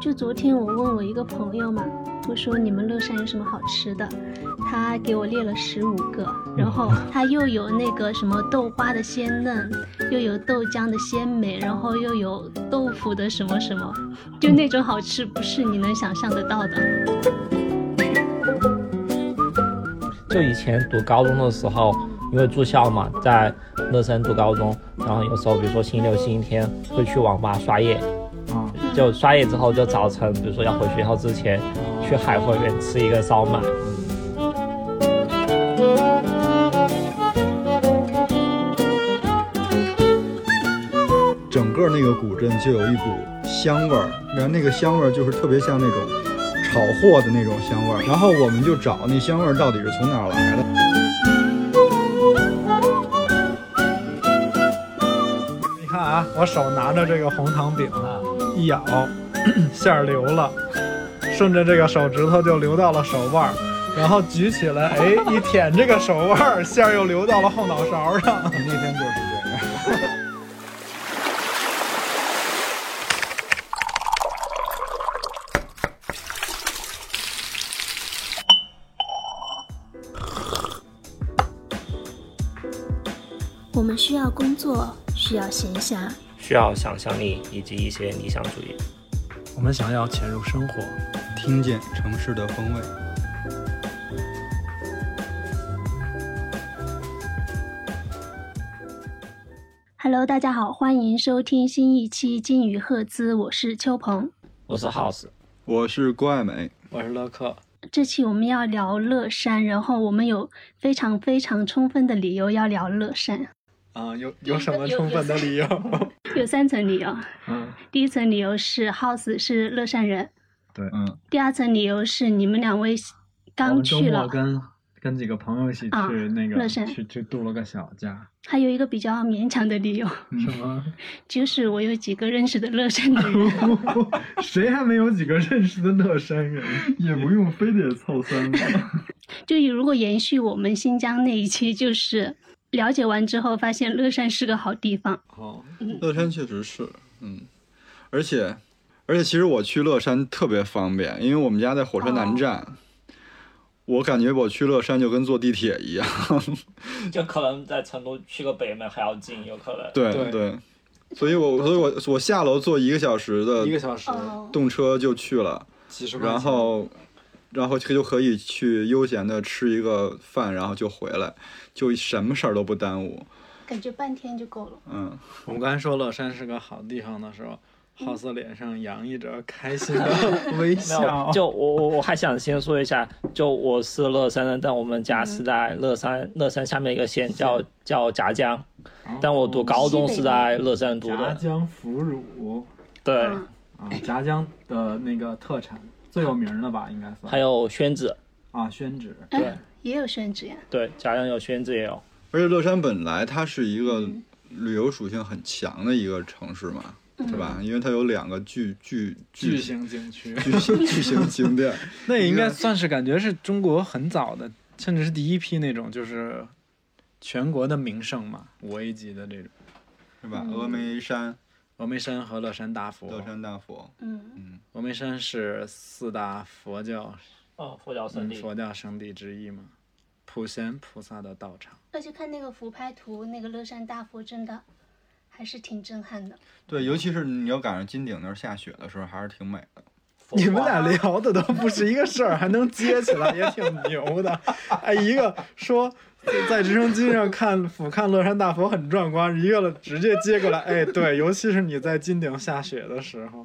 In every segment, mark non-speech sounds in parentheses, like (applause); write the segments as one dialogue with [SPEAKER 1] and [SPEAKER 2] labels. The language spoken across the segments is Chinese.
[SPEAKER 1] 就昨天我问我一个朋友嘛，我说你们乐山有什么好吃的，他给我列了十五个，然后他又有那个什么豆花的鲜嫩，又有豆浆的鲜美，然后又有豆腐的什么什么，就那种好吃不是你能想象得到的。
[SPEAKER 2] 就以前读高中的时候，因为住校嘛，在乐山读高中，然后有时候比如说星期六、星期天会去网吧刷夜，
[SPEAKER 3] 啊，
[SPEAKER 2] 就刷夜之后就早晨，比如说要回学校之前，去海货园吃一个烧麦。
[SPEAKER 3] 整个那个古镇就有一股香味儿，然后那个香味儿就是特别像那种炒货的那种香味儿，然后我们就找那香味儿到底是从哪儿来的。
[SPEAKER 4] 你看啊，我手拿着这个红糖饼啊，一咬， (clears throat) 馅儿流了，顺着这个手指头就流到了手腕儿，然后举起来，
[SPEAKER 1] (laughs)
[SPEAKER 4] 哎，一舔这个手腕儿，馅儿又流到了后脑勺上。
[SPEAKER 3] (laughs) 那天就是这样。
[SPEAKER 1] 我们需要工作，需要闲暇，
[SPEAKER 2] 需要想象力以及一些理想主义。
[SPEAKER 5] 我们想要潜入生活，
[SPEAKER 3] 听见城市的风味。
[SPEAKER 1] Hello，大家好，欢迎收听新一期《金鱼赫兹》，我是秋鹏。
[SPEAKER 2] 我是 House，
[SPEAKER 3] 我是郭爱美，
[SPEAKER 5] 我是乐克。
[SPEAKER 1] 这期我们要聊乐山，然后我们有非常非常充分的理由要聊乐山，
[SPEAKER 4] 啊，有有什么充分的
[SPEAKER 5] (laughs)
[SPEAKER 4] 理由？
[SPEAKER 1] 有三层理由。
[SPEAKER 4] 嗯，
[SPEAKER 1] 第一层理由是 House 是乐山人，
[SPEAKER 5] 对，
[SPEAKER 4] 嗯，
[SPEAKER 1] 第二层理由是你们两位
[SPEAKER 5] 我
[SPEAKER 4] 哦
[SPEAKER 1] 刚
[SPEAKER 5] 们周
[SPEAKER 1] 去
[SPEAKER 5] 末
[SPEAKER 1] 了，
[SPEAKER 5] 跟跟几个朋友一起
[SPEAKER 1] 啊
[SPEAKER 5] 去那个
[SPEAKER 1] 乐山
[SPEAKER 5] 去去度了个小假，嗯
[SPEAKER 1] 还有一个比较勉强的理由，
[SPEAKER 5] 什么
[SPEAKER 1] 就是我有几个认识的乐山的
[SPEAKER 4] (laughs)
[SPEAKER 1] 人。
[SPEAKER 5] (laughs) 谁还没有几个认识的乐山
[SPEAKER 4] (laughs)
[SPEAKER 5] 人？
[SPEAKER 3] 也不用非得凑三个。
[SPEAKER 1] 就如果延续我们新疆那一期，就是了解完之后发现乐山是个好地方。
[SPEAKER 5] 哦，
[SPEAKER 3] 乐山确实是，嗯，而且而且其实我去乐山特别方便，因为我们家在火车南站。我感觉我去乐山就跟坐地铁一样，
[SPEAKER 2] (laughs)
[SPEAKER 3] (laughs)
[SPEAKER 2] 就可能在成都去个北门还要近，有可能。
[SPEAKER 3] 对
[SPEAKER 4] 对
[SPEAKER 3] 所以我所以我我下楼坐一个小时的
[SPEAKER 5] (laughs) 一个小时
[SPEAKER 1] 哦
[SPEAKER 3] 动车就去了，
[SPEAKER 5] 几十块钱，
[SPEAKER 3] 然后然后就可以去悠闲的吃一个饭，然后就回来，就什么事儿都不耽误，
[SPEAKER 1] 感觉半天就够了。
[SPEAKER 3] 嗯，
[SPEAKER 5] 我们刚才说乐山是个好地方的时候，浩斯脸上洋溢着
[SPEAKER 2] (laughs)
[SPEAKER 5] 开心的微
[SPEAKER 2] 嗯没有，
[SPEAKER 5] 笑。
[SPEAKER 2] 就我我我还想先说一下，就我是乐山人，但我们家是在乐山、乐山下面一个县叫叫夹江，但我读高中是在乐山读
[SPEAKER 5] 夹
[SPEAKER 2] 的。
[SPEAKER 5] 江腐乳
[SPEAKER 2] 对，
[SPEAKER 1] 嗯
[SPEAKER 5] 啊，夹江的那个特产最有名的吧，应该
[SPEAKER 2] 还
[SPEAKER 5] 算
[SPEAKER 2] 有宣纸，
[SPEAKER 5] 啊，宣纸。
[SPEAKER 2] 对
[SPEAKER 1] 嗯也有宣纸呀。
[SPEAKER 2] 对，夹江有宣纸也有。
[SPEAKER 3] 而且乐山本来它是一个
[SPEAKER 5] 嗯
[SPEAKER 3] 旅游属性很强的一个城市嘛，对吧？因为它有两个巨巨
[SPEAKER 5] 嗯巨
[SPEAKER 3] 型
[SPEAKER 5] 型景区，
[SPEAKER 3] 巨型巨型景点，
[SPEAKER 5] 那也应该算是感觉是中国很早的，甚至是第一批那种就是全国的名胜嘛，五 A 级的这种。
[SPEAKER 3] 是吧？
[SPEAKER 5] 嗯
[SPEAKER 3] 峨眉山、
[SPEAKER 5] 峨眉山和乐山大佛
[SPEAKER 3] 乐，山大佛，
[SPEAKER 1] 嗯，
[SPEAKER 5] 峨眉山是四大佛教
[SPEAKER 2] 哦，佛教
[SPEAKER 5] 嗯佛教圣地之一嘛，普贤菩萨的道场。
[SPEAKER 1] 而且看那个俯拍图，那个乐山大佛真的还是挺震撼的。
[SPEAKER 3] 对，尤其是你要赶上金顶那儿下雪的时候，还是挺美的。
[SPEAKER 5] 你们俩聊的都不是一个事儿，还能接起来，也挺牛的。哎，一个说在直升机上看俯瞰乐山大佛很壮观，一个直接接过来，哎，对，尤其是你在金顶下雪的时 (laughs) 候，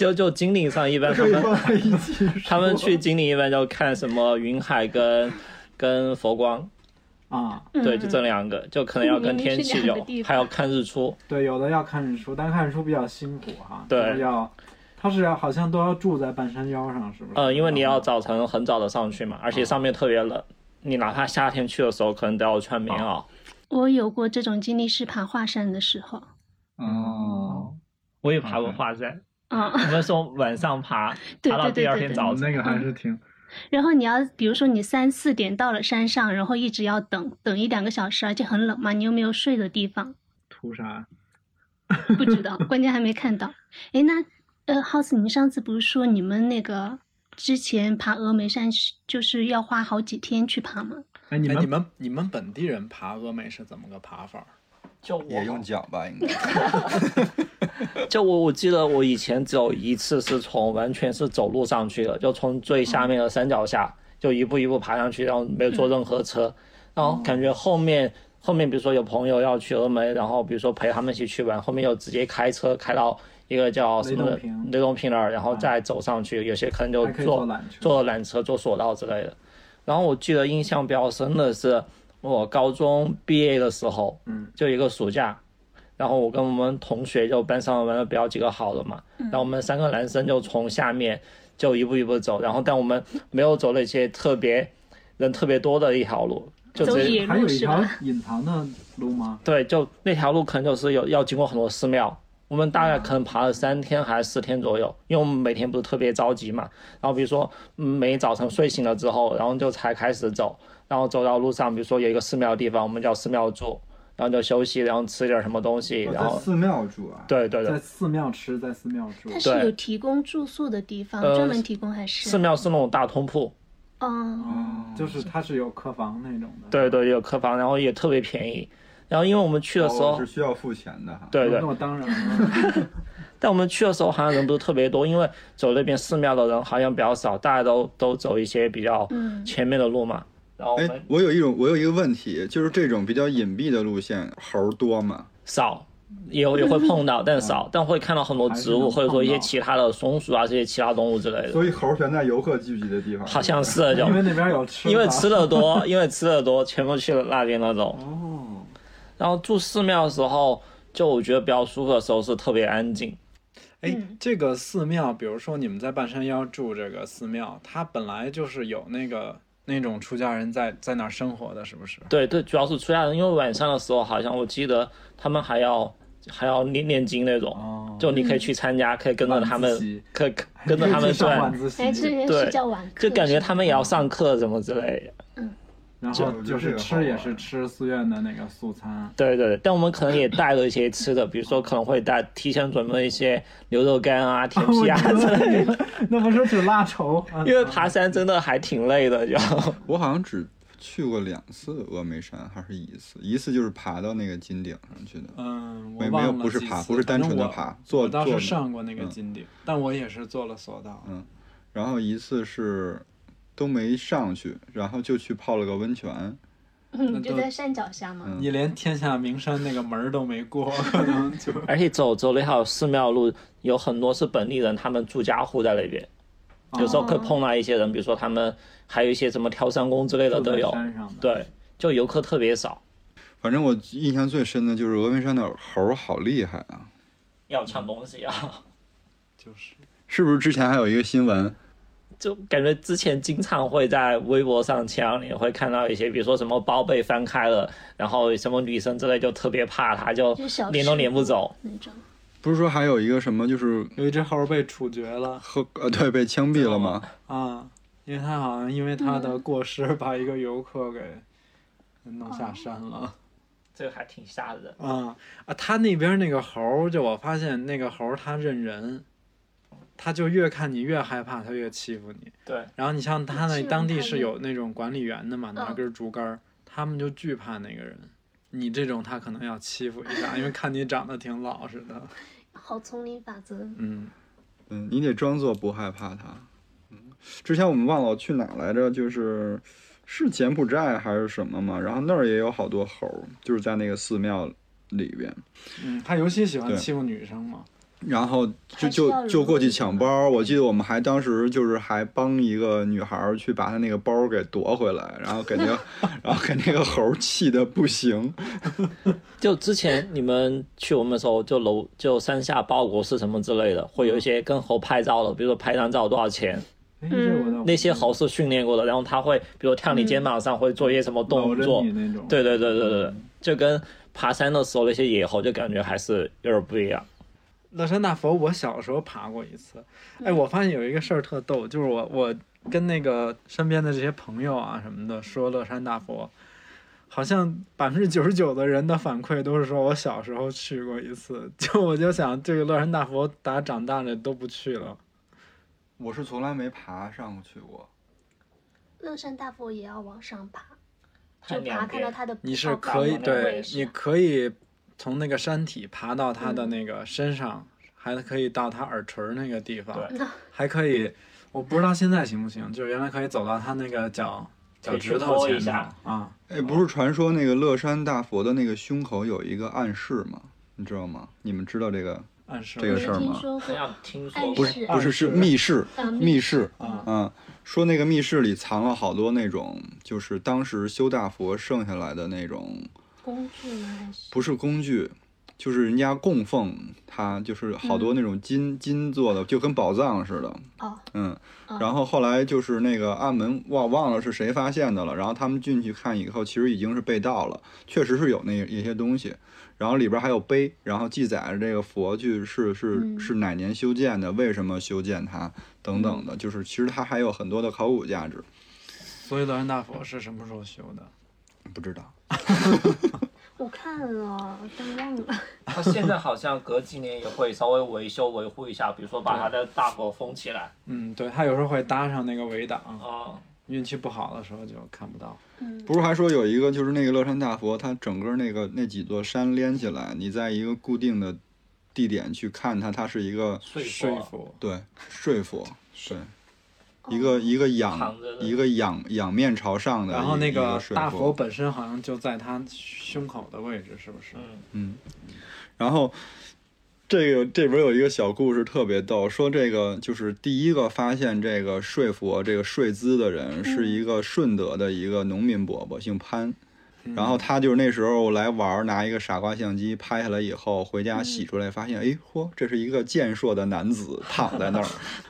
[SPEAKER 2] 就就金陵上
[SPEAKER 1] (laughs)
[SPEAKER 2] 一般他们
[SPEAKER 3] 在一起，
[SPEAKER 2] 他们去金陵一般就看什么云海跟跟佛光，
[SPEAKER 5] 啊，
[SPEAKER 2] 对，
[SPEAKER 1] 嗯
[SPEAKER 2] 就这两个，就可能要跟
[SPEAKER 1] 明明
[SPEAKER 2] 天
[SPEAKER 1] 是
[SPEAKER 2] 气
[SPEAKER 1] 两
[SPEAKER 2] 有
[SPEAKER 1] 个地，方
[SPEAKER 2] 还要看日出。
[SPEAKER 5] 对，有的要看日出，但看日出比较辛苦哈，
[SPEAKER 2] 对
[SPEAKER 5] 就是要，他是要好像都要住在半山腰上，是不是？
[SPEAKER 2] 呃，因为你要早晨很早的上去嘛，而且上面特别冷，你哪怕夏天去的时候，可能都要穿棉袄。
[SPEAKER 1] 我有过这种经历，是爬华山的时候。
[SPEAKER 5] 哦，
[SPEAKER 2] 我也爬过华山，
[SPEAKER 1] 嗯，
[SPEAKER 2] (laughs) 我们说晚上爬，
[SPEAKER 1] 对
[SPEAKER 2] 爬到
[SPEAKER 1] 对对
[SPEAKER 2] 第二
[SPEAKER 1] 对
[SPEAKER 2] 天
[SPEAKER 1] 对
[SPEAKER 2] 早晨。
[SPEAKER 5] 哦那个还是挺
[SPEAKER 1] 然后你要，比如说你三四点到了山上，然后一直要等等一两个小时，而且很冷嘛，你又没有睡的地方。
[SPEAKER 5] 图啥
[SPEAKER 1] 不知道，关键还没看到。哎，那呃，house，你上次不是说你们那个之前爬峨眉山是就是要花好几天去爬吗？
[SPEAKER 5] 哎，你
[SPEAKER 4] 哎，
[SPEAKER 5] 们
[SPEAKER 4] 你们你们本地人爬峨眉是怎么个爬法儿？
[SPEAKER 2] 就我
[SPEAKER 3] 也用脚吧，应该。
[SPEAKER 2] 就我我记得我以前只有一次是从完全是走路上去的，就从最下面的山脚下就一步一步爬上去，然后没有
[SPEAKER 5] 嗯
[SPEAKER 2] 坐任何车，然后感觉后面后面比如说有朋友要去峨眉，然后比如说陪他们一起去玩，后面又直接开车开到一个叫什么
[SPEAKER 5] 雷洞坪嗯
[SPEAKER 2] 雷洞坪那儿，然后再走上去，有些可能就
[SPEAKER 5] 还可以坐
[SPEAKER 2] 坐
[SPEAKER 5] 缆车
[SPEAKER 2] 坐缆车、坐索道之类的。然后我记得印象比较深的是我高中毕业的时候，
[SPEAKER 5] 嗯，
[SPEAKER 2] 就一个暑假，然后我跟我们同学就班上玩的比较几个好的嘛，
[SPEAKER 1] 嗯
[SPEAKER 2] 然后我们三个男生就从下面就一步一步走，然后但我们没有走那些特别人特别多的一条路，就
[SPEAKER 1] 走
[SPEAKER 2] 直接
[SPEAKER 1] 野
[SPEAKER 5] 还有
[SPEAKER 1] 路
[SPEAKER 5] 一
[SPEAKER 1] 是
[SPEAKER 5] 条
[SPEAKER 1] 吧？
[SPEAKER 5] 隐藏的路吗？
[SPEAKER 2] 对，就那条路可能就是有要经过很多寺庙，我们大概可能爬了三天还是四天左右，因为我们每天不是特别着急嘛。然后比如说，嗯，每早晨睡醒了之后，然后就才开始走，然后走到路上，比如说有一个寺庙的地方，我们叫寺庙住，然后就休息，然后吃点什么东西，
[SPEAKER 3] 我
[SPEAKER 2] 然
[SPEAKER 3] 在
[SPEAKER 2] 后
[SPEAKER 3] 寺庙住啊，
[SPEAKER 2] 对对
[SPEAKER 5] 在
[SPEAKER 2] 对，
[SPEAKER 5] 寺庙吃，在寺庙住
[SPEAKER 1] 它。是
[SPEAKER 2] 对
[SPEAKER 1] 有提供住宿的地方，
[SPEAKER 2] 呃
[SPEAKER 1] 专门提供还是
[SPEAKER 2] 寺？庙是那种大通铺，
[SPEAKER 1] 哦，
[SPEAKER 5] 嗯就是它是有客房那种的，
[SPEAKER 2] 对对，有客房，然后也特别便宜。然后因为我们去的时
[SPEAKER 3] 哦
[SPEAKER 2] 候
[SPEAKER 3] 是，需要付钱的哈。
[SPEAKER 2] 对对
[SPEAKER 5] 那，我当然了，
[SPEAKER 2] (laughs) 但我们去的时候好像人不是特别多，因为走那边寺庙的人好像比较少，大家都都走一些比较
[SPEAKER 1] 嗯
[SPEAKER 2] 前面的路嘛。然后我
[SPEAKER 3] 哎
[SPEAKER 2] 们，
[SPEAKER 3] 我有一种，我有一个问题，就是这种比较隐蔽的路线，猴儿多吗？
[SPEAKER 2] 少，也有也
[SPEAKER 5] (laughs)
[SPEAKER 2] 会碰到，但少，但会看到很多植物，
[SPEAKER 5] 嗯还
[SPEAKER 2] 或者
[SPEAKER 5] 是能碰到
[SPEAKER 2] 说一些其他的松鼠啊，这些其他动物之类的。
[SPEAKER 3] 所以猴儿全在游客聚集的地方。
[SPEAKER 2] 好像是就
[SPEAKER 5] 因为那边有吃的，
[SPEAKER 2] (laughs) 因为吃的多，因为吃的多，全部去了那边那种。
[SPEAKER 5] 哦，
[SPEAKER 2] 然后住寺庙的时候，就我觉得比较舒服的时候是特别安静。
[SPEAKER 4] 哎
[SPEAKER 1] 嗯，
[SPEAKER 4] 这个寺庙，比如说你们在半山腰住这个寺庙，它本来就是有那个那种出家人在在那儿生活的，是不是？
[SPEAKER 2] 对对，主要是出家人，因为晚上的时候好像我记得他们还要还要念念经那种。
[SPEAKER 5] 哦，
[SPEAKER 2] 就你可以去参加，可以跟着他
[SPEAKER 5] 晚
[SPEAKER 2] 们
[SPEAKER 5] 自习，
[SPEAKER 2] 可以跟着他
[SPEAKER 5] 可以
[SPEAKER 2] 们
[SPEAKER 5] 去上晚
[SPEAKER 2] 转，
[SPEAKER 5] 自
[SPEAKER 1] 哎，这
[SPEAKER 5] 习，
[SPEAKER 1] 人
[SPEAKER 2] 对
[SPEAKER 1] 是叫晚课，
[SPEAKER 2] 就感觉
[SPEAKER 1] 是吧
[SPEAKER 2] 他们也要上课什么之类的。
[SPEAKER 5] 然
[SPEAKER 3] 这
[SPEAKER 5] 后就是吃也是吃寺院的那个素餐，
[SPEAKER 2] 对对，对但我们可能也带了一些吃的，比如说可能会带提前准备一些牛肉干啊、甜
[SPEAKER 5] 我
[SPEAKER 2] (laughs) 皮啊
[SPEAKER 5] 觉
[SPEAKER 2] 之
[SPEAKER 5] 得
[SPEAKER 2] 类
[SPEAKER 5] 你
[SPEAKER 2] 的，
[SPEAKER 5] 们 (laughs) 那不是去拉仇？嗯
[SPEAKER 2] 因为爬山真的还挺累的，就
[SPEAKER 3] 我好像只去过两次峨眉山，还是一次，一次就是爬到那个金顶上去的。
[SPEAKER 4] 嗯，我
[SPEAKER 3] 没
[SPEAKER 4] 忘
[SPEAKER 3] 没有，
[SPEAKER 4] 了
[SPEAKER 3] 不是
[SPEAKER 4] 几
[SPEAKER 3] 爬，
[SPEAKER 4] 次
[SPEAKER 3] 不是单纯的。
[SPEAKER 4] 反正
[SPEAKER 3] 爬，
[SPEAKER 4] 我
[SPEAKER 3] 坐
[SPEAKER 4] 我倒
[SPEAKER 3] 坐
[SPEAKER 4] 是
[SPEAKER 3] 着
[SPEAKER 4] 上过那个
[SPEAKER 3] 嗯
[SPEAKER 4] 金顶，但我也是坐了索道。
[SPEAKER 3] 然后一次是都没上去，然后就去泡了个温泉。
[SPEAKER 1] (laughs) 嗯
[SPEAKER 4] 那
[SPEAKER 1] 你就
[SPEAKER 4] 都
[SPEAKER 1] 在山脚下嘛。
[SPEAKER 3] 嗯
[SPEAKER 4] 你连天下名山那个门儿都没过，可能就
[SPEAKER 2] (laughs) 而且走走那条寺庙路，有很多是本地人，他们住家户在那边，有时候可以碰到一些人，比如说他们还有一些什么挑山工之类的
[SPEAKER 5] 住
[SPEAKER 2] 都
[SPEAKER 5] 在
[SPEAKER 2] 有，
[SPEAKER 5] 山上的，
[SPEAKER 2] 对，就游客特别少，
[SPEAKER 3] 反正我印象最深的就是峨眉山的猴儿好厉害啊！
[SPEAKER 2] 要抢东西啊。
[SPEAKER 4] 就是
[SPEAKER 3] 是不是之前还有一个新闻？
[SPEAKER 2] 就感觉之前经常会在微博上、前两年会看到一些，比如说什么包被翻开了，然后什么女生之类就特别怕他，就
[SPEAKER 1] 就是小
[SPEAKER 2] 撵都
[SPEAKER 1] 吃
[SPEAKER 2] 撵不走。
[SPEAKER 1] 那种，
[SPEAKER 3] 不是说还有一个什么就是
[SPEAKER 4] 有一只猴儿被处决了
[SPEAKER 3] 和呃 (laughs) 对被枪毙了吗？
[SPEAKER 4] 啊，因为它好像因为它的过失把一个游客给弄下山了
[SPEAKER 2] 这个还挺吓人。
[SPEAKER 4] 啊啊！他那边那个猴儿，就我发现那个猴儿它认人，它就越看你越害怕，它越欺负你。
[SPEAKER 2] 对，
[SPEAKER 4] 然后你像他
[SPEAKER 1] 是
[SPEAKER 4] 那
[SPEAKER 1] 吗
[SPEAKER 4] 当地
[SPEAKER 1] 他
[SPEAKER 4] 是
[SPEAKER 1] 那
[SPEAKER 4] 有那种管理员的嘛，拿
[SPEAKER 1] 嗯
[SPEAKER 4] 根竹竿儿，他们就惧怕那个人。你这种他可能要欺负一下，因为看你长得挺老实的。
[SPEAKER 1] 好丛林法则。
[SPEAKER 4] 嗯，
[SPEAKER 3] 嗯，你得装作不害怕它。嗯，之前我们忘了去哪儿来着，就是是柬埔寨还是什么嘛？然后那儿也有好多猴儿，就是在那个寺庙里边。
[SPEAKER 4] 嗯，他尤其喜欢
[SPEAKER 3] 对
[SPEAKER 4] 欺负女生嘛。
[SPEAKER 3] 然后就
[SPEAKER 1] 还是要
[SPEAKER 3] 就
[SPEAKER 1] 融
[SPEAKER 3] 就过
[SPEAKER 1] 入
[SPEAKER 3] 去
[SPEAKER 1] 进
[SPEAKER 3] 抢
[SPEAKER 1] 来
[SPEAKER 3] 包儿，我记得我们还当时就是还帮一个女孩儿去把她那个包儿给夺回来，然后给那个
[SPEAKER 1] (laughs)
[SPEAKER 3] 然后给那个猴儿气的不行。
[SPEAKER 2] 就之前你们去我们的时候，就楼就山下包裹是什么之类的，会有一些跟猴拍照的，比如说拍张照多少
[SPEAKER 1] 嗯
[SPEAKER 2] 钱，
[SPEAKER 5] 哎，这我倒
[SPEAKER 2] 那些猴是训练过的，然后他会比如跳你肩膀上，会做一些什么
[SPEAKER 5] 搂
[SPEAKER 2] 动
[SPEAKER 5] 着
[SPEAKER 2] 作
[SPEAKER 5] 你。那种，
[SPEAKER 2] 对对对对对，对就跟爬山的时候那些野猴就感觉还是有点不一样。
[SPEAKER 4] 乐山大佛，我小时候爬过一次。哎，我发现有一个事儿特逗，就是我我跟那个身边的这些朋友啊什么的说乐山大佛，
[SPEAKER 5] 好像百分之九十九的人的反馈都是说我小时候去过一次， (laughs) 就我就想这个乐山大佛打长大了都不去了。
[SPEAKER 3] 我是从来没爬上去过。
[SPEAKER 1] 乐山大佛也要往上爬，
[SPEAKER 2] 看
[SPEAKER 1] 就爬
[SPEAKER 2] 两
[SPEAKER 1] 看到
[SPEAKER 2] 边
[SPEAKER 1] 它的
[SPEAKER 5] 你是
[SPEAKER 1] 报告
[SPEAKER 5] 可以
[SPEAKER 1] 的
[SPEAKER 5] 对
[SPEAKER 1] 位，置
[SPEAKER 5] 你可以从那个山体爬到它
[SPEAKER 2] 嗯
[SPEAKER 5] 的那个身上，还可以到它耳垂儿那个地方，
[SPEAKER 2] 对
[SPEAKER 5] 还可以，我不知道现在行不行，就是原来可以走到它那个脚脚
[SPEAKER 2] 腿去
[SPEAKER 5] 趾头
[SPEAKER 2] 摸一
[SPEAKER 5] 前面
[SPEAKER 2] 下
[SPEAKER 5] 啊。
[SPEAKER 3] 哎，不是传说那个乐山大佛的那个胸口有一个暗示吗？你知道吗？你们知道这个？
[SPEAKER 5] 暗示
[SPEAKER 3] 这个
[SPEAKER 1] 没
[SPEAKER 3] 事儿
[SPEAKER 1] 听
[SPEAKER 3] 吗
[SPEAKER 1] 说
[SPEAKER 2] 好
[SPEAKER 1] 过，
[SPEAKER 2] 像听说
[SPEAKER 1] 暗
[SPEAKER 2] 过
[SPEAKER 1] 示
[SPEAKER 3] 不是，是密室，
[SPEAKER 1] 啊
[SPEAKER 3] 密室
[SPEAKER 5] 啊
[SPEAKER 3] 嗯，说那个密室里藏了好多那种，就是当时修大佛剩下来的那种，
[SPEAKER 1] 工具吗？还是
[SPEAKER 3] 不是工具，就是人家供奉它，就是好多那种金、金做的，就跟宝藏似的。
[SPEAKER 1] 嗯哦，
[SPEAKER 3] 嗯
[SPEAKER 1] 哦，
[SPEAKER 3] 然后后来就是那个暗门，忘忘了是谁发现的了。然后他们进去看以后，其实已经是被盗了，确实是有那一些东西。然后里边还有碑，然后记载着这个佛具是是
[SPEAKER 1] 嗯
[SPEAKER 3] 是哪年修建的，为什么修建它等等
[SPEAKER 1] 嗯
[SPEAKER 3] 的，就是其实它还有很多的考古价值。
[SPEAKER 5] 所以乐山大佛是什么时候修的？
[SPEAKER 3] 不知道，
[SPEAKER 1] 我看了，但忘了。
[SPEAKER 2] 它现在好像隔几年也会稍微维修维护一下，比如说把它的大佛封起来
[SPEAKER 5] 嗯，对，它有时候会搭上那个围挡，
[SPEAKER 2] 啊。
[SPEAKER 5] 运气不好的时候就看不到。
[SPEAKER 1] 嗯，
[SPEAKER 3] 不是还说有一个就是那个乐山大佛，它整个那个那几座山连起来，你在一个固定的地点去看它，它是一个
[SPEAKER 2] 睡
[SPEAKER 5] 说
[SPEAKER 2] 佛
[SPEAKER 5] 服
[SPEAKER 3] 对睡佛，对。
[SPEAKER 1] 哦
[SPEAKER 3] 一个一个仰
[SPEAKER 2] 躺着的
[SPEAKER 3] 一个仰仰面朝上的一，
[SPEAKER 5] 然后那
[SPEAKER 3] 一个
[SPEAKER 5] 个
[SPEAKER 3] 睡
[SPEAKER 5] 大佛
[SPEAKER 3] 佛，
[SPEAKER 5] 本身好像就在他胸口的位置，是不是？
[SPEAKER 2] 嗯，
[SPEAKER 3] 嗯，然后这个这边有一个小故事特别逗，说这个就是第一个发现这个睡佛这个睡姿的人是一个顺德的一个农民伯伯，姓潘。然后他就是那时候来玩儿，拿一个傻瓜相机拍下来以后，回家洗出来，发现，哎，嚯，这是一个健硕的男子躺在那儿。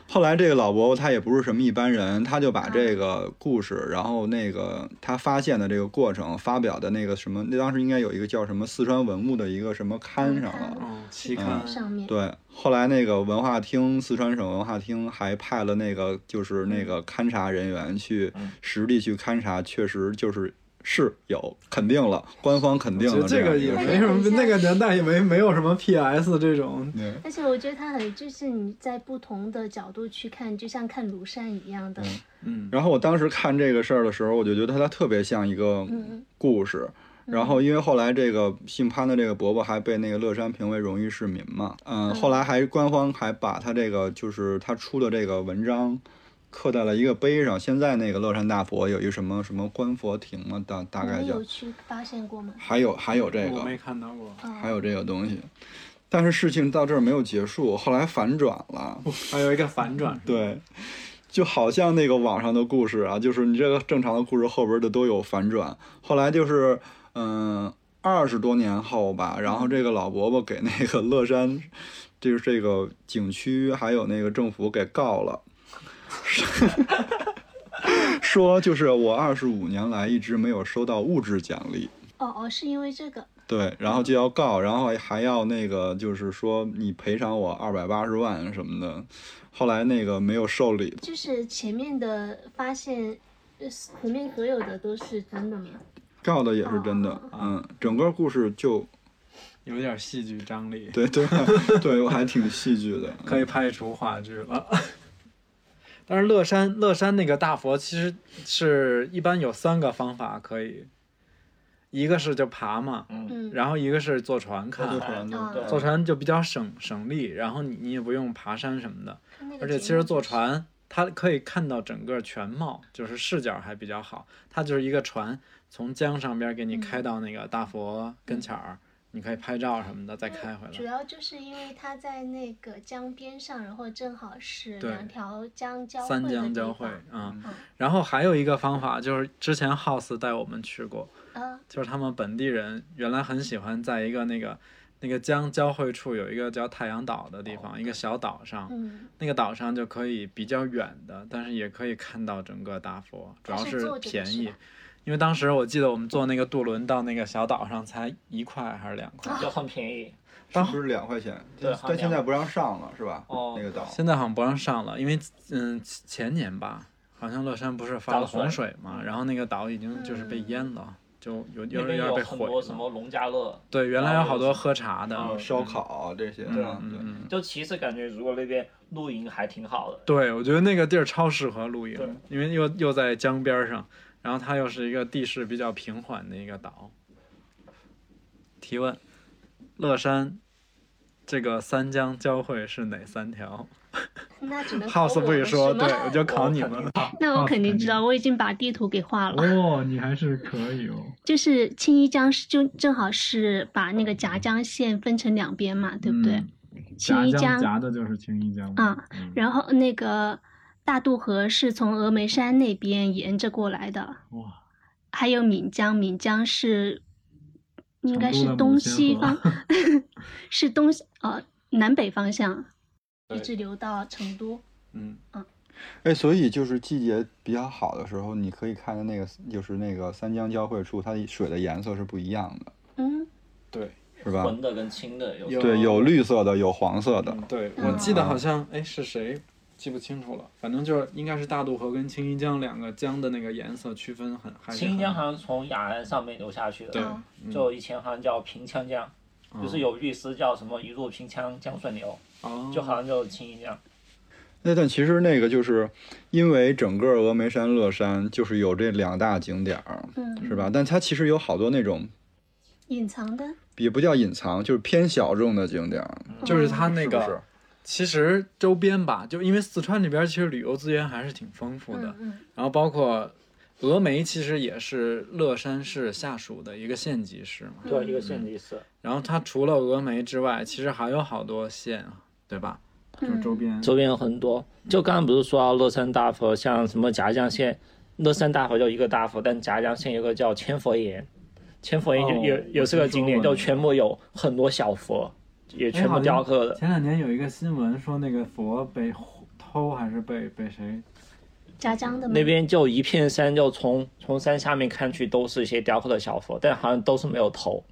[SPEAKER 3] 后来这个老伯伯他也不是什么一般人，他就把这个故事，然后那个他发现的这个过程发表的那个什么，那当时应该有一个叫什么四川文物的一个什么刊上了。
[SPEAKER 5] 嗯，期
[SPEAKER 1] 看
[SPEAKER 5] 刊
[SPEAKER 1] 上面，
[SPEAKER 3] 对，后来那个文化厅，四川省文化厅还派了那个就是那
[SPEAKER 5] 嗯
[SPEAKER 3] 个勘察人员去实地去勘察，确实就是是有肯定了，官方肯定
[SPEAKER 5] 觉得
[SPEAKER 3] 了
[SPEAKER 5] 这
[SPEAKER 3] 样
[SPEAKER 5] 个
[SPEAKER 3] 一
[SPEAKER 5] 也
[SPEAKER 3] 事
[SPEAKER 5] 没什么，那个年代也没没有什么 PS 这种，
[SPEAKER 3] 嗯
[SPEAKER 1] 而且我觉得它很，就是你在不同的角度去看，就像看庐山一样的。
[SPEAKER 5] 嗯，
[SPEAKER 3] 然后我当时看这个事儿的时候，我就觉得它特别像一个
[SPEAKER 1] 嗯
[SPEAKER 3] 故事。然后，因为后来这个姓潘的这个伯伯还被那个乐山评为荣誉市民嘛，嗯，后来还官方还把他这个就是他出的这个文章刻在了一个碑上。现在那个乐山大佛有一个什么什么观佛亭嘛，大大
[SPEAKER 1] 你
[SPEAKER 3] 概
[SPEAKER 1] 们
[SPEAKER 3] 叫
[SPEAKER 1] 有去发现过吗？
[SPEAKER 3] 还有还有这个
[SPEAKER 5] 我没看到过。
[SPEAKER 1] 啊
[SPEAKER 3] 还有这个东西，但是事情到这儿没有结束，后来反转了。
[SPEAKER 5] 还有一个反转，
[SPEAKER 3] (laughs) 对，就好像那个网上的故事啊，就是你这个正常的故事后边的都有反转。后来就是，嗯，二十多年后吧，然后这个老伯伯给那个乐山，就是这个景区还有那个政府给告了。 (laughs) 说就是我二十五年来一直没有收到物质奖励，
[SPEAKER 1] 哦哦，是因为这个。
[SPEAKER 3] 对，然后就要告，然后还要那个，就是说你赔偿我二百八十万什么的。后来那个没有受理，
[SPEAKER 1] 就是前面的发现，呃，前面所有的都是真的吗？
[SPEAKER 3] 告的也是真的
[SPEAKER 1] 哦，
[SPEAKER 3] 嗯，整个故事就 (laughs)
[SPEAKER 5] 有点戏剧张力，
[SPEAKER 3] 对 (laughs) 对对，我还挺戏剧的，
[SPEAKER 5] 可以拍出话剧了。 (laughs) 但是乐山乐山那个大佛其实是一般有三个方法可以，一个是就爬嘛，
[SPEAKER 1] 嗯，
[SPEAKER 5] 然后一个是坐船
[SPEAKER 3] 他就
[SPEAKER 5] 看，
[SPEAKER 3] 可能就
[SPEAKER 1] 啊
[SPEAKER 5] 坐
[SPEAKER 2] 对，
[SPEAKER 5] 船就比较省省力，然后你你也不用爬山什么的，
[SPEAKER 1] 看那个
[SPEAKER 5] 而且
[SPEAKER 1] 节
[SPEAKER 5] 其实
[SPEAKER 1] 目
[SPEAKER 5] 坐船它可以看到整个全貌，就是视角还比较好。它就是一个船从江上边给你
[SPEAKER 1] 嗯
[SPEAKER 5] 开到那个大佛跟前儿，你可以拍照什么的，再开回
[SPEAKER 1] 主
[SPEAKER 5] 来。
[SPEAKER 1] 要就是因为它在那个江边上，然后正好是
[SPEAKER 5] 对
[SPEAKER 1] 两条江交汇的
[SPEAKER 5] 三江
[SPEAKER 1] 地
[SPEAKER 5] 交
[SPEAKER 1] 方
[SPEAKER 5] 汇，嗯
[SPEAKER 1] 嗯，
[SPEAKER 5] 然后还有一个方法就是之前 House 带我们去过，
[SPEAKER 1] 啊，
[SPEAKER 5] 就是他们本地人原来很喜欢在一个那个那个江交汇处有一个叫太阳岛的地方，一个小岛上，
[SPEAKER 1] 嗯，
[SPEAKER 5] 那个岛上就可以比较远的，但是也可以看到整个大佛，主
[SPEAKER 1] 它
[SPEAKER 5] 要
[SPEAKER 1] 是坐着的
[SPEAKER 5] 便
[SPEAKER 1] 是
[SPEAKER 5] 宜
[SPEAKER 1] 吧。
[SPEAKER 5] 因为当时我记得我们坐那个渡轮到那个小岛上才一块还是两块，
[SPEAKER 2] 就很便宜。
[SPEAKER 3] 是不是两块钱？
[SPEAKER 2] 对好
[SPEAKER 3] 但现
[SPEAKER 2] 像
[SPEAKER 3] 在不让上了是吧？
[SPEAKER 2] 哦
[SPEAKER 3] 那个岛，
[SPEAKER 5] 现在好像不让上了，因为嗯前年吧，好像乐山不是发了
[SPEAKER 2] 涨水
[SPEAKER 5] 洪水嘛，然后那个岛已经就是被
[SPEAKER 1] 嗯
[SPEAKER 5] 淹了，就
[SPEAKER 2] 那
[SPEAKER 5] 有有
[SPEAKER 2] 边
[SPEAKER 5] 点
[SPEAKER 2] 有
[SPEAKER 5] 被
[SPEAKER 2] 很
[SPEAKER 5] 毁
[SPEAKER 2] 多什
[SPEAKER 5] 了。
[SPEAKER 2] 么农家乐，
[SPEAKER 5] 对，原来有好多喝茶的，
[SPEAKER 2] 嗯
[SPEAKER 3] 烧烤啊这些，
[SPEAKER 5] 嗯
[SPEAKER 3] 啊
[SPEAKER 5] 嗯
[SPEAKER 3] 对
[SPEAKER 5] 嗯，
[SPEAKER 2] 就其实感觉如果那边露营还挺好的。
[SPEAKER 5] 对，我觉得那个地儿超适合露
[SPEAKER 2] 对
[SPEAKER 5] 营，因为又又在江边上，然后它又是一个地势比较平缓的一个岛。提问：乐山这个三江交汇是哪三条
[SPEAKER 1] 那只能考
[SPEAKER 5] (laughs) ？House
[SPEAKER 1] 我
[SPEAKER 5] 不许
[SPEAKER 1] 了
[SPEAKER 5] 说，
[SPEAKER 1] 是吗
[SPEAKER 5] 对，我就考你们了。
[SPEAKER 1] (laughs) 那我肯定知道，我已经把地图给画了。
[SPEAKER 5] (laughs) 哦，你还是可以哦。
[SPEAKER 1] 就是青衣江是就正好是把那个夹江县分成两边嘛， (laughs) 对不对？
[SPEAKER 5] 嗯
[SPEAKER 1] 青衣
[SPEAKER 5] 夹
[SPEAKER 1] 江啊
[SPEAKER 5] 夹的就是青衣江嘛。嗯
[SPEAKER 1] 然后那个大渡河是从峨眉山那边沿着过来的，
[SPEAKER 5] 哇，
[SPEAKER 1] 还有岷江，岷江是应该是
[SPEAKER 5] 成都的
[SPEAKER 1] 东
[SPEAKER 5] 母亲
[SPEAKER 1] 西
[SPEAKER 5] 河
[SPEAKER 1] 方， (laughs) 是东西呃南北方向，一
[SPEAKER 2] 对
[SPEAKER 1] 直流到成都。
[SPEAKER 5] 嗯，
[SPEAKER 3] 哎，所以就是季节比较好的时候，你可以看到那个就是那个三江交汇处，它水的颜色是不一样的，
[SPEAKER 1] 嗯，
[SPEAKER 5] 对，
[SPEAKER 3] 是吧？
[SPEAKER 2] 浑的跟清的有
[SPEAKER 5] 有
[SPEAKER 3] 对，有绿色的，有黄色的。
[SPEAKER 5] 嗯，对，
[SPEAKER 1] 嗯
[SPEAKER 5] 我记得好像哎是谁，记不清楚了，反正就是应该是大渡河跟青衣江两个江的那个颜色区分很还是
[SPEAKER 2] 清
[SPEAKER 5] 很
[SPEAKER 2] 江好像从雅安上面流下去的，
[SPEAKER 5] 对，
[SPEAKER 1] 哦
[SPEAKER 5] 嗯
[SPEAKER 2] 就以前好像叫平羌江，就是有律诗叫什么一路平羌江顺流，
[SPEAKER 5] 哦
[SPEAKER 2] 就好像就是清一江。
[SPEAKER 3] 那但其实那个就是因为整个峨眉山、乐山就是有这两大景点儿，
[SPEAKER 1] 嗯
[SPEAKER 3] 是吧？但它其实有好多那种
[SPEAKER 1] 隐藏的
[SPEAKER 3] 也不叫隐藏，就是偏小众的景点儿，
[SPEAKER 5] 嗯就是它
[SPEAKER 1] 嗯
[SPEAKER 5] 那
[SPEAKER 3] 是
[SPEAKER 5] 个
[SPEAKER 3] 不是？
[SPEAKER 5] 其实周边吧，就因为四川这边其实旅游资源还是挺丰富的，
[SPEAKER 1] 嗯嗯
[SPEAKER 5] 然后包括峨眉其实也是乐山市下属的一个县级市嘛，
[SPEAKER 2] 对，一个县级市。
[SPEAKER 5] 然后它除了峨眉之外，其实还有好多县，对吧？就是周边，
[SPEAKER 2] 周边有很多，就刚刚不是说到乐山大佛，像什么夹江县，乐山大佛就一个大佛，但夹江县有个叫千佛岩，千佛岩就
[SPEAKER 5] 哦
[SPEAKER 2] 也、也是个景点，
[SPEAKER 5] 我听说
[SPEAKER 2] 就
[SPEAKER 5] 过
[SPEAKER 2] 全部有很多小佛，也全部雕刻的。
[SPEAKER 5] 前两年有一个新闻说那个佛被偷还是被被谁？
[SPEAKER 1] 夹江的
[SPEAKER 5] 嗯
[SPEAKER 1] 吗
[SPEAKER 2] 那边就一片山，就从从山下面看去都是一些雕刻的小佛，但好像都是没有头。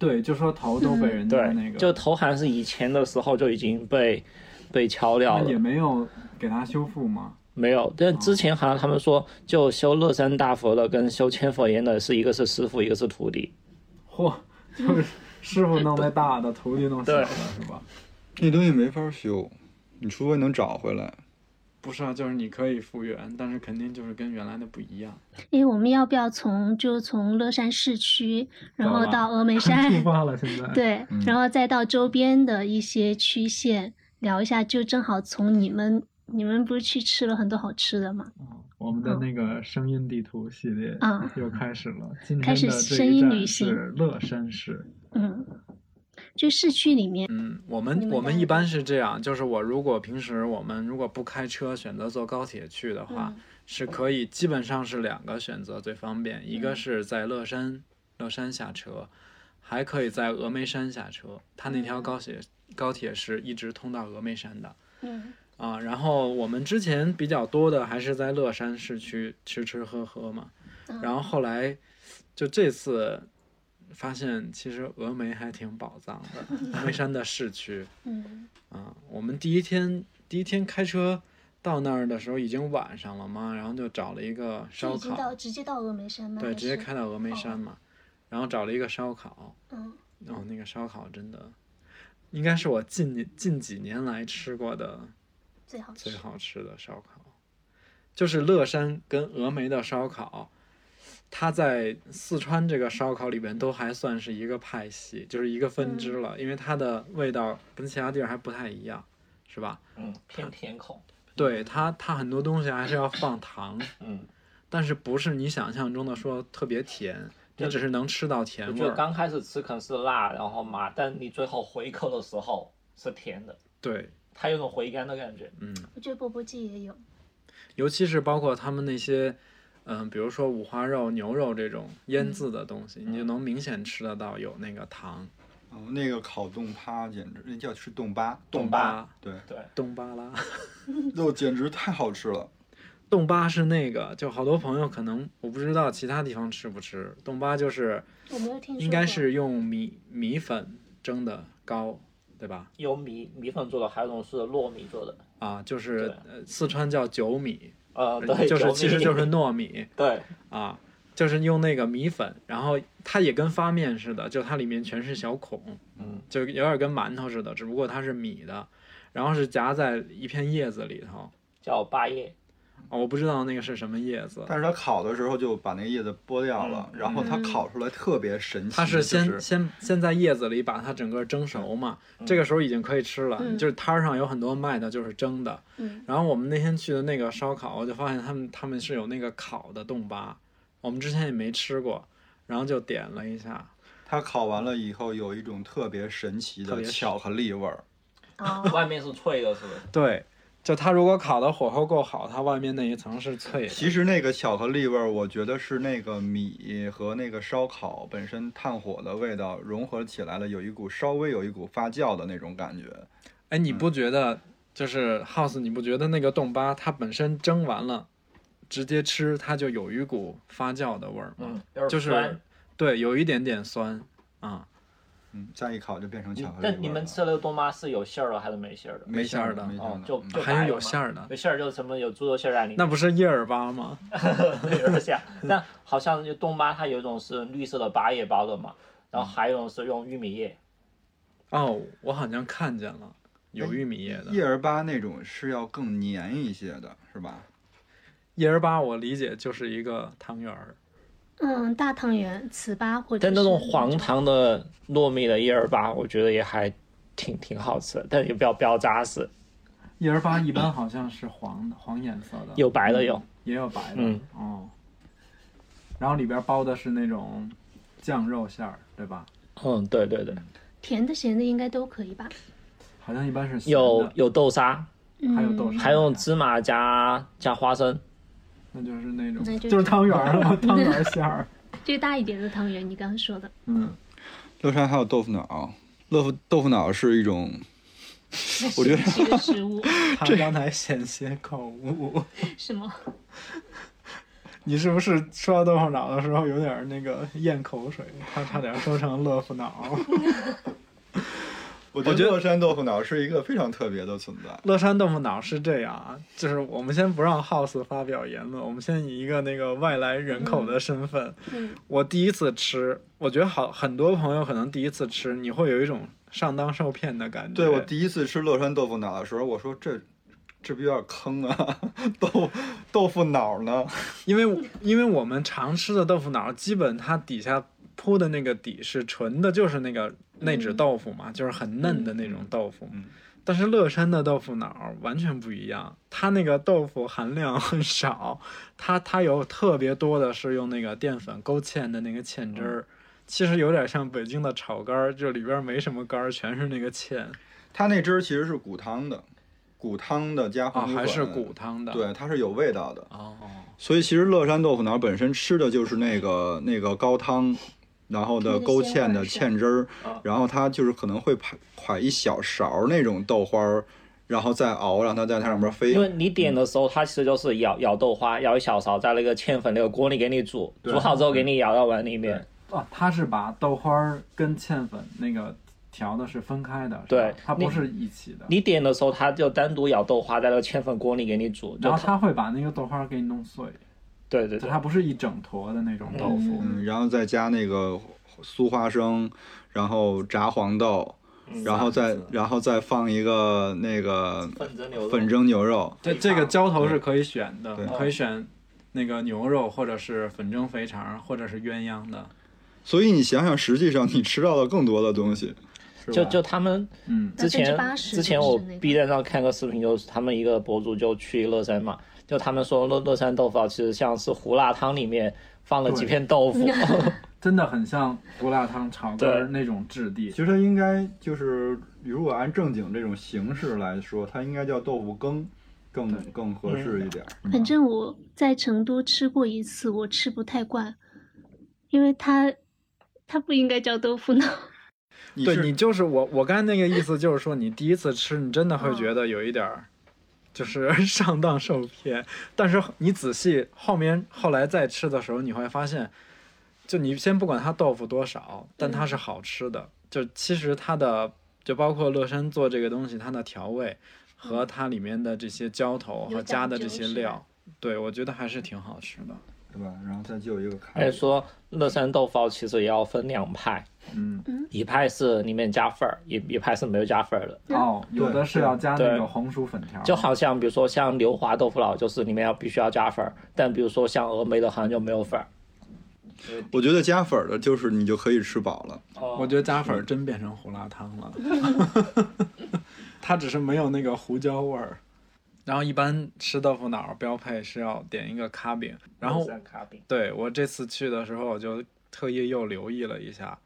[SPEAKER 5] 对，就说头都被人家
[SPEAKER 2] 对，
[SPEAKER 5] 嗯那个，
[SPEAKER 2] 就头好像是以前的时候就已经被被敲掉
[SPEAKER 5] 那
[SPEAKER 2] 了
[SPEAKER 5] 也，哦没有给他修复嘛。
[SPEAKER 2] 没有。但之前好像他们说，就修乐山大佛的跟修千佛岩的是一个是师傅，一个是徒弟。
[SPEAKER 5] 嚯，就是师傅弄那大的，徒弟弄小的，是吧？
[SPEAKER 3] 那东西没法修，你除非能找回来。
[SPEAKER 5] 不是啊，就是你可以复原，但是肯定就是跟原来的不一样。
[SPEAKER 1] 诶，我们要不要从就从乐山市区，然后
[SPEAKER 5] 到
[SPEAKER 1] 到峨
[SPEAKER 5] (laughs)
[SPEAKER 1] 眉山，
[SPEAKER 5] 发了，现在。
[SPEAKER 1] 对，然后再到周边的一些区县聊一下，就正好从你们你们不是去吃了很多好吃的吗？
[SPEAKER 5] 我们的那个声音地图系列
[SPEAKER 1] 嗯
[SPEAKER 5] 又开始了。今
[SPEAKER 1] 开
[SPEAKER 5] 天
[SPEAKER 1] 始
[SPEAKER 5] 的这
[SPEAKER 1] 声
[SPEAKER 5] 一
[SPEAKER 1] 音
[SPEAKER 5] 站
[SPEAKER 1] 旅行
[SPEAKER 5] 是乐山市。
[SPEAKER 1] 嗯，就市区里面，
[SPEAKER 5] 嗯，我
[SPEAKER 1] 你
[SPEAKER 5] 们
[SPEAKER 1] 们
[SPEAKER 5] 我们
[SPEAKER 1] 家
[SPEAKER 5] 一般是这样，就是我如果平时我们如果不开车，选择坐高铁去的话，
[SPEAKER 1] 嗯
[SPEAKER 5] 是可以基本上是两个选择最方便，一个是在乐山乐山下车，还可以在峨眉山下车。它那条高铁高铁是一直通到峨眉山的。
[SPEAKER 1] 嗯
[SPEAKER 5] 啊，然后我们之前比较多的还是在乐山市区吃吃喝喝嘛，然后后来就这次发现，其实峨眉还挺宝藏的，峨眉山的市区
[SPEAKER 1] 嗯
[SPEAKER 5] 啊。我们第一天第一天开车到那儿的时候已经晚上了嘛，然后就找了一个
[SPEAKER 1] 就
[SPEAKER 5] 烧
[SPEAKER 1] 已经
[SPEAKER 5] 烤
[SPEAKER 1] 到，直接到峨眉山吗？哦
[SPEAKER 5] 对，
[SPEAKER 1] 还
[SPEAKER 5] 直接
[SPEAKER 1] 是
[SPEAKER 5] 开到峨眉山嘛，然后找了一个烧烤，
[SPEAKER 1] 嗯
[SPEAKER 5] 哦，那个烧烤真的应该是我近年近几年来吃过的。
[SPEAKER 1] 最好吃
[SPEAKER 5] 最。好吃的烧烤，就是乐山跟峨眉的烧烤，它在四川这个烧烤里边都还算是一个派系，就是一个分
[SPEAKER 1] 嗯
[SPEAKER 5] 支了，因为它的味道跟其他地儿还不太一样，是吧？
[SPEAKER 2] 嗯，偏甜口。
[SPEAKER 5] 对它，它很多东西还是要放糖，
[SPEAKER 2] 嗯，
[SPEAKER 5] 但是不是你想象中的说特别甜，你只是能吃到
[SPEAKER 2] 我
[SPEAKER 5] 甜味
[SPEAKER 2] 觉得
[SPEAKER 5] 儿。
[SPEAKER 2] 刚开始吃可能是辣，然后麻，但你最后回口的时候是甜的，
[SPEAKER 5] 对，
[SPEAKER 2] 它有种回甘的感觉。
[SPEAKER 5] 嗯。
[SPEAKER 1] 我觉得钵钵鸡也有，
[SPEAKER 5] 尤其是包括他们那些，嗯、比如说五花肉、牛肉这种
[SPEAKER 2] 嗯
[SPEAKER 5] 腌制的东西，你就能明显吃得到有那个糖。
[SPEAKER 3] 哦，那个烤冻趴简直，那叫吃冻巴，
[SPEAKER 2] 冻巴
[SPEAKER 5] 巴，
[SPEAKER 3] 对，
[SPEAKER 2] 对，
[SPEAKER 5] 冻巴拉，
[SPEAKER 3] 肉简直太好吃了。
[SPEAKER 5] 冻巴是那个，就好多朋友可能我不知道其他地方吃不吃，冻巴就是
[SPEAKER 1] 我没有听说过。
[SPEAKER 5] 应该是用米米粉蒸的糕，对吧？
[SPEAKER 2] 有米米粉做的，还有一种是糯米做的。
[SPEAKER 5] 啊，就
[SPEAKER 2] 对
[SPEAKER 5] 是呃四川叫酒米，
[SPEAKER 2] 呃，对，
[SPEAKER 5] 就是
[SPEAKER 2] 有 (laughs)
[SPEAKER 5] 其实
[SPEAKER 2] 米
[SPEAKER 5] 就是糯米
[SPEAKER 2] 对，
[SPEAKER 5] 啊。就是用那个米粉，然后它也跟发面似的，就它里面全是小孔，
[SPEAKER 2] 嗯，
[SPEAKER 5] 就有点跟馒头似的，只不过它是米的，然后是夹在一片叶子里头。
[SPEAKER 2] 叫八叶，
[SPEAKER 5] 哦，我不知道那个是什么叶子，
[SPEAKER 3] 但是它烤的时候就把那个叶子剥掉了，然后它烤出来特别神奇。
[SPEAKER 5] 嗯它是先、
[SPEAKER 3] 就是
[SPEAKER 5] 先先在叶子里把它整个蒸熟嘛，这个时候已经可以吃了。
[SPEAKER 1] 嗯
[SPEAKER 5] 就是摊儿上有很多卖的，就是蒸的。 (laughs)
[SPEAKER 1] 嗯
[SPEAKER 5] 然后我们那天去的那个烧烤，我就发现他们他们是有那个烤的冻巴，我们之前也没吃过，然后就点了一下，
[SPEAKER 3] 它烤完了以后有一种特别神奇
[SPEAKER 5] 特
[SPEAKER 3] 的
[SPEAKER 5] 别神
[SPEAKER 3] 巧克力味儿，
[SPEAKER 1] 哦，
[SPEAKER 2] 外面是脆的，是不是？
[SPEAKER 5] 对，就它如果烤的火候够好，它外面那一层是脆的。
[SPEAKER 3] 其实那个巧克力味儿，我觉得是那个米和那个烧烤本身炭火的味道融合起来了，有一股稍微有一股发酵的那种感觉。
[SPEAKER 5] 哎，你不觉得就是 House？你不觉得那个冻巴它本身蒸完了，直接吃它就有一股发酵的味儿吗？
[SPEAKER 2] 嗯，有点
[SPEAKER 5] 就是
[SPEAKER 2] 酸
[SPEAKER 5] 对，有一点点酸啊，
[SPEAKER 3] 嗯，再一烤就变成巧克力味儿了。
[SPEAKER 2] 但你们吃的那个冻妈是有馅儿的还是没馅儿的？
[SPEAKER 3] 没馅儿
[SPEAKER 5] 没
[SPEAKER 3] 没
[SPEAKER 5] 馅
[SPEAKER 3] 馅儿
[SPEAKER 2] 哦，就
[SPEAKER 3] 嗯
[SPEAKER 2] 就
[SPEAKER 5] 还是有馅儿的，
[SPEAKER 2] 有馅儿就是什么有猪肉馅儿在啊里面，
[SPEAKER 5] 那不是叶儿粑吗？
[SPEAKER 2] 有点 (laughs) 像。那好像就冻妈它有一种是绿色的八叶包的嘛，然后还有一种是用玉米叶，
[SPEAKER 5] 哦，我好像看见了，
[SPEAKER 2] 哎
[SPEAKER 5] 有玉米叶的。
[SPEAKER 3] 嗯叶儿粑那种是要更黏一些的，是吧？
[SPEAKER 5] 叶儿粑，我理解就是一个汤圆儿，
[SPEAKER 1] 嗯，大汤圆、糍粑或者
[SPEAKER 2] 但那种
[SPEAKER 1] 是
[SPEAKER 2] 黄糖的糯米的叶儿粑，我觉得也还挺挺好吃的，但也不要不要扎实，
[SPEAKER 5] 叶儿粑一般好像是黄 (coughs) 的，黄颜色的，
[SPEAKER 2] 有白的有。
[SPEAKER 5] 也有白的，
[SPEAKER 2] 嗯
[SPEAKER 5] 哦。然后里边包的是那种酱肉馅儿，对吧？
[SPEAKER 2] 嗯，对对对，
[SPEAKER 1] 甜的、咸的应该都可以吧？
[SPEAKER 5] 好像一般是咸
[SPEAKER 2] 有
[SPEAKER 5] 的，
[SPEAKER 2] 有豆沙，
[SPEAKER 5] 还有豆
[SPEAKER 1] 嗯
[SPEAKER 5] 沙，
[SPEAKER 2] 还有芝麻加加花生。
[SPEAKER 5] 那就是那种
[SPEAKER 1] 那就
[SPEAKER 5] 就是汤圆
[SPEAKER 1] (laughs)
[SPEAKER 5] 儿了，汤圆儿馅儿，
[SPEAKER 1] 最大一点的汤圆，你刚刚说的，
[SPEAKER 5] (laughs) 嗯，
[SPEAKER 3] 乐山还有豆腐脑，乐腐豆腐脑是一种，我觉得
[SPEAKER 1] 神奇的食物 (laughs)
[SPEAKER 5] 他刚才险些口误。 (laughs)
[SPEAKER 1] 什么？
[SPEAKER 5] 你是不是吃到豆腐脑的时候有点儿那个咽口水？他差点说成乐福脑。
[SPEAKER 3] 我
[SPEAKER 5] 觉得
[SPEAKER 3] 乐山豆腐脑是一个非常特别的存在。
[SPEAKER 5] (laughs) 乐山豆腐脑是这样啊，就是我们先不让 House 发表言论，我们先以一个那个外来人口的身份。
[SPEAKER 1] 嗯
[SPEAKER 5] 我第一次吃，我觉得好，很多朋友可能第一次吃，你会有一种上当受骗的感觉。
[SPEAKER 3] 对我第一次吃乐山豆腐脑的时候，我说这这不有点坑啊，豆豆腐脑呢？
[SPEAKER 5] 因为因为我们常吃的豆腐脑，基本它底下铺的那个底是纯的，就是那个内酯豆腐嘛，就是很嫩的那种豆腐。
[SPEAKER 3] 嗯
[SPEAKER 5] 但是乐山的豆腐脑完全不一样，它那个豆腐含量很少，它它有特别多的是用那个淀粉勾芡的那个
[SPEAKER 3] 嗯
[SPEAKER 5] 芡汁儿，其实有点像北京的炒肝儿，就里边没什么肝儿，全是那个芡
[SPEAKER 3] 它那汁儿其实是骨汤的，骨汤的加
[SPEAKER 5] 啊，
[SPEAKER 3] 红
[SPEAKER 5] 还
[SPEAKER 2] 嗯
[SPEAKER 5] 是
[SPEAKER 3] 骨
[SPEAKER 5] 骨汤的。
[SPEAKER 3] 对，它是有味道的。
[SPEAKER 5] 哦，
[SPEAKER 3] 所以其实乐山豆腐脑本身吃的就是那个那个高汤，然后的勾芡的芡汁儿
[SPEAKER 2] 啊，
[SPEAKER 3] 然后它就是可能会蒯蒯一小勺那种豆花儿，然后再熬，让它在它上面
[SPEAKER 2] 因
[SPEAKER 3] 飞。
[SPEAKER 2] 为你点的时候，它其实就是舀舀豆花，舀一小勺在那个芡粉那个锅里给你煮，
[SPEAKER 3] 对
[SPEAKER 2] 煮好之后给你舀到碗里面。
[SPEAKER 5] 哦，它是把豆花儿跟芡粉那个调的是分开的，是吧
[SPEAKER 2] 对
[SPEAKER 5] 它
[SPEAKER 2] 你
[SPEAKER 5] 不是一起的。
[SPEAKER 2] 你点的时候，它就单独舀豆花在那个芡粉锅里给你煮，就
[SPEAKER 5] 然后它会把那个豆花儿给你弄碎，
[SPEAKER 2] 对对
[SPEAKER 5] 就
[SPEAKER 2] 对，
[SPEAKER 5] 它不是一整坨的那种豆腐。
[SPEAKER 3] 嗯，然后再加那个酥花生，然后炸黄豆，然后再然后再放一个那个
[SPEAKER 2] 粉蒸牛肉
[SPEAKER 3] 粉蒸牛肉。
[SPEAKER 5] 这
[SPEAKER 2] 肥肠
[SPEAKER 5] 这个浇头是可以选的
[SPEAKER 3] 对，
[SPEAKER 5] 可以选那个牛肉，或者是粉蒸肥肠，或者是鸳鸯的，
[SPEAKER 3] 所以你想想，实际上你吃到了更多的东西。
[SPEAKER 5] 是吧
[SPEAKER 2] 就就他们
[SPEAKER 5] 嗯，
[SPEAKER 2] 之前
[SPEAKER 1] 80%
[SPEAKER 2] 之前我
[SPEAKER 1] 都是那个
[SPEAKER 2] B 站上看个视频，就是他们一个博主就去乐山嘛，就他们说乐乐山豆腐脑啊其实像是胡辣汤里面放了几片豆 (laughs) 腐，
[SPEAKER 5] 真的很像胡辣汤炒肝儿那种质地。
[SPEAKER 3] 其实它应该就是，如果按正经这种形式来说，它应该叫豆腐羹，更更合适一点。嗯
[SPEAKER 1] 反嗯正我在成都吃过一次，我吃不太惯，因为它它不应该叫豆腐脑。
[SPEAKER 3] 你
[SPEAKER 5] 对
[SPEAKER 3] 是
[SPEAKER 5] 你就是我，我刚才那个意思就是说，你第一次吃，你真的会觉得有一点儿，就是 (laughs) 上当受骗。但是你仔细后面后来再吃的时候，你会发现，就你先不管它豆腐多少，但它是好吃的。就其实它的，就包括乐山做这个东西，它的调味和它里面的这些浇头
[SPEAKER 1] 有
[SPEAKER 5] 和加的
[SPEAKER 1] 讲
[SPEAKER 5] 这
[SPEAKER 1] 究是
[SPEAKER 5] 些
[SPEAKER 1] 吧
[SPEAKER 5] 料，对我觉得还是挺好吃的。对吧？然后它就有一个卡
[SPEAKER 2] 还
[SPEAKER 3] 哎
[SPEAKER 5] 里，
[SPEAKER 2] 说乐山豆腐啊其实也要分两派，
[SPEAKER 5] 嗯，
[SPEAKER 2] 一派是里面加份儿，一一派是没有加份儿的。
[SPEAKER 5] 哦，有的是要加那
[SPEAKER 2] 对
[SPEAKER 5] 个红薯粉条，
[SPEAKER 2] 就好像比如说像刘华豆腐脑，就是里面要必须要加粉儿，但比如说像峨眉的好像就没有粉儿。
[SPEAKER 3] 我觉得加粉儿的就是你就可以吃饱了。
[SPEAKER 5] 哦我觉得加粉儿真变成胡辣汤了，它只是没有那个胡椒味儿。然后一般吃豆腐脑儿标配是要点一个卡饼，然后
[SPEAKER 2] 卡饼，
[SPEAKER 5] 对我这次去的时候我就特意又留意了一下，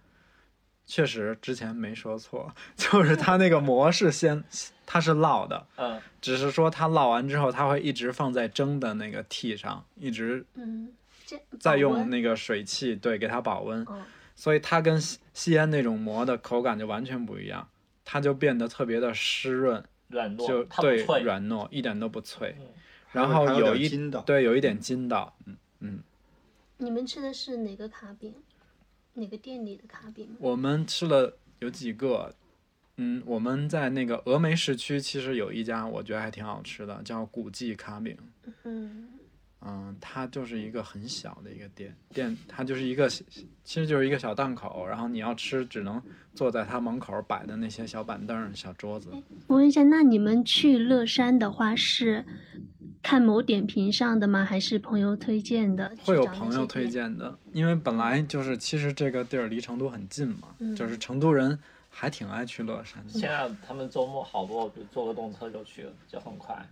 [SPEAKER 5] 确实之前没说错， (laughs) 就是它那个膜是先它是烙的，
[SPEAKER 2] 嗯，
[SPEAKER 5] 只是说它烙完之后它会一直放在蒸的那个屉上，一直
[SPEAKER 1] 嗯，这
[SPEAKER 5] 再
[SPEAKER 1] 保
[SPEAKER 5] 用
[SPEAKER 1] 温
[SPEAKER 5] 那个水汽对给它保温，
[SPEAKER 1] 哦
[SPEAKER 5] 所以它跟西西安那种馍的口感就完全不一样，它就变得特别的湿润，
[SPEAKER 2] 软糯，
[SPEAKER 5] 就
[SPEAKER 2] 它不
[SPEAKER 5] 对
[SPEAKER 2] 脆，
[SPEAKER 5] 软糯，一点都不脆
[SPEAKER 2] 嗯。
[SPEAKER 5] 然后
[SPEAKER 3] 还有点
[SPEAKER 5] 一
[SPEAKER 3] 筋道
[SPEAKER 5] 对有一点筋道，
[SPEAKER 1] 你们吃的是哪个卡饼？哪个店里的卡饼吗？
[SPEAKER 5] 我们吃了有几个，嗯，我们在那个峨眉市区其实有一家我觉得还挺好吃的，叫古记卡饼。
[SPEAKER 1] 嗯，
[SPEAKER 5] 嗯，它就是一个很小的一个店，店它就是一个，其实就是一个小档口，然后你要吃只能坐在它门口摆的那些小板凳、小桌子。
[SPEAKER 1] 我问一下，那你们去乐山的话是看某点评上的吗？还是朋友推荐的？
[SPEAKER 5] 会有
[SPEAKER 1] 去找那
[SPEAKER 5] 朋友
[SPEAKER 1] 些
[SPEAKER 5] 推
[SPEAKER 1] 店。
[SPEAKER 5] 荐的，因为本来就是其实这个地儿离成都很近嘛，
[SPEAKER 1] 嗯
[SPEAKER 5] 就是成都人还挺爱去乐山的。
[SPEAKER 2] 现在他们周末好多，就坐个动车就去了，就很快。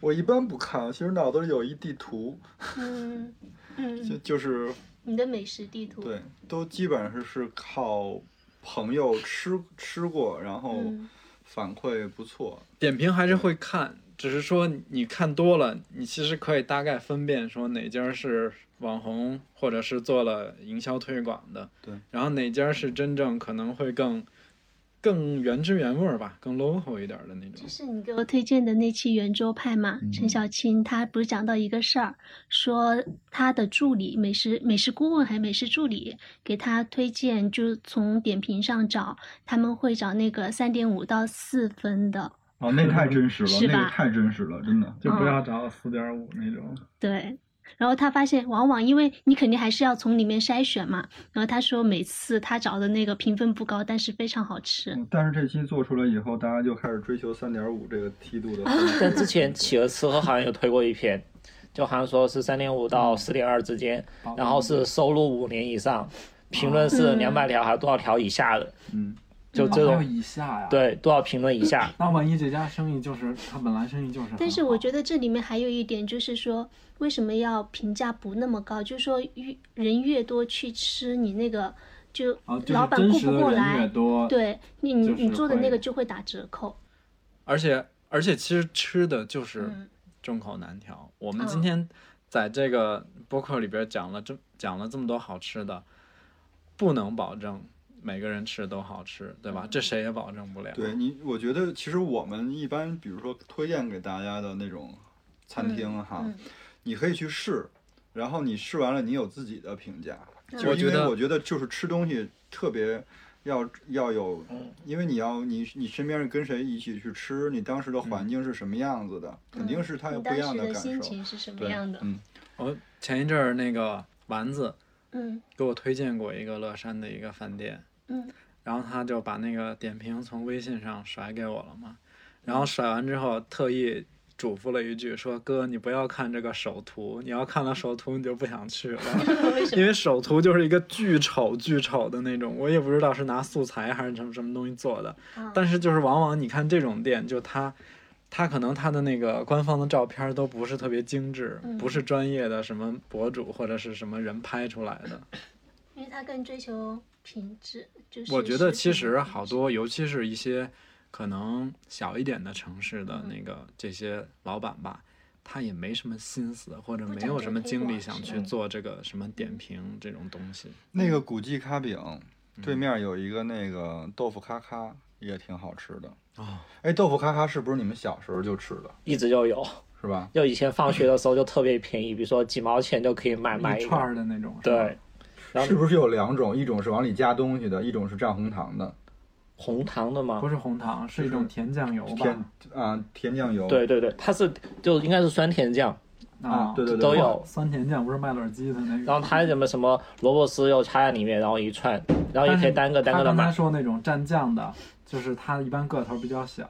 [SPEAKER 3] 我一般不看，其实脑子里有一地图，
[SPEAKER 5] (laughs)
[SPEAKER 1] 嗯
[SPEAKER 3] 就
[SPEAKER 1] 嗯，
[SPEAKER 3] 就是
[SPEAKER 1] 你的美食地图。
[SPEAKER 3] 对，都基本上是靠朋友吃吃过，然后
[SPEAKER 1] 嗯
[SPEAKER 3] 反馈不错。
[SPEAKER 5] 点评还是会看，只是说你看多了，你其实可以大概分辨说哪家是网红，或者是做了营销推广的，
[SPEAKER 3] 对，
[SPEAKER 5] 然后哪家是真正可能会更更原汁原味儿吧，更 local 一点儿的那种
[SPEAKER 1] 就。是你给我推荐的那期圆桌派嘛，陈小青他不是讲到一个事儿，说他的助理美食美食顾问还是美食助理给他推荐，就从点评上找，他们会找那个三点五到四分的，
[SPEAKER 3] 哦，那太真实了，
[SPEAKER 1] 是
[SPEAKER 3] 那个
[SPEAKER 1] 吧
[SPEAKER 3] 太真实了，真的。
[SPEAKER 1] 就不要
[SPEAKER 5] 找四点五那种。
[SPEAKER 1] 对。然后他发现，往往因为你肯定还是要从里面筛选嘛。然后他说，每次他找的那个评分不高，但是非常好吃。
[SPEAKER 3] 嗯但是这期做出来以后，大家就开始追求三点五这个梯度
[SPEAKER 1] (laughs)
[SPEAKER 3] 的。
[SPEAKER 2] (laughs) 但之前企鹅吃喝好像有推过一篇，就好像说是三点五到四点二之间，然后是收入五年以上，评论是两百条还是多少条以下的，
[SPEAKER 3] 嗯，
[SPEAKER 2] 就
[SPEAKER 1] 哦
[SPEAKER 2] 这
[SPEAKER 5] 还有
[SPEAKER 2] 种
[SPEAKER 5] 以下呀。。
[SPEAKER 2] 对多少评论以下，
[SPEAKER 5] 那万一这家生意就是他本来生意就是很好，
[SPEAKER 1] 但是我觉得这里面还有一点，就是说为什么要评价不那么高？就是说越人越多去吃，你那个就
[SPEAKER 5] 啊，就是
[SPEAKER 1] 老板
[SPEAKER 5] 真
[SPEAKER 1] 顾
[SPEAKER 5] 实
[SPEAKER 1] 不
[SPEAKER 5] 的
[SPEAKER 1] 过
[SPEAKER 5] 人越
[SPEAKER 1] 来，
[SPEAKER 5] 多，
[SPEAKER 1] 对你你
[SPEAKER 5] 就是
[SPEAKER 1] 你做的那
[SPEAKER 5] 会
[SPEAKER 1] 个就会打折扣。
[SPEAKER 5] 而且而且其实吃的就是
[SPEAKER 1] 嗯
[SPEAKER 5] 众口难调。我们
[SPEAKER 1] 嗯
[SPEAKER 5] 今天在这个播客里边讲了这讲了这么多好吃的，不能保证每个人吃都好吃，对
[SPEAKER 1] 嗯
[SPEAKER 5] 吧？这谁也保证不了。
[SPEAKER 3] (laughs) 对你，我觉得其实我们一般，比如说推荐给大家的那种餐厅
[SPEAKER 5] 啊
[SPEAKER 3] 哈，
[SPEAKER 1] 嗯
[SPEAKER 3] 你可以去试，然后你试完了，你有自己的评价。
[SPEAKER 1] 嗯
[SPEAKER 3] 就是
[SPEAKER 5] 我
[SPEAKER 3] 因
[SPEAKER 5] 觉
[SPEAKER 3] 为
[SPEAKER 5] 得
[SPEAKER 3] 我觉得就是吃东西特别要要有，
[SPEAKER 5] 嗯
[SPEAKER 3] 因为你要你你身边是跟谁一起去吃，你当时的环
[SPEAKER 5] 嗯
[SPEAKER 3] 境是什么样子的，肯定是它
[SPEAKER 1] 嗯
[SPEAKER 3] 有
[SPEAKER 1] 你
[SPEAKER 3] 不
[SPEAKER 1] 当
[SPEAKER 3] 一样
[SPEAKER 1] 时的
[SPEAKER 3] 感
[SPEAKER 1] 心
[SPEAKER 3] 受。
[SPEAKER 1] 情是什么
[SPEAKER 3] 对
[SPEAKER 1] 样的，？
[SPEAKER 3] 嗯，
[SPEAKER 5] 我前一阵儿那个丸子
[SPEAKER 1] 嗯
[SPEAKER 5] 给我推荐过一个乐山的一个饭店，
[SPEAKER 1] 嗯，
[SPEAKER 5] 然后他就把那个点评从微信上甩给我了嘛，然
[SPEAKER 1] 嗯
[SPEAKER 5] 后甩完之后特意嘱咐了一句说：“哥，你不要看这个首图，你要看了首图你就不想去了，
[SPEAKER 1] 嗯
[SPEAKER 5] (laughs) 因为首图就是一个巨丑巨丑的那种，我也不知道是拿素材还是什么什么东西做的，
[SPEAKER 1] 嗯
[SPEAKER 5] 但是就是往往你看这种店，就它。”它可能它的那个官方的照片都不是特别精致，
[SPEAKER 1] 嗯
[SPEAKER 5] 不是专业的什么博主或者是什么人拍出来的，
[SPEAKER 1] 因为他更追求品质，就是
[SPEAKER 5] 我觉得其
[SPEAKER 1] 食品的
[SPEAKER 5] 实
[SPEAKER 1] 品
[SPEAKER 5] 好
[SPEAKER 1] 质
[SPEAKER 5] 多，尤其是一些可能小一点的城市
[SPEAKER 1] 嗯
[SPEAKER 5] 的那个这些老板吧，他也没什么心思，或者
[SPEAKER 1] 不
[SPEAKER 5] 没
[SPEAKER 1] 讲
[SPEAKER 5] 有
[SPEAKER 1] 究
[SPEAKER 5] 什么
[SPEAKER 1] 推
[SPEAKER 5] 精力
[SPEAKER 1] 广
[SPEAKER 5] 想
[SPEAKER 1] 是
[SPEAKER 5] 去
[SPEAKER 1] 吧
[SPEAKER 5] 做这个什么点评这种东西。
[SPEAKER 3] 那个古记咖饼
[SPEAKER 5] 嗯
[SPEAKER 3] 对面有一个那个豆腐咔咔，也挺好吃的。
[SPEAKER 5] 哦，
[SPEAKER 3] 哎，豆腐咔咔是不是你们小时候就吃的，
[SPEAKER 2] 一直就有。
[SPEAKER 3] 是吧？
[SPEAKER 2] 就以前放学的时候就特别便宜，比如说几毛钱就可以买买
[SPEAKER 5] 一
[SPEAKER 2] 一
[SPEAKER 5] 串
[SPEAKER 2] 个。
[SPEAKER 5] 儿的那种，是吧
[SPEAKER 2] 对，，然
[SPEAKER 3] 是
[SPEAKER 2] 后
[SPEAKER 3] 不是有两种？一种是往里加东西的，一种是蘸红糖的。
[SPEAKER 2] 红糖的吗
[SPEAKER 5] 不？是红糖，是一
[SPEAKER 3] 就
[SPEAKER 5] 种
[SPEAKER 3] 是
[SPEAKER 5] 甜酱油
[SPEAKER 3] 甜
[SPEAKER 5] 吧？
[SPEAKER 3] 啊、甜酱油。
[SPEAKER 2] 对对对，它是就应该是酸甜酱，
[SPEAKER 5] 啊，
[SPEAKER 3] 对对对，
[SPEAKER 2] 都有
[SPEAKER 5] 三田健不是卖耳机的那个，
[SPEAKER 2] 然后它什么什么萝卜丝又插在里面，然后一串，然后也可以单个单个的
[SPEAKER 5] 他刚才
[SPEAKER 2] 买。
[SPEAKER 5] 说那种蘸酱的，就是它一般个头比较小，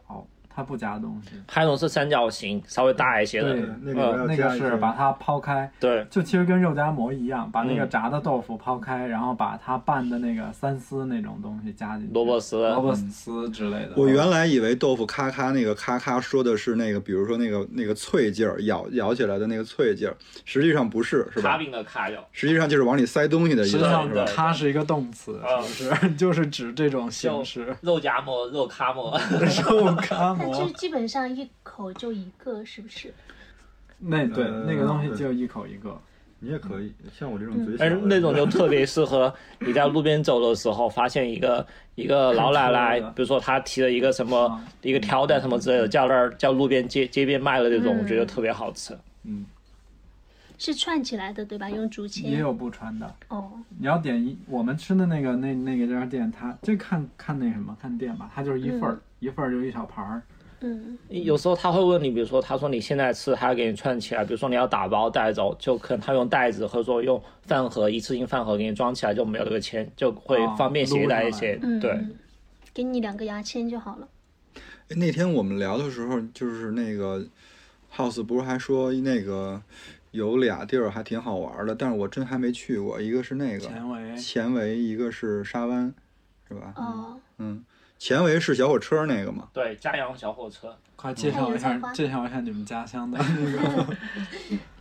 [SPEAKER 5] 它不加东西。
[SPEAKER 2] 还有是三角形，稍微大一些的
[SPEAKER 5] 对，
[SPEAKER 3] 那个要
[SPEAKER 5] 呃那
[SPEAKER 3] 加
[SPEAKER 5] 个
[SPEAKER 3] 一
[SPEAKER 5] 是
[SPEAKER 3] 些
[SPEAKER 5] 把它抛开，
[SPEAKER 2] 对
[SPEAKER 5] 就其实跟肉夹馍一样，把那个
[SPEAKER 2] 嗯
[SPEAKER 5] 炸的豆腐抛开，然后把它拌的那个三丝那种东西加进去，
[SPEAKER 2] 萝卜丝
[SPEAKER 5] 萝卜丝之类的。
[SPEAKER 3] 我原来以为豆腐咔咔那个咔咔说的是那个，比如说那个那个脆劲儿，咬咬起来的那个脆劲儿，实际上不是，是
[SPEAKER 2] 卡
[SPEAKER 3] 吧？
[SPEAKER 2] 饼的卡有，
[SPEAKER 3] 实际上就是往里塞东西的意
[SPEAKER 5] 实
[SPEAKER 3] 思，
[SPEAKER 5] 际上
[SPEAKER 3] 是
[SPEAKER 2] 对
[SPEAKER 3] 吧？
[SPEAKER 5] 它是一个动词，
[SPEAKER 2] 嗯
[SPEAKER 5] 是不是？就是指这种形式。
[SPEAKER 2] 肉夹馍、肉咖馍，
[SPEAKER 5] 肉夹
[SPEAKER 1] (laughs) 但
[SPEAKER 5] 馍
[SPEAKER 1] 就，基本上一口就一个，是不是？
[SPEAKER 5] 那对
[SPEAKER 3] 呃
[SPEAKER 5] 那个东西就一口一个，
[SPEAKER 3] 你也可以，像我这
[SPEAKER 5] 嗯
[SPEAKER 3] 种嘴小
[SPEAKER 5] 哎
[SPEAKER 2] 而
[SPEAKER 3] 的
[SPEAKER 2] 那种就特别适合你在路边走的时候，发现一个一个老奶奶，
[SPEAKER 5] 很丑的
[SPEAKER 2] 比如说她提了一个什么
[SPEAKER 5] 嗯
[SPEAKER 2] 一个挑担什么之类的，叫那儿叫路边街街边卖的那种，
[SPEAKER 1] 嗯
[SPEAKER 2] 我觉得特别好吃。
[SPEAKER 5] 嗯，
[SPEAKER 1] 是串起来的，对吧？用竹
[SPEAKER 5] 也
[SPEAKER 1] 签。
[SPEAKER 5] 有不穿的。
[SPEAKER 1] 哦，
[SPEAKER 5] 你要点一，我们吃的那个那那个家店，它这看看那什么看店吧，它就是一份儿、一份儿就一小盘儿，
[SPEAKER 1] 嗯，
[SPEAKER 2] 有时候他会问你，比如说他说你现在吃，他给你串起来，比如说你要打包带走，就可能他用袋子或者说用饭盒一次性饭盒给你装起来，就没有这个签，就会方便携带一些。
[SPEAKER 1] 嗯
[SPEAKER 2] 对，
[SPEAKER 1] 给你两个牙签就好了。
[SPEAKER 3] 哎那天我们聊的时候，就是那个 House 不是还说那个有俩地儿还挺好玩的，但是我真还没去过，一个是那个
[SPEAKER 5] 前围
[SPEAKER 3] 前围，一个是沙湾，是吧？
[SPEAKER 1] 哦，
[SPEAKER 3] 嗯，前围是小火车那个嘛，
[SPEAKER 2] 对，家阳小火车，
[SPEAKER 5] 快介绍一
[SPEAKER 1] 还有
[SPEAKER 5] 下
[SPEAKER 1] 菜花
[SPEAKER 5] 介绍一下你们家乡的那个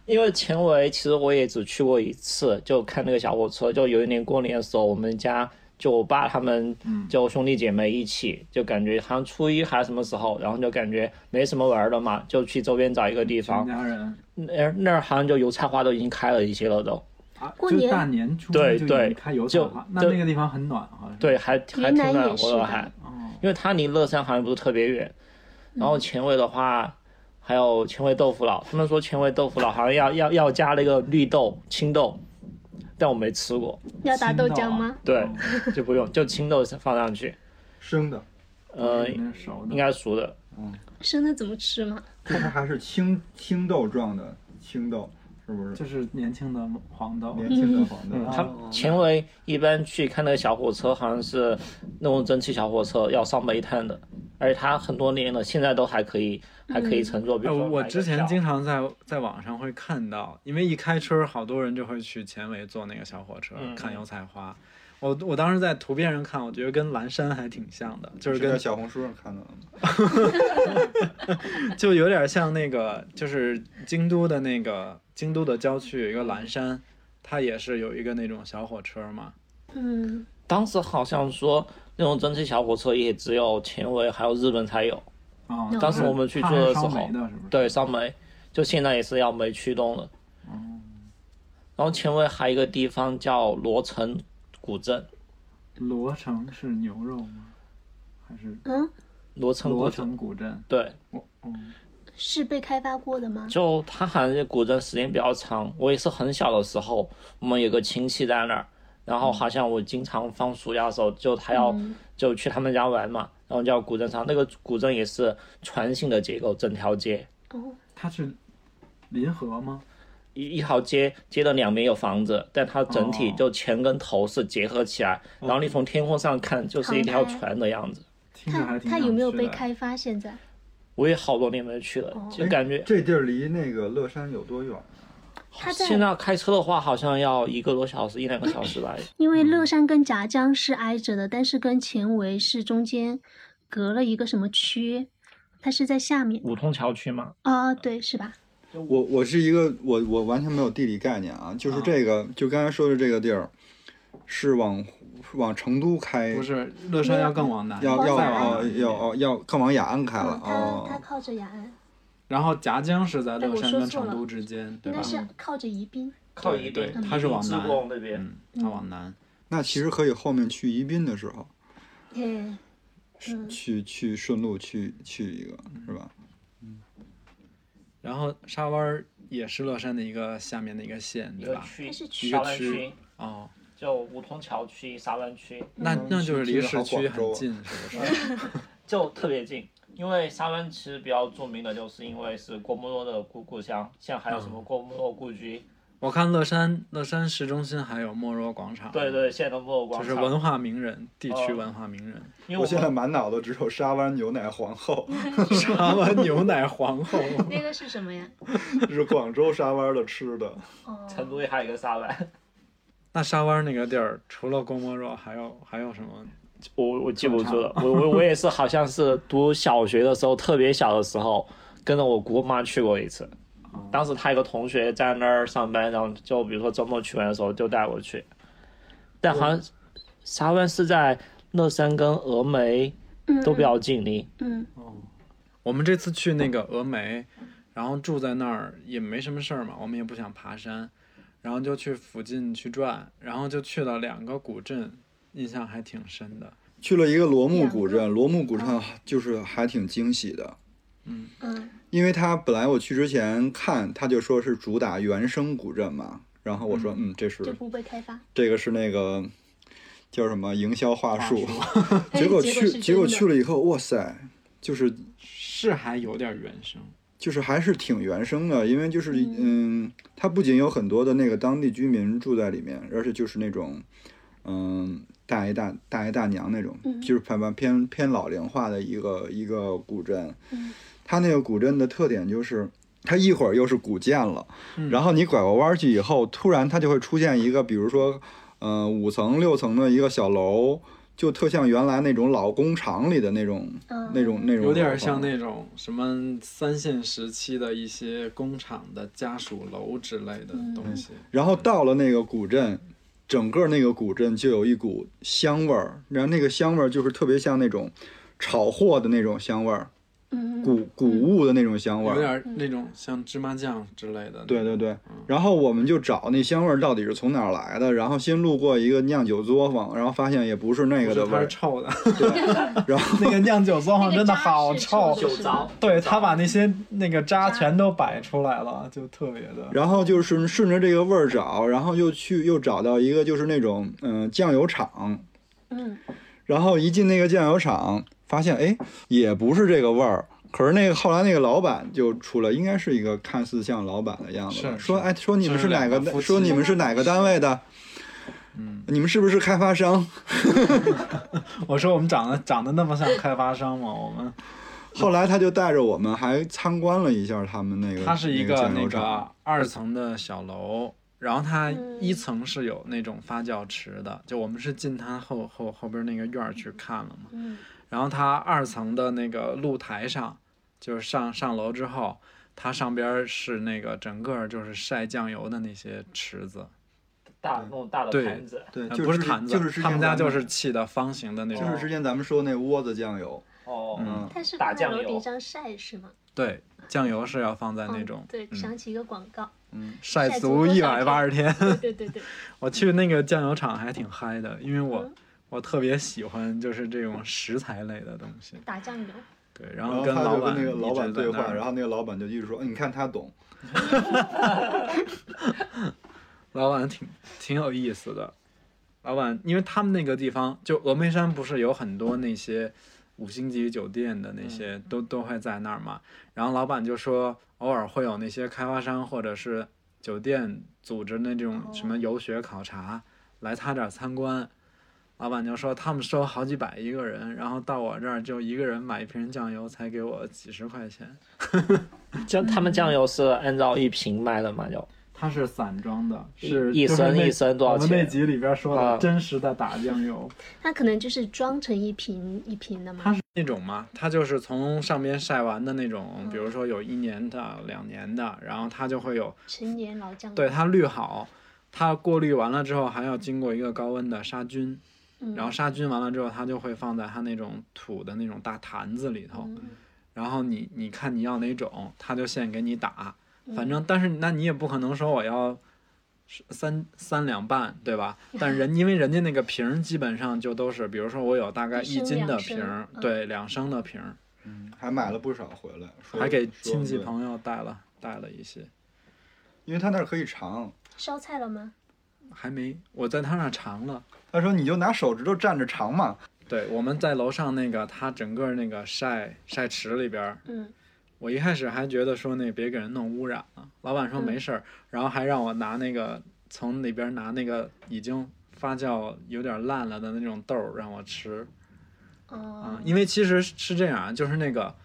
[SPEAKER 2] 因为前围其实我也只去过一次，就看那个小火车。就有一年过年的时候，我们家就我爸他们就兄弟姐妹一起，就感觉好像初一还是什么时候，然后就感觉没什么玩儿的嘛，就去周边找一个地
[SPEAKER 5] 全
[SPEAKER 2] 方。
[SPEAKER 5] 家人
[SPEAKER 2] 那那儿好像就油菜花都已经开了一些了都。
[SPEAKER 5] 啊，
[SPEAKER 1] 过
[SPEAKER 5] 就
[SPEAKER 1] 年
[SPEAKER 5] 大年初一
[SPEAKER 2] 对
[SPEAKER 5] 就
[SPEAKER 2] 对
[SPEAKER 5] 已经开油菜
[SPEAKER 2] 就
[SPEAKER 5] 花，那
[SPEAKER 2] 对
[SPEAKER 5] 那个地方很暖啊和，
[SPEAKER 2] 对，还还
[SPEAKER 1] 云
[SPEAKER 2] 挺
[SPEAKER 1] 南
[SPEAKER 2] 暖
[SPEAKER 1] 也是
[SPEAKER 2] 和的，
[SPEAKER 1] 的
[SPEAKER 2] 还，
[SPEAKER 5] 哦，
[SPEAKER 2] 因为它离乐山好像不是特别远。
[SPEAKER 1] 嗯
[SPEAKER 2] 然后前卫的话，还有前卫豆腐脑，他们说前卫豆腐脑好像要要要加那个绿豆、青豆，但我没吃过，
[SPEAKER 1] 要打豆浆吗？
[SPEAKER 2] 对， (laughs)
[SPEAKER 5] 嗯
[SPEAKER 2] 就不用，就青豆放上去，
[SPEAKER 3] 生的，
[SPEAKER 1] 嗯
[SPEAKER 2] 呃，
[SPEAKER 5] 肯定是熟
[SPEAKER 2] 应
[SPEAKER 5] 的，
[SPEAKER 2] 该熟的，
[SPEAKER 1] 生的怎么吃嘛？
[SPEAKER 3] 它还是青青豆状的青豆，是不是？
[SPEAKER 5] 就是年轻的黄豆，
[SPEAKER 3] 年轻的啊黄豆。
[SPEAKER 2] 嗯，他前卫一般去看那个小火车，好像是那种蒸汽小火车，要上煤炭的，而且它很多年了，现在都还可以，还
[SPEAKER 1] 嗯
[SPEAKER 2] 可以乘坐。比
[SPEAKER 5] 呃，
[SPEAKER 2] 如说
[SPEAKER 5] 我
[SPEAKER 2] 买个
[SPEAKER 5] 之前
[SPEAKER 2] 票
[SPEAKER 5] 经常在在网上会看到，因为一开春儿，好多人就会去前围坐那个小火车、
[SPEAKER 2] 嗯
[SPEAKER 5] 看油菜花。我我当时在图片上看，我觉得跟蓝山还挺像的，就是是
[SPEAKER 3] 在
[SPEAKER 5] 跟
[SPEAKER 3] 小红书上看到的吗？
[SPEAKER 5] 就有点像那个，就是京都的那个京都的郊区有一个蓝山，它也是有一个那种小火车嘛。
[SPEAKER 1] 嗯，
[SPEAKER 2] 当时好像说那种蒸汽小火车也只有前卫还有日本才有，
[SPEAKER 5] 啊、
[SPEAKER 1] 嗯
[SPEAKER 2] 当时我们去坐的时
[SPEAKER 5] 它还是烧
[SPEAKER 2] 候
[SPEAKER 5] 煤，的是不是？
[SPEAKER 2] 对，烧煤，就现在也是要煤驱动的。然后前卫还有一个地方叫罗城古镇，
[SPEAKER 5] 罗城是牛肉吗？还是
[SPEAKER 1] 嗯
[SPEAKER 2] 罗城古
[SPEAKER 5] 罗
[SPEAKER 2] 镇，
[SPEAKER 5] 城古镇？
[SPEAKER 2] 对，
[SPEAKER 5] 嗯，
[SPEAKER 1] 是被开发过的吗？
[SPEAKER 2] 就它好像这古镇时间比较长。我也是很小的时候，我们有个亲戚在那儿，然后好像我经常放暑假的时候，就他要
[SPEAKER 5] 嗯
[SPEAKER 2] 就去他们家玩嘛，然后叫古镇上，那个古镇也是船形的结构，整条街。
[SPEAKER 1] 哦，
[SPEAKER 5] 它是临河吗？
[SPEAKER 2] 一一条街街的两边有房子，但它整体
[SPEAKER 5] 哦
[SPEAKER 2] 就前跟头是结合起来，然后你从天空上看就是一条
[SPEAKER 1] 敞开
[SPEAKER 2] 船的样子。
[SPEAKER 5] 听着还
[SPEAKER 1] 它
[SPEAKER 5] 挺
[SPEAKER 1] 它有没有
[SPEAKER 5] 想去
[SPEAKER 1] 被
[SPEAKER 5] 的
[SPEAKER 1] 开发？现在
[SPEAKER 2] 我也好多年没去了，
[SPEAKER 1] 哦
[SPEAKER 2] 就感觉
[SPEAKER 3] 这地儿离那个乐山有多远？
[SPEAKER 1] 哎它在
[SPEAKER 2] 现在开车的话好像要一个多小时，一两个小时吧。
[SPEAKER 1] 因为乐山跟夹江是挨着的，但是跟前围是中间隔了一个什么区，它是在下面
[SPEAKER 2] (clears throat) 五通桥区嘛，
[SPEAKER 1] 啊、对，是吧？
[SPEAKER 3] 我我是一个我我完全没有地理概念啊，就是这个，就刚才说的这个地儿，是往往成都开，
[SPEAKER 5] 不是乐山要更往南，
[SPEAKER 3] 要要
[SPEAKER 1] 往
[SPEAKER 5] 再
[SPEAKER 1] 南
[SPEAKER 5] 往
[SPEAKER 3] 哦
[SPEAKER 5] 南一
[SPEAKER 3] 要
[SPEAKER 5] 点
[SPEAKER 3] 哦要更往雅安开了
[SPEAKER 1] 嗯，它它
[SPEAKER 3] 哦，
[SPEAKER 1] 靠着雅安，
[SPEAKER 5] 然后夹江是在乐
[SPEAKER 1] 哎我
[SPEAKER 5] 山
[SPEAKER 1] 说
[SPEAKER 5] 跟
[SPEAKER 1] 错
[SPEAKER 5] 成
[SPEAKER 1] 了
[SPEAKER 5] 都之间，对
[SPEAKER 1] 应
[SPEAKER 5] 吧
[SPEAKER 1] 该？是靠着宜宾。
[SPEAKER 2] 靠
[SPEAKER 5] 对
[SPEAKER 2] 宜
[SPEAKER 5] 对
[SPEAKER 2] 宾，
[SPEAKER 5] 它是往
[SPEAKER 2] 自
[SPEAKER 5] 南
[SPEAKER 2] 贡那边。
[SPEAKER 5] 嗯，它往南。
[SPEAKER 3] 那其实可以后面去宜宾的时候，
[SPEAKER 1] 嘿，嗯
[SPEAKER 3] 去去顺路去去一个是吧？
[SPEAKER 5] 然后沙湾儿也是乐山的一个下面的一个县，
[SPEAKER 2] 一
[SPEAKER 5] 对
[SPEAKER 2] 个
[SPEAKER 5] 吧？
[SPEAKER 2] 区
[SPEAKER 1] 它是，区
[SPEAKER 2] 沙湾
[SPEAKER 5] 一个
[SPEAKER 2] 区
[SPEAKER 5] 区，哦，
[SPEAKER 2] 就五通桥区、沙湾区，
[SPEAKER 5] 那那就是离市区
[SPEAKER 3] 嗯听着好
[SPEAKER 5] 很
[SPEAKER 3] 广州啊
[SPEAKER 5] 近，是不是？ (laughs)
[SPEAKER 2] 就特别近。因为沙湾其实比较著名的就是因为是郭沫若的故故乡，像还有什么郭沫若故居，
[SPEAKER 5] 我看乐山，乐山市中心还有莫若广场，
[SPEAKER 2] 对，对，现在的莫
[SPEAKER 5] 就
[SPEAKER 2] 广
[SPEAKER 5] 是
[SPEAKER 2] 场，
[SPEAKER 5] 文化名人，地区
[SPEAKER 2] 哦
[SPEAKER 5] 文化名人。
[SPEAKER 2] 因为
[SPEAKER 3] 我
[SPEAKER 2] 我
[SPEAKER 3] 现在
[SPEAKER 2] 们
[SPEAKER 3] 满脑子只有沙湾牛奶皇后， (laughs)
[SPEAKER 5] 沙湾牛奶皇后，
[SPEAKER 1] 那个是什么呀？
[SPEAKER 3] 是广州沙湾的
[SPEAKER 1] (laughs)
[SPEAKER 3] 吃的。
[SPEAKER 1] 哦，
[SPEAKER 2] 成都也还有一个沙湾，
[SPEAKER 5] (laughs) 那沙湾那个地儿，除了郭沫若，还有还有什么？
[SPEAKER 2] 我我记不住了，我我我也是好像是读小学的时候，特别小的时候，跟着我姑妈去过一次。当时她有个同学在那儿上班，然后就比如说周末去玩的时候就带我去，但好像沙湾是在乐山跟峨眉都比较近离，
[SPEAKER 1] 嗯，
[SPEAKER 5] 我们这次去那个峨眉，然后住在那儿也没什么事儿嘛，我们也不想爬山，然后就去附近去转，然后就去了两个古镇，印象还挺深的。
[SPEAKER 3] 去了一个罗木古镇，罗木古镇就是还挺惊喜的。
[SPEAKER 1] 嗯，
[SPEAKER 3] 因为他本来我去之前看，他就说是主打原生古镇嘛，然后我说，嗯，这是
[SPEAKER 1] 就不被开发。
[SPEAKER 3] 这个是那个叫什么营销话术，
[SPEAKER 1] 哎 (laughs)
[SPEAKER 3] (laughs) 结果
[SPEAKER 1] 结
[SPEAKER 3] 去
[SPEAKER 1] 是
[SPEAKER 3] 结果
[SPEAKER 1] 真的
[SPEAKER 3] 去了以后，哇塞，就是
[SPEAKER 5] 是还有点原声，
[SPEAKER 3] 就是还是挺原生的，因为就是嗯，它不仅有很多的那个当地居民住在里面，而且就是那种嗯大爷大大爷大娘那种，就是偏偏偏老龄化的一个一个古镇。它那个古镇的特点就是。它一会儿又是古建了，
[SPEAKER 5] 嗯
[SPEAKER 3] 然后你拐过弯儿去以后，突然它就会出现一个，比如说，嗯、五层六层的一个小楼，就特像原来那种老工厂里的那种、
[SPEAKER 1] 嗯
[SPEAKER 3] 那种那种楼
[SPEAKER 5] 有
[SPEAKER 3] 房，
[SPEAKER 5] 点像那种什么三线时期的一些工厂的家属楼之类的东西。
[SPEAKER 3] 然后到了那个古镇，整个那个古镇就有一股香味儿，然后那个香味儿就是特别像那种炒货的那种香味儿，
[SPEAKER 1] 嗯，
[SPEAKER 3] 谷谷物的那种香味
[SPEAKER 5] 有
[SPEAKER 3] 儿。
[SPEAKER 5] 点那种像芝麻酱之类的。
[SPEAKER 3] 对对对，然后我们就找那香味儿到底是从哪儿来的，然后先路过一个酿酒作坊，然后发现也不是那
[SPEAKER 5] 不
[SPEAKER 3] 个
[SPEAKER 5] 是
[SPEAKER 3] 的味
[SPEAKER 5] 它是
[SPEAKER 3] 儿，
[SPEAKER 5] 臭的， (laughs)
[SPEAKER 4] 那个酿酒作
[SPEAKER 1] 那
[SPEAKER 4] 坊
[SPEAKER 1] 个
[SPEAKER 4] 真的
[SPEAKER 1] 渣
[SPEAKER 4] 好
[SPEAKER 1] 是
[SPEAKER 4] 臭，
[SPEAKER 1] 的
[SPEAKER 2] 酒糟
[SPEAKER 4] 对 (laughs) 他把那些那个渣全都摆出来了，就特别的。
[SPEAKER 3] 然后就是顺着这个味儿找，然后又去又找到一个就是那种嗯、酱油厂，
[SPEAKER 1] 嗯，
[SPEAKER 3] 然后一进那个酱油厂，发现哎也不是这个味儿。可是那个后来那个老板就出来，应该是一个看似像老板的样子吧，
[SPEAKER 5] 是
[SPEAKER 3] 说
[SPEAKER 5] 是
[SPEAKER 3] 哎说你们
[SPEAKER 5] 就是
[SPEAKER 3] 哪
[SPEAKER 5] 是
[SPEAKER 3] 个
[SPEAKER 5] 两个夫妻
[SPEAKER 3] 说你们是哪个单位的？嗯，你们是不是开发商？
[SPEAKER 5] 我说我们长得长得那么像开发商吗？我们
[SPEAKER 3] 后来他就带着我们还参观了一下他们
[SPEAKER 5] (laughs)
[SPEAKER 3] 那个，
[SPEAKER 5] 它是一
[SPEAKER 3] 个
[SPEAKER 5] 个
[SPEAKER 3] 酱
[SPEAKER 5] 那
[SPEAKER 3] 油
[SPEAKER 5] 个
[SPEAKER 3] 厂
[SPEAKER 5] 二层的小楼，然后它
[SPEAKER 1] 嗯
[SPEAKER 5] 一层是有那种发酵池的，就我们是进它后后后边那个院儿去看了嘛，
[SPEAKER 1] 嗯
[SPEAKER 5] 然后它二层的那个露台上，就是上上楼之后，它上边是那个整个就是晒酱油的那些池子，
[SPEAKER 2] 大那种大的
[SPEAKER 5] 对
[SPEAKER 2] 盘子，
[SPEAKER 3] 对，
[SPEAKER 5] 呃
[SPEAKER 3] 就
[SPEAKER 5] 不是
[SPEAKER 3] 之
[SPEAKER 5] 坛子，
[SPEAKER 3] 就是之前
[SPEAKER 5] 他们家
[SPEAKER 3] 咱
[SPEAKER 5] 就是砌的方形的那
[SPEAKER 3] 就
[SPEAKER 5] 种，
[SPEAKER 3] 是之前咱们说那窝子酱油，
[SPEAKER 2] 哦，
[SPEAKER 3] 嗯，
[SPEAKER 1] 它是
[SPEAKER 2] 打
[SPEAKER 1] 放在
[SPEAKER 2] 酱
[SPEAKER 1] 楼
[SPEAKER 2] 油
[SPEAKER 1] 顶上晒是吗？
[SPEAKER 5] 对，酱油是要放在那
[SPEAKER 1] 嗯
[SPEAKER 5] 种、
[SPEAKER 1] 对，想起一个广
[SPEAKER 5] (laughs)
[SPEAKER 1] 告，
[SPEAKER 5] 晒
[SPEAKER 1] 晒足
[SPEAKER 5] 足
[SPEAKER 1] 多
[SPEAKER 5] 一
[SPEAKER 1] 少
[SPEAKER 5] 百八十天。
[SPEAKER 1] 对对对对，
[SPEAKER 5] 我去那个酱油厂还挺嗨的，因为我、
[SPEAKER 1] 嗯
[SPEAKER 5] 我特别喜欢就是这种食材类的东西，
[SPEAKER 1] 打酱油，
[SPEAKER 5] 对，然
[SPEAKER 3] 然后
[SPEAKER 5] 后
[SPEAKER 3] 他
[SPEAKER 5] 老
[SPEAKER 3] 就跟
[SPEAKER 5] 板
[SPEAKER 3] 那个老板
[SPEAKER 5] 一直在
[SPEAKER 3] 对
[SPEAKER 5] 那
[SPEAKER 3] 话，
[SPEAKER 5] 儿
[SPEAKER 3] 然后那个老板就一直说，哎你看他懂，
[SPEAKER 5] 老板挺挺有意思的，老板因为他们那个地方就峨眉山不是有很多那些五星级酒店的那些、都都会在那儿嘛，然后老板就说偶尔会有那些开发商或者是酒店组织那种什么游学考察、来他这儿参观。老板就说他们收好几百一个人，然后到我这儿就一个人买一瓶酱油才给我几十块钱。
[SPEAKER 2] 像他们酱油是按照一瓶卖的嘛，就
[SPEAKER 5] 它是散装的，是
[SPEAKER 2] 一
[SPEAKER 5] 就是
[SPEAKER 2] 升
[SPEAKER 5] 那
[SPEAKER 2] 一升多少
[SPEAKER 5] 我们那
[SPEAKER 2] 钱
[SPEAKER 5] 集里边说的
[SPEAKER 2] 啊
[SPEAKER 5] 真实的打酱油，
[SPEAKER 1] 它可能就是装成一瓶一瓶的
[SPEAKER 5] 它
[SPEAKER 1] 嘛。
[SPEAKER 5] 是那种嘛，它就是从上边晒完的那种，比如说有一年的、两年的，然后它就会有，
[SPEAKER 1] 陈年老酱油，
[SPEAKER 5] 对它滤好，它过滤完了之后还要经过一个高温的杀菌，
[SPEAKER 1] 嗯，
[SPEAKER 5] 然后杀菌完了之后，它就会放在它那种土的那种大坛子里
[SPEAKER 1] 嗯
[SPEAKER 5] 头，
[SPEAKER 2] 嗯
[SPEAKER 5] 然后你你看你要哪种，它就现给你打，
[SPEAKER 1] 嗯
[SPEAKER 5] 反正但是那你也不可能说我要。三三两半，对吧？
[SPEAKER 1] (laughs)
[SPEAKER 5] 但人因为人家那个瓶儿基本上就都是，比如说我有大概
[SPEAKER 1] 一
[SPEAKER 5] 一
[SPEAKER 1] 升
[SPEAKER 5] 斤的
[SPEAKER 1] 两
[SPEAKER 5] 瓶
[SPEAKER 1] 升
[SPEAKER 5] 儿，
[SPEAKER 1] 嗯
[SPEAKER 5] 对，两升的瓶儿，
[SPEAKER 3] 还买了不少回来，说
[SPEAKER 5] 还给
[SPEAKER 3] 说
[SPEAKER 5] 亲戚
[SPEAKER 3] 对
[SPEAKER 5] 朋友带了带了一些，
[SPEAKER 3] 因为他那儿可以尝。
[SPEAKER 1] 烧菜了吗？
[SPEAKER 5] 还没我在他那儿尝了，
[SPEAKER 3] 他说你就拿手指头蘸着尝嘛。
[SPEAKER 5] 对，我们在楼上那个，它整个那个晒晒池里边儿，
[SPEAKER 1] 嗯，
[SPEAKER 5] 我一开始还觉得说那别给人弄污染了，老板
[SPEAKER 1] 嗯
[SPEAKER 5] 说没事儿，然后还让我拿那个从里边拿那个已经发酵有点烂了的那种豆儿让我吃啊、
[SPEAKER 1] 哦，
[SPEAKER 5] 因为其实是这样啊，就是那个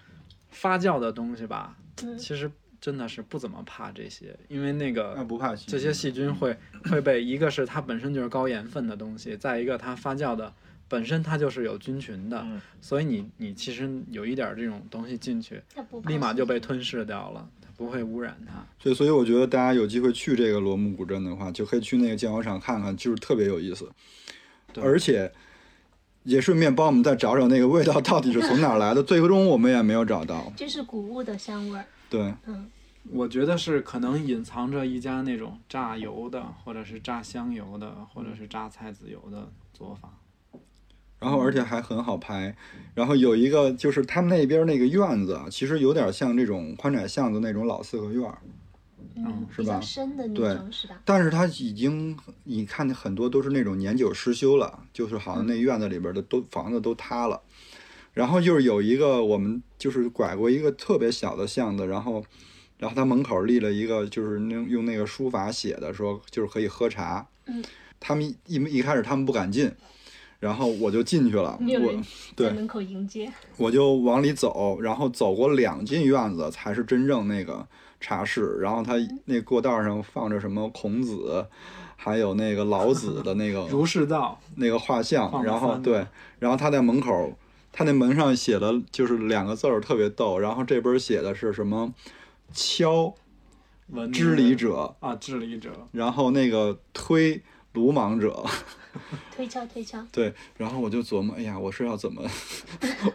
[SPEAKER 5] 发酵的东西吧，
[SPEAKER 1] 嗯
[SPEAKER 5] 其实真的是不怎么怕这些，因为那个
[SPEAKER 3] 那不怕洗
[SPEAKER 5] 呃这些细菌会会被一个是它本身就是高盐分的东西，再一个它发酵的本身它就是有菌群的，
[SPEAKER 2] 嗯
[SPEAKER 5] 所以你你其实有一点儿这种东西进去，
[SPEAKER 1] 那不怕
[SPEAKER 5] 立马就被
[SPEAKER 1] 细菌
[SPEAKER 5] 吞噬掉了，它不会污染它。
[SPEAKER 3] 对，所以我觉得大家有机会去这个罗木古镇的话，就可以去那个建窑厂看看，就是特别有意思，
[SPEAKER 5] 对
[SPEAKER 3] 而且也顺便帮我们再找找那个味道到底是从哪儿来的。最终我们也没有找到，
[SPEAKER 1] 就是谷物的香味儿，
[SPEAKER 3] 对，
[SPEAKER 1] 嗯，
[SPEAKER 5] 我觉得是可能隐藏着一家那种榨油的，或者是榨香油的，或者是榨菜籽油的做法。
[SPEAKER 3] 然后而且还很好拍。然后有一个就是他们那边那个院子啊，其实有点像这种宽窄巷子那种老四合院儿，
[SPEAKER 5] 哦
[SPEAKER 1] 嗯，
[SPEAKER 3] 是
[SPEAKER 1] 比较
[SPEAKER 3] 吧
[SPEAKER 1] 深的那
[SPEAKER 3] 对
[SPEAKER 1] 种是吧？
[SPEAKER 3] 但是它已经你看很多都是那种年久失修了，就是好像那院子里边的都房子都塌了。然后就是有一个我们就是拐过一个特别小的巷子，然后然后它门口立了一个就是那种用那个书法写的说就是可以喝茶。
[SPEAKER 1] 嗯，
[SPEAKER 3] 他们一一一开始他们不敢进，然后我就进去了，
[SPEAKER 1] 没有
[SPEAKER 3] 我
[SPEAKER 1] 人
[SPEAKER 3] 对
[SPEAKER 1] 在门口迎接，
[SPEAKER 3] 我就往里走，然后走过两进院子才是真正那个茶室。然后它那过道上放着什么孔子，还有那个老子的那
[SPEAKER 5] (laughs)
[SPEAKER 3] 个
[SPEAKER 5] 儒释道，
[SPEAKER 3] (laughs) 那个画像。
[SPEAKER 5] 放了
[SPEAKER 3] 然后
[SPEAKER 5] 三个
[SPEAKER 3] 对，然后他在门口，他那门上写了就是两个字儿特别逗。然后这边写的是什么“敲
[SPEAKER 5] 文
[SPEAKER 3] 知礼者
[SPEAKER 5] 啊，治理者”，，
[SPEAKER 3] 然后那个“推鲁莽者”。 (laughs)
[SPEAKER 1] 推敲推敲，
[SPEAKER 3] 对，然后我就琢磨，哎呀，我是要怎么， (laughs)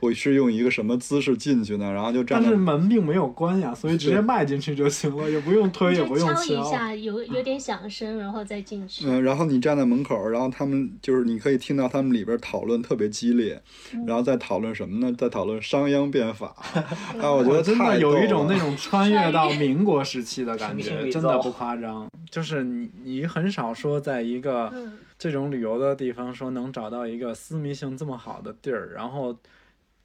[SPEAKER 3] 我是用一个什么姿势进去呢？然后就站
[SPEAKER 5] 但
[SPEAKER 3] 在
[SPEAKER 5] 是门并没有关呀，所以直接迈进去就行了，也不用推，也
[SPEAKER 1] 就
[SPEAKER 5] 不用
[SPEAKER 1] 敲一
[SPEAKER 5] 敲。
[SPEAKER 1] 下，有有点响声，然后再进
[SPEAKER 5] (laughs)
[SPEAKER 1] 去。
[SPEAKER 3] 嗯，然后你站在门口，然后他们就是你可以听到他们里边讨论特别激烈，然后在讨论什么呢？在讨论商鞅变 (laughs) 法。啊，我觉得
[SPEAKER 5] 哦真
[SPEAKER 3] 太
[SPEAKER 5] 的有
[SPEAKER 3] 逗
[SPEAKER 5] 一种
[SPEAKER 3] 了
[SPEAKER 5] 那种穿越到民国时期的感
[SPEAKER 2] 穿越
[SPEAKER 5] 觉，真的不夸张。就是你你很少说在一个
[SPEAKER 1] 嗯，
[SPEAKER 5] 这种旅游的地方说能找到一个私密性这么好的地儿，然后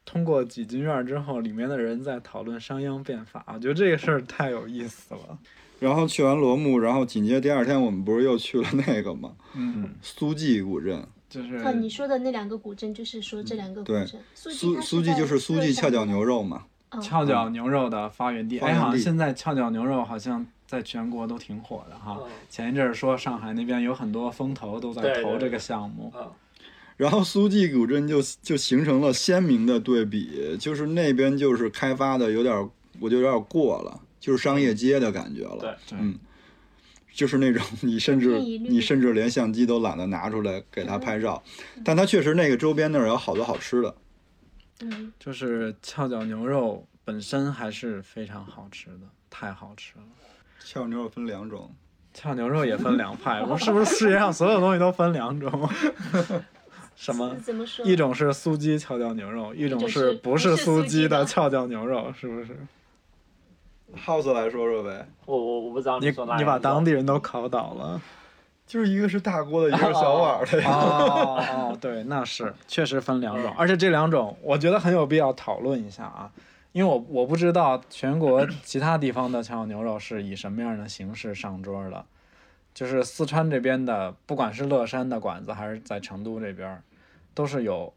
[SPEAKER 5] 通过几进院之后，里面的人在讨论商鞅变法，我觉得这个事儿太有意思了。
[SPEAKER 3] 然后去完罗木，然后紧接着第二天我们不是又去了那个嘛，
[SPEAKER 5] 嗯，
[SPEAKER 3] 苏记古镇。
[SPEAKER 5] 就是
[SPEAKER 1] 哦，你说的那两个古镇，就是说这两个古
[SPEAKER 3] 嗯对
[SPEAKER 1] 镇，苏
[SPEAKER 3] 苏
[SPEAKER 1] 它
[SPEAKER 3] 苏记
[SPEAKER 1] 在
[SPEAKER 3] 就是苏
[SPEAKER 1] 乐
[SPEAKER 3] 记
[SPEAKER 1] 山
[SPEAKER 3] 翘脚
[SPEAKER 1] 吗
[SPEAKER 3] 牛，肉嘛，
[SPEAKER 1] 哦
[SPEAKER 5] 翘脚牛肉的发源地。
[SPEAKER 3] 发源
[SPEAKER 5] 哎，
[SPEAKER 3] 地
[SPEAKER 5] 好像现在翘脚牛肉好像在全国都挺火的哈
[SPEAKER 2] 嗯。
[SPEAKER 5] 前一阵儿说上海那边有很多风投都在
[SPEAKER 2] 对
[SPEAKER 5] 投
[SPEAKER 2] 对
[SPEAKER 5] 这
[SPEAKER 2] 对
[SPEAKER 5] 个项目，
[SPEAKER 2] 嗯，
[SPEAKER 3] 然后苏记古镇就就形成了鲜明的对比，就是那边就是开发的有点儿，我就有点儿过了，就是商业街的感觉了。
[SPEAKER 2] 对
[SPEAKER 5] 对
[SPEAKER 3] 嗯，就是那种 (laughs) 你甚至
[SPEAKER 1] 千篇一律
[SPEAKER 3] 你甚至连相机都懒得拿出来给他拍照，但他确实那个周边那儿有好多好吃的。
[SPEAKER 1] 嗯，
[SPEAKER 5] 就是翘脚牛肉本身还是非常好吃的，太好吃了。
[SPEAKER 3] 翘牛肉分两种，
[SPEAKER 5] 翘牛肉也分两派，我是不是世界上所有东西都分两种？ (laughs) 什么
[SPEAKER 1] 是？怎么说？
[SPEAKER 5] 一种是苏鸡翘脚牛肉，一种
[SPEAKER 1] 就是
[SPEAKER 5] 不
[SPEAKER 1] 不
[SPEAKER 5] 是
[SPEAKER 1] 是
[SPEAKER 5] 苏
[SPEAKER 1] 苏鸡
[SPEAKER 5] 鸡
[SPEAKER 1] 的
[SPEAKER 5] 的翘脚牛肉，是不是？
[SPEAKER 3] ，House 来说说呗，
[SPEAKER 2] 我我我不知道
[SPEAKER 5] 你
[SPEAKER 2] 说哪
[SPEAKER 5] 你把当
[SPEAKER 2] 地
[SPEAKER 5] 地人都烤倒了。
[SPEAKER 3] 就是一个是大锅的，一个是小碗 (laughs) 的。
[SPEAKER 5] 哦 (laughs) 哦，对，那是确实分两种，而且这两种我觉得很有必要讨论一下啊，因为我我不知道全国其他地方的荞脚牛肉是以什么样的形式上桌的，就是四川这边的，不管是乐山的馆子还是在成都这边，都是有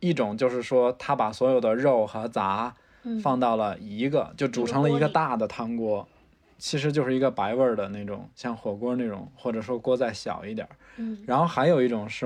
[SPEAKER 5] 一种就是说他把所有的肉和杂
[SPEAKER 1] 嗯
[SPEAKER 5] 放到了一个，就煮成了一个大的汤锅。其实就是一个白味儿的那种，像火锅那种，或者说锅再小一点儿，
[SPEAKER 1] 嗯
[SPEAKER 5] 然后还有一种是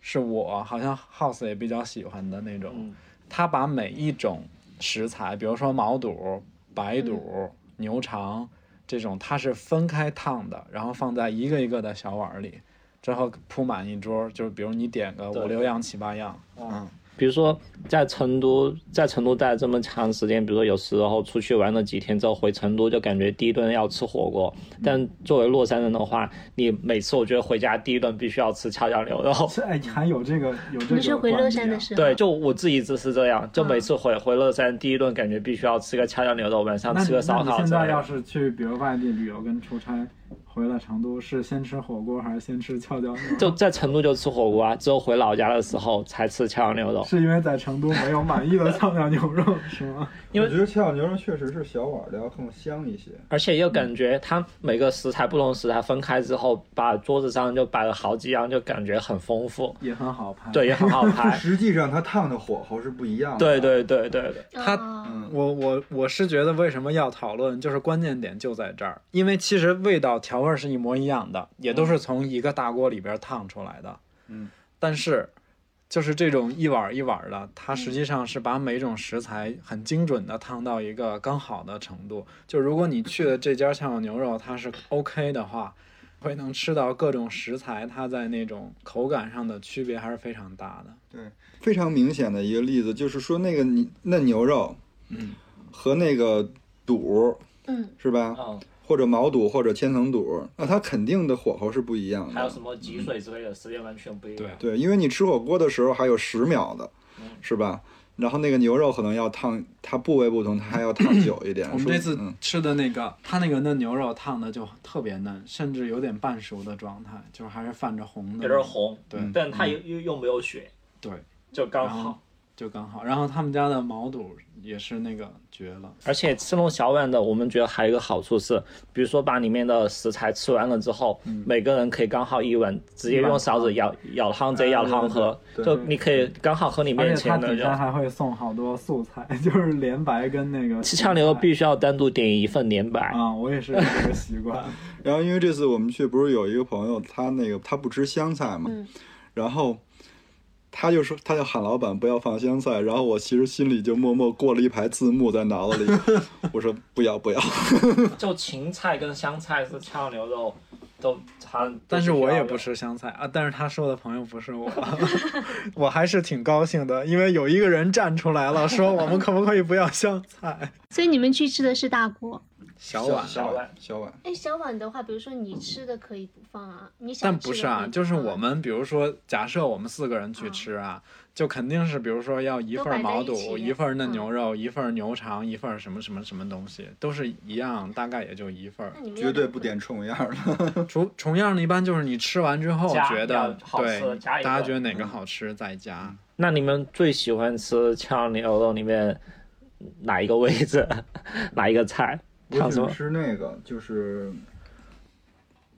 [SPEAKER 5] 是我好像 House 也比较喜欢的那种，
[SPEAKER 2] 嗯
[SPEAKER 5] 他把每一种食材，比如说毛肚、白
[SPEAKER 2] 嗯
[SPEAKER 5] 肚、牛肠这种，它是分开烫的，然后放在一个一个的小碗儿里，之后铺满一桌，就是比如你点个
[SPEAKER 2] 对啊
[SPEAKER 5] 五六样、七八样，嗯，
[SPEAKER 2] 比如说在成都，在成都待这么长时间，比如说有时候出去玩了几天之后回成都，就感觉第一顿要吃火锅。但作为洛杉人的话，你每次我觉得回家第一顿必须要吃荞脚牛肉。
[SPEAKER 5] 哎，还有这个有这 (laughs)
[SPEAKER 1] 你是回乐山
[SPEAKER 5] 啊
[SPEAKER 1] 的嗯时候，
[SPEAKER 2] 对，就我自己一直是这样，就每次回回乐山第一顿感觉必须要吃个荞脚牛肉，晚上吃个烧烤之类的。
[SPEAKER 5] 是去比如外地旅游跟出差，回了成都是先吃火锅还是先吃跷脚牛？
[SPEAKER 2] 就在成都就吃火锅啊，之后回老家的时候才吃跷脚牛肉。
[SPEAKER 5] 是因为在成都没有满意的 (laughs) 跷脚牛肉是吗？
[SPEAKER 2] 因为
[SPEAKER 3] 我觉得跷脚牛肉确实是小碗的要更香一些。
[SPEAKER 2] 而且又感觉它每个食材不同食材分开之后，把桌子上就摆了好几样，就感觉很丰富，
[SPEAKER 5] 也很好拍。
[SPEAKER 2] 对，也很好 (laughs) 拍。
[SPEAKER 3] 实际上它烫的火候是不一样的。
[SPEAKER 2] 对
[SPEAKER 3] 嗯
[SPEAKER 2] 对对对对，
[SPEAKER 5] 他
[SPEAKER 1] 哦
[SPEAKER 5] 我我我是觉得为什么要讨论，就是关键点就在这儿，因为其实味道调味儿是一模一样的，也都是从一个大锅里边烫出来的。
[SPEAKER 3] 嗯，
[SPEAKER 5] 但是就是这种一碗儿一碗儿的，它实际上是把每种食材很精准的烫到一个刚好的程度。就如果你去的这家酱油牛肉它是 OK 的话，会能吃到各种食材，它在那种口感上的区别还是非常大的。
[SPEAKER 3] 非常明显的一个例子就是说，那个你嫩牛肉，嗯，和那个肚
[SPEAKER 1] 嗯，
[SPEAKER 3] 是吧？
[SPEAKER 2] 嗯，
[SPEAKER 3] 或者毛肚或者千层肚，那它肯定的火候是不一样的。
[SPEAKER 2] 么脊髓之类的，时间完全不一
[SPEAKER 5] 嗯对
[SPEAKER 3] 对，因为你吃火锅的时候还有十秒的，
[SPEAKER 5] 嗯
[SPEAKER 3] 是吧？然后那个牛肉可能要烫，它部位不同，它还要
[SPEAKER 5] (clears throat)
[SPEAKER 3] 烫久一点。
[SPEAKER 5] 我们
[SPEAKER 3] 说
[SPEAKER 5] 这次
[SPEAKER 3] 嗯
[SPEAKER 5] 吃的那个，它那个嫩牛肉烫的就特别嫩，甚至有点半熟的状态，就是还是泛着红的，
[SPEAKER 2] 红，
[SPEAKER 5] 对嗯
[SPEAKER 2] 但它又又又没有血，
[SPEAKER 5] 对，
[SPEAKER 2] 就刚
[SPEAKER 5] 然后。就刚好。然后他们家的毛肚也是那个绝了，
[SPEAKER 2] 而且吃那种小碗的，我们觉得还有一个好处是，比如说把里面的食材吃完了之后，
[SPEAKER 5] 嗯
[SPEAKER 2] 每个人可以刚好一碗，直接用勺子舀舀汤直接舀汤喝，就你可以刚好喝你面
[SPEAKER 5] 而且
[SPEAKER 2] 前
[SPEAKER 5] 它
[SPEAKER 2] 的
[SPEAKER 5] 底
[SPEAKER 2] 人
[SPEAKER 5] 下。还会送好多素菜， (laughs) 就是莲白跟那个
[SPEAKER 2] 吃炝牛肉
[SPEAKER 5] 素菜
[SPEAKER 2] 必须要单独点一份莲白，
[SPEAKER 5] 啊、我也是有这个习 (laughs) 惯。
[SPEAKER 3] 然后因为这次我们去，不是有一个朋友，他那个他不吃香菜嘛，
[SPEAKER 1] 嗯
[SPEAKER 3] 然后他就说他就喊老板不要放香菜，然后我其实心里就默默过了一排字幕在脑子里，我说不要不要，
[SPEAKER 2] 嗯就芹菜跟香菜是炝牛肉，都它。
[SPEAKER 5] 但是我也不吃香菜啊，但是他说的朋友不是 (laughs) 我，我还是挺高兴的，因为有一个人站出来了，说我们可不可以不要香菜？
[SPEAKER 1] 所以你们去吃的是大锅。
[SPEAKER 5] 小碗
[SPEAKER 3] 小
[SPEAKER 2] 小
[SPEAKER 3] 碗
[SPEAKER 2] 碗
[SPEAKER 3] 小碗，
[SPEAKER 1] 哎，小碗的话，比如说你吃的可以不放啊，你想
[SPEAKER 5] 但不是啊，就是
[SPEAKER 1] 嗯
[SPEAKER 5] 我们比如说，假设我们四个人去吃啊，就肯定是比如说要一
[SPEAKER 1] 都
[SPEAKER 5] 份
[SPEAKER 1] 摆在
[SPEAKER 5] 毛
[SPEAKER 1] 一
[SPEAKER 5] 肚，
[SPEAKER 1] 起
[SPEAKER 5] 一份
[SPEAKER 1] 嗯
[SPEAKER 5] 嫩牛肉，一份牛肠，一份什么什么什么东西，都是一样，大概也就一份儿。
[SPEAKER 3] 绝对不点重样的。
[SPEAKER 1] 嗯
[SPEAKER 5] 重重样的，一般就是你吃完之后
[SPEAKER 2] 加
[SPEAKER 5] 觉
[SPEAKER 2] 要
[SPEAKER 5] 得
[SPEAKER 2] 好吃
[SPEAKER 5] 对，
[SPEAKER 2] 加
[SPEAKER 5] 大
[SPEAKER 2] 一
[SPEAKER 5] 家
[SPEAKER 2] 份嗯
[SPEAKER 5] 觉得哪个好吃再
[SPEAKER 3] 嗯
[SPEAKER 5] 加。
[SPEAKER 2] 那你们最喜欢吃炝牛肉里面哪一个位置， (laughs) 哪一个菜？
[SPEAKER 3] 我
[SPEAKER 2] 烫什
[SPEAKER 3] 只
[SPEAKER 2] 么？
[SPEAKER 3] 吃那个，就是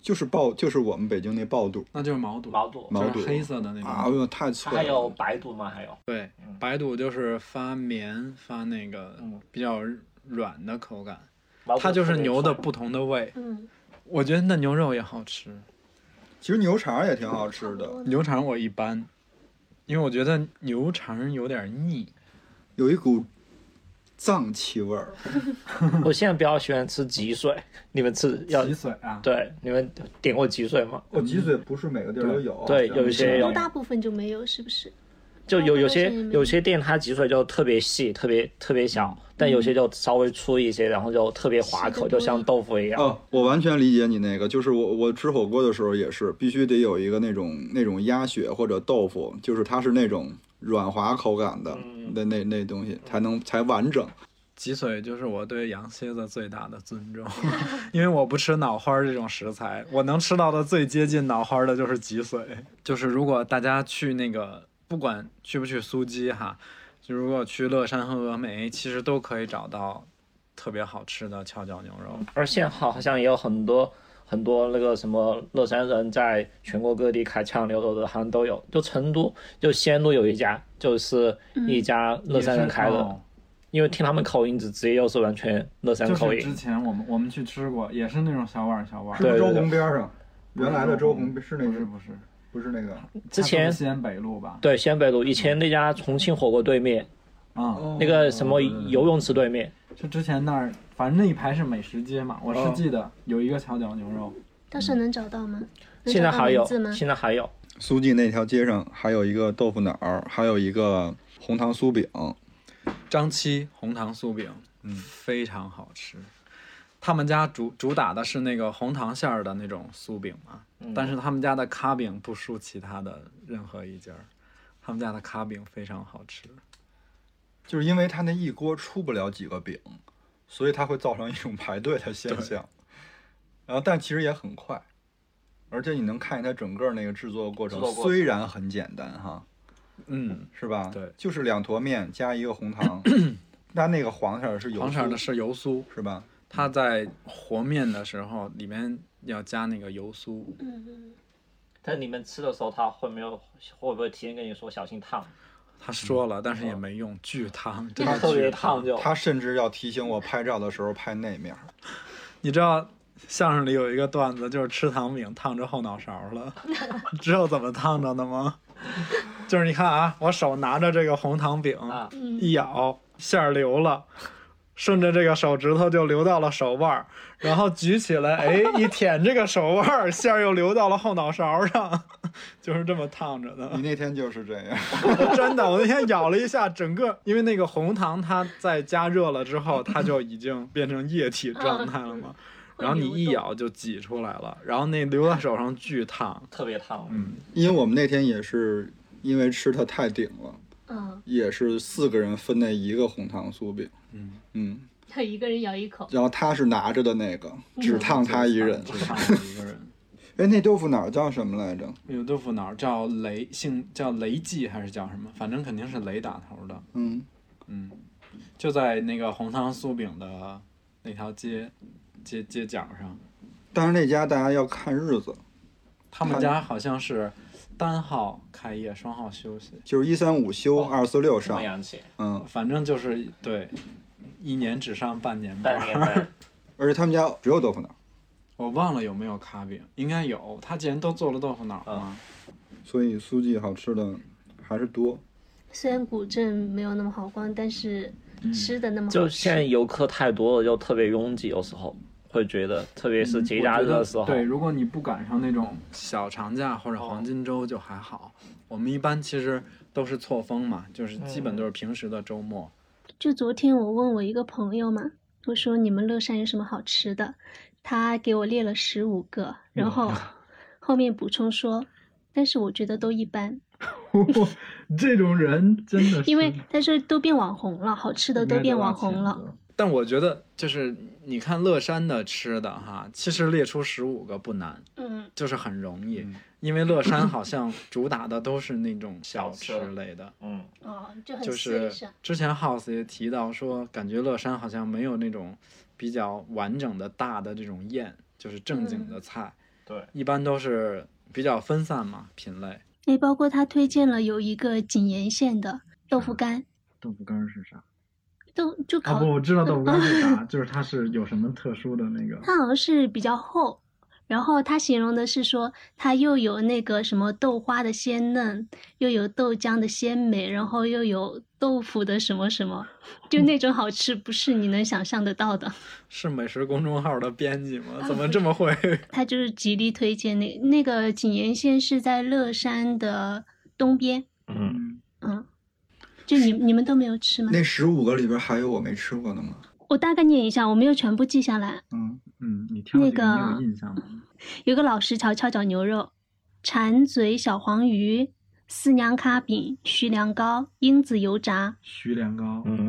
[SPEAKER 3] 就是爆，就是我们北京那爆肚
[SPEAKER 5] 那就是毛肚，
[SPEAKER 2] 肚
[SPEAKER 3] 毛
[SPEAKER 5] 就
[SPEAKER 3] 肚
[SPEAKER 5] 是黑色的那
[SPEAKER 3] 啊，
[SPEAKER 5] 种。
[SPEAKER 3] 哎呦太脆了。
[SPEAKER 2] 白肚吗？还有
[SPEAKER 5] 对，白肚就是发绵，发那个
[SPEAKER 2] 嗯
[SPEAKER 5] 比较软的口感，它就是牛的不同的味。
[SPEAKER 1] 嗯，
[SPEAKER 5] 我觉得嫩牛肉也好吃。
[SPEAKER 3] 其实牛肠也挺好吃的，
[SPEAKER 5] 牛肠我一般，因为我觉得牛肠有点腻。
[SPEAKER 3] 有一股脏气味儿。
[SPEAKER 2] 我现在比较喜欢吃脊髓， (laughs) 你们吃要
[SPEAKER 5] 脊髓啊，
[SPEAKER 2] 对你们点过脊髓吗？
[SPEAKER 3] 我脊髓不是每个地儿都有，
[SPEAKER 2] 对有一些有
[SPEAKER 1] 多大部分就没有，是不是？
[SPEAKER 2] 就有有些
[SPEAKER 1] 哦那是
[SPEAKER 2] 有些店它脊髓就特别细，特别特别小，但有些就稍微粗一些，然后就特别滑
[SPEAKER 1] 吃
[SPEAKER 2] 口，
[SPEAKER 1] 得多
[SPEAKER 2] 就像豆腐一样。
[SPEAKER 3] 哦，我完全理解你那个，就是我我吃火锅的时候也是，必须得有一个那种那种鸭血或者豆腐，就是它是那种软滑口感的，
[SPEAKER 2] 嗯
[SPEAKER 3] 那那那东西才能才完整。
[SPEAKER 5] 脊髓就是我对羊蝎子最大的尊重， (laughs) 因为我不吃脑花儿这种食材，我能吃到的最接近脑花儿的就是脊髓。就是如果大家去那个，不管去不去苏鸡哈，就如果去乐山和峨眉，其实都可以找到特别好吃的跷脚牛肉。
[SPEAKER 2] 而现在好像也有很多很多那个什么乐山人在全国各地开炝牛肉的，好像都有。就成都就西安路有一家，就是
[SPEAKER 1] 嗯
[SPEAKER 2] 一家乐山人开的，因为听他们口音，直直接又是完全乐
[SPEAKER 5] 哦
[SPEAKER 2] 山口音。
[SPEAKER 5] 前我们我们去吃过，也是那种小碗小碗
[SPEAKER 2] 对对对
[SPEAKER 3] 边上，原来的周红是那个
[SPEAKER 5] 不是，
[SPEAKER 3] 不是那个
[SPEAKER 2] 之前
[SPEAKER 5] 西安北路吧？
[SPEAKER 2] 对，西安北路以前那家重庆火锅对面，
[SPEAKER 5] 啊
[SPEAKER 2] 那个什么游泳池哦对面，
[SPEAKER 5] 就之前那儿，反正那一排是美食街
[SPEAKER 2] 哦
[SPEAKER 5] 嘛，我是记得有一个跷脚牛肉，
[SPEAKER 1] 到
[SPEAKER 5] 嗯
[SPEAKER 1] 时候能找到吗？能
[SPEAKER 2] 现在
[SPEAKER 1] 找到
[SPEAKER 2] 还有
[SPEAKER 1] 名字，吗？
[SPEAKER 2] 现在还有。
[SPEAKER 3] 苏记那条街上还有一个豆腐脑儿，还有一个红糖酥饼，
[SPEAKER 5] 张七红糖酥饼，嗯，非常好吃。他们家主主打的是那个红糖馅儿的那种酥饼嘛，
[SPEAKER 2] 嗯
[SPEAKER 5] 但是他们家的咖饼不输其他的任何一家儿，他们家的咖饼非常好吃。
[SPEAKER 3] 就是因为它那一锅出不了几个饼，所以它会造成一种排队的现象。然后但其实也很快，而且你能看见它整个那个制作过程
[SPEAKER 2] 制作，过程
[SPEAKER 3] 虽然很简单哈，
[SPEAKER 5] 嗯，
[SPEAKER 3] 是吧？
[SPEAKER 5] 对
[SPEAKER 3] 就是两坨面加一个红
[SPEAKER 5] (clears throat)
[SPEAKER 3] 糖，但那个黄色儿是油
[SPEAKER 5] 黄色
[SPEAKER 3] 酥
[SPEAKER 5] 的是油酥，
[SPEAKER 3] 是吧？
[SPEAKER 5] 它在和面的时候里面要加那个油酥，
[SPEAKER 1] 嗯嗯。
[SPEAKER 2] 但你们吃的时候，他会没有会不会提前跟你说小心烫？
[SPEAKER 5] 他说了，但是也没用，巨烫，真
[SPEAKER 2] 它
[SPEAKER 5] 的
[SPEAKER 2] 特别
[SPEAKER 5] 巨
[SPEAKER 2] 烫。就。
[SPEAKER 3] 他甚至要提醒我拍照的时候拍那面儿，
[SPEAKER 5] 你知道相声里有一个段子，就是吃糖饼烫着后脑勺了，知道怎么烫着的吗？
[SPEAKER 4] 就是你看啊，我手拿着这个红糖饼，
[SPEAKER 2] 啊，
[SPEAKER 4] 一咬馅儿流了，顺着这个手指头就流到了手腕儿，然后举起来，哎，一舔这个手腕儿，馅儿又流到了后脑勺上， (laughs) 就是这么烫着的。
[SPEAKER 3] 你那天就是这样， (laughs)
[SPEAKER 4] 真的，我那天咬了一下，整个因为那个红糖它在加热了之后，它就已经变成液体状态了嘛，
[SPEAKER 1] 会
[SPEAKER 5] 然后你
[SPEAKER 1] 流
[SPEAKER 5] 一
[SPEAKER 1] 动
[SPEAKER 5] 咬就挤出来了，嗯然后那留在手上巨烫，
[SPEAKER 2] 特别烫。
[SPEAKER 3] 因为我们那天也是因为吃它太顶了，
[SPEAKER 1] 嗯，
[SPEAKER 3] 也是四个人分那一个红糖酥饼，
[SPEAKER 5] 嗯
[SPEAKER 3] 嗯，
[SPEAKER 1] 他一个人咬一口，
[SPEAKER 3] 然后他是拿着的那个，只烫他一人。
[SPEAKER 5] 只烫我一个人。
[SPEAKER 3] 哎，那豆腐脑儿叫什么来着？
[SPEAKER 5] 有豆腐脑儿叫雷，姓叫雷记还是叫什么？反正肯定是雷打头的。
[SPEAKER 3] 嗯，
[SPEAKER 5] 嗯，就在那个红糖酥饼的那条街街街角上，
[SPEAKER 3] 但是那家大家要看日子，
[SPEAKER 5] 他们
[SPEAKER 3] 看
[SPEAKER 5] 家好像是单号开业，双号休息，
[SPEAKER 3] 就是一三五休，
[SPEAKER 2] 哦
[SPEAKER 3] 二四六
[SPEAKER 2] 这么
[SPEAKER 3] 上。
[SPEAKER 2] 洋气，
[SPEAKER 3] 嗯，
[SPEAKER 5] 反正就是对，一年只上半年班
[SPEAKER 2] 半
[SPEAKER 5] 儿。
[SPEAKER 2] 年班，
[SPEAKER 3] 而且他们家只有豆腐脑儿，
[SPEAKER 5] 我忘了有没有卡饼，应该有。他既然都做了豆腐脑儿嘛，
[SPEAKER 3] 所以苏记好吃的还是多。
[SPEAKER 1] 虽然古镇没有那么好逛，但是
[SPEAKER 5] 嗯
[SPEAKER 1] 吃的那么好
[SPEAKER 2] 就现在
[SPEAKER 1] 吃。
[SPEAKER 2] 游客太多了，就特别拥挤，有时候会觉得，特别是节
[SPEAKER 5] 嗯我
[SPEAKER 2] 假
[SPEAKER 5] 觉
[SPEAKER 2] 日
[SPEAKER 5] 得
[SPEAKER 2] 的时候，
[SPEAKER 5] 对，如果你不赶上那种小长假或者黄金周就还好。我们一般其实都是错峰嘛，就是基本都是平时的周末。
[SPEAKER 1] 就昨天我问我一个朋友嘛，我说你们乐山有什么好吃的，他给我列了十五个，然后后面补充说，但是我觉得都一般，
[SPEAKER 4] 这种人真的是
[SPEAKER 1] 因为他说都变网红了，好吃的都变网红了。。
[SPEAKER 5] 但我觉得就是你看乐山的吃的哈，其实列出十五个不难，
[SPEAKER 1] 嗯，
[SPEAKER 5] 就是很容易，
[SPEAKER 3] 嗯
[SPEAKER 5] 因为乐山好像主打的都是那种小吃
[SPEAKER 2] 小吃
[SPEAKER 5] 类的。
[SPEAKER 2] 嗯，
[SPEAKER 1] 哦，就很
[SPEAKER 5] 就
[SPEAKER 1] 私
[SPEAKER 5] 是
[SPEAKER 1] 下。
[SPEAKER 5] 之前 House 也提到说，感觉乐山好像没有那种比较完整的大的这种宴，就是正经
[SPEAKER 1] 嗯
[SPEAKER 5] 的菜，
[SPEAKER 2] 对，
[SPEAKER 5] 一般都是比较分散嘛品类。
[SPEAKER 1] 哎，包括他推荐了有一个井沿县的豆腐干，
[SPEAKER 5] 豆腐干是啥？
[SPEAKER 1] 豆就
[SPEAKER 4] 啊
[SPEAKER 1] 烤
[SPEAKER 4] 不，我知道豆腐干是
[SPEAKER 1] (laughs)
[SPEAKER 4] 啥，就是它是有什么特殊的那个。
[SPEAKER 1] 它好像是比较厚，然后它形容的是说，它又有那个什么豆花的鲜嫩，又有豆浆的鲜美，然后又有豆腐的什么什么，就那种好吃不是你能想象得到的。
[SPEAKER 5] (laughs) 是美食公众号的编辑
[SPEAKER 1] 啊
[SPEAKER 5] 吗？怎么这么会？
[SPEAKER 1] 它就是极力推荐那那个景延县是在乐山的东边，
[SPEAKER 2] 嗯，
[SPEAKER 4] 嗯，
[SPEAKER 1] 嗯，就你你们都没有吃吗？
[SPEAKER 3] 那十五个里边还有我没吃过的吗？
[SPEAKER 1] 我大概念一下，我没有全部记下来。
[SPEAKER 3] 嗯，
[SPEAKER 4] (laughs) 嗯，你挑
[SPEAKER 1] 那
[SPEAKER 4] 几个你有
[SPEAKER 1] 个
[SPEAKER 4] 印象吗？
[SPEAKER 1] 有个老石桥跷脚牛肉、馋嘴小黄鱼、四娘咖饼、徐良糕、英子油炸，
[SPEAKER 4] 徐良糕，
[SPEAKER 2] (laughs) 嗯，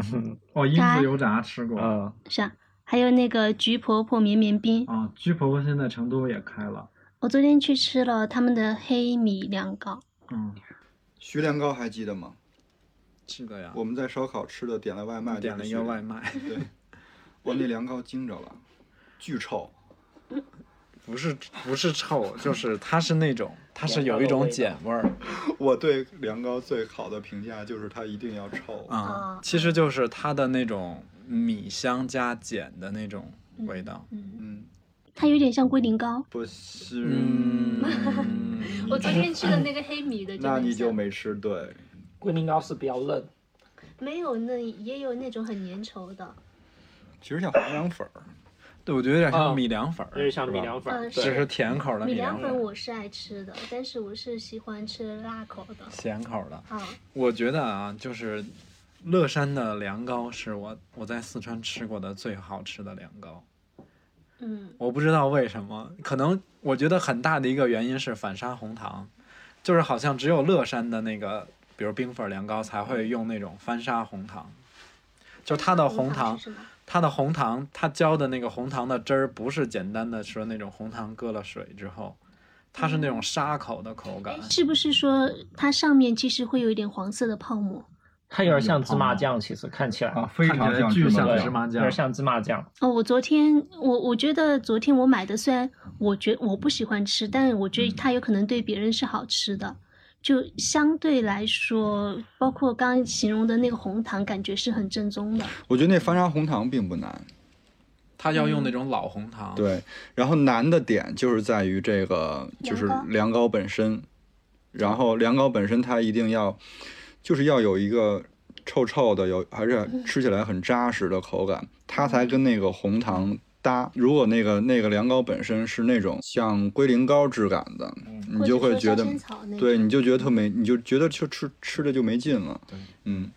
[SPEAKER 4] 哦，英
[SPEAKER 1] 炸
[SPEAKER 4] 子油炸吃过。
[SPEAKER 2] 嗯，
[SPEAKER 1] 是啊，还有那个菊婆婆绵绵冰。
[SPEAKER 4] 啊，居婆婆现在成都也开了。
[SPEAKER 1] 我昨天去吃了他们的黑米凉糕，
[SPEAKER 4] 嗯，
[SPEAKER 3] 徐良糕还记得吗？
[SPEAKER 5] 记得呀，
[SPEAKER 3] 我们在烧烤吃的，点了外卖，
[SPEAKER 5] 点了一个外。卖，
[SPEAKER 3] 对，我那凉糕惊着了，巨臭。 (laughs)
[SPEAKER 5] 不是不是臭，就是它是那种，它是有一种碱味儿
[SPEAKER 3] 我对凉糕最好的评价就是它一定要臭。
[SPEAKER 5] 啊
[SPEAKER 1] 啊，
[SPEAKER 5] 其实就是它的那种米香加碱的那种味道。
[SPEAKER 1] 嗯，
[SPEAKER 3] 嗯，
[SPEAKER 1] 它有点像龟苓膏。
[SPEAKER 3] 不是。
[SPEAKER 5] 嗯， (laughs)
[SPEAKER 1] 我昨天吃的那个黑米的
[SPEAKER 3] 那你就没吃对，
[SPEAKER 2] 龟苓膏是比较嫩，
[SPEAKER 1] 没有那也有那种很粘稠的，
[SPEAKER 3] 其实像黄凉粉儿，
[SPEAKER 5] 对，我觉得有点
[SPEAKER 2] 啊
[SPEAKER 5] 像米凉粉儿，
[SPEAKER 2] 像米凉
[SPEAKER 1] 粉儿嗯
[SPEAKER 5] 只
[SPEAKER 1] 对
[SPEAKER 5] 是甜口的
[SPEAKER 1] 米
[SPEAKER 5] 米
[SPEAKER 1] 凉
[SPEAKER 5] 凉
[SPEAKER 1] 粉
[SPEAKER 5] 粉，
[SPEAKER 1] 我是爱吃的，但是我是喜欢吃辣口的。
[SPEAKER 5] 咸口的。
[SPEAKER 1] 啊，
[SPEAKER 5] 我觉得啊，就是乐山的凉糕是我我在四川吃过的最好吃的凉糕。
[SPEAKER 1] 嗯，
[SPEAKER 5] 我不知道为什么，可能我觉得很大的一个原因是反杀红糖，就是好像只有乐山的那个，比如冰粉凉糕才会用那种翻砂红糖，就是它的红糖
[SPEAKER 1] 是，什么？
[SPEAKER 5] 它的红糖，它浇的那个红糖的汁儿，不是简单的说那种红糖搁了水之后，它是那种沙口的口感。
[SPEAKER 1] 是不是说它上面其实会有一点黄色的泡沫？
[SPEAKER 2] 它有点像芝麻酱，其实看起来
[SPEAKER 3] 啊，非
[SPEAKER 5] 看
[SPEAKER 3] 常
[SPEAKER 5] 起来
[SPEAKER 3] 像
[SPEAKER 5] 巨
[SPEAKER 3] 芝麻
[SPEAKER 5] 嗯
[SPEAKER 3] 酱
[SPEAKER 5] 像芝麻
[SPEAKER 2] 有
[SPEAKER 5] 酱
[SPEAKER 2] 点，像芝麻酱。
[SPEAKER 1] 哦，我昨天我我觉得昨天我买的，虽然我觉我不喜欢吃，但我觉
[SPEAKER 5] 嗯
[SPEAKER 1] 得它有可能对别人是好吃的。就相对来说，包括刚刚形容的那个红糖，感觉是很正宗的。
[SPEAKER 3] 我觉得那翻砂红糖并不难，
[SPEAKER 5] 它要用那种老红糖。，
[SPEAKER 3] 对。然后难的点就是在于这个，就是
[SPEAKER 1] 凉糕
[SPEAKER 3] 凉糕本身，然后凉糕本身它一定要，就是要有一个臭臭的，有还
[SPEAKER 1] 嗯
[SPEAKER 3] 是吃起来很扎实的口感，它才跟那个红糖搭。如果那个那个凉糕本身是那种像龟苓膏质感的，你就
[SPEAKER 1] 嗯或
[SPEAKER 3] 会
[SPEAKER 1] 者说
[SPEAKER 3] 觉得
[SPEAKER 1] 加，仙草那
[SPEAKER 3] 对，
[SPEAKER 1] 种
[SPEAKER 3] 你就觉得特没，你就觉得就吃吃的就没劲了。
[SPEAKER 5] 对，
[SPEAKER 3] 嗯，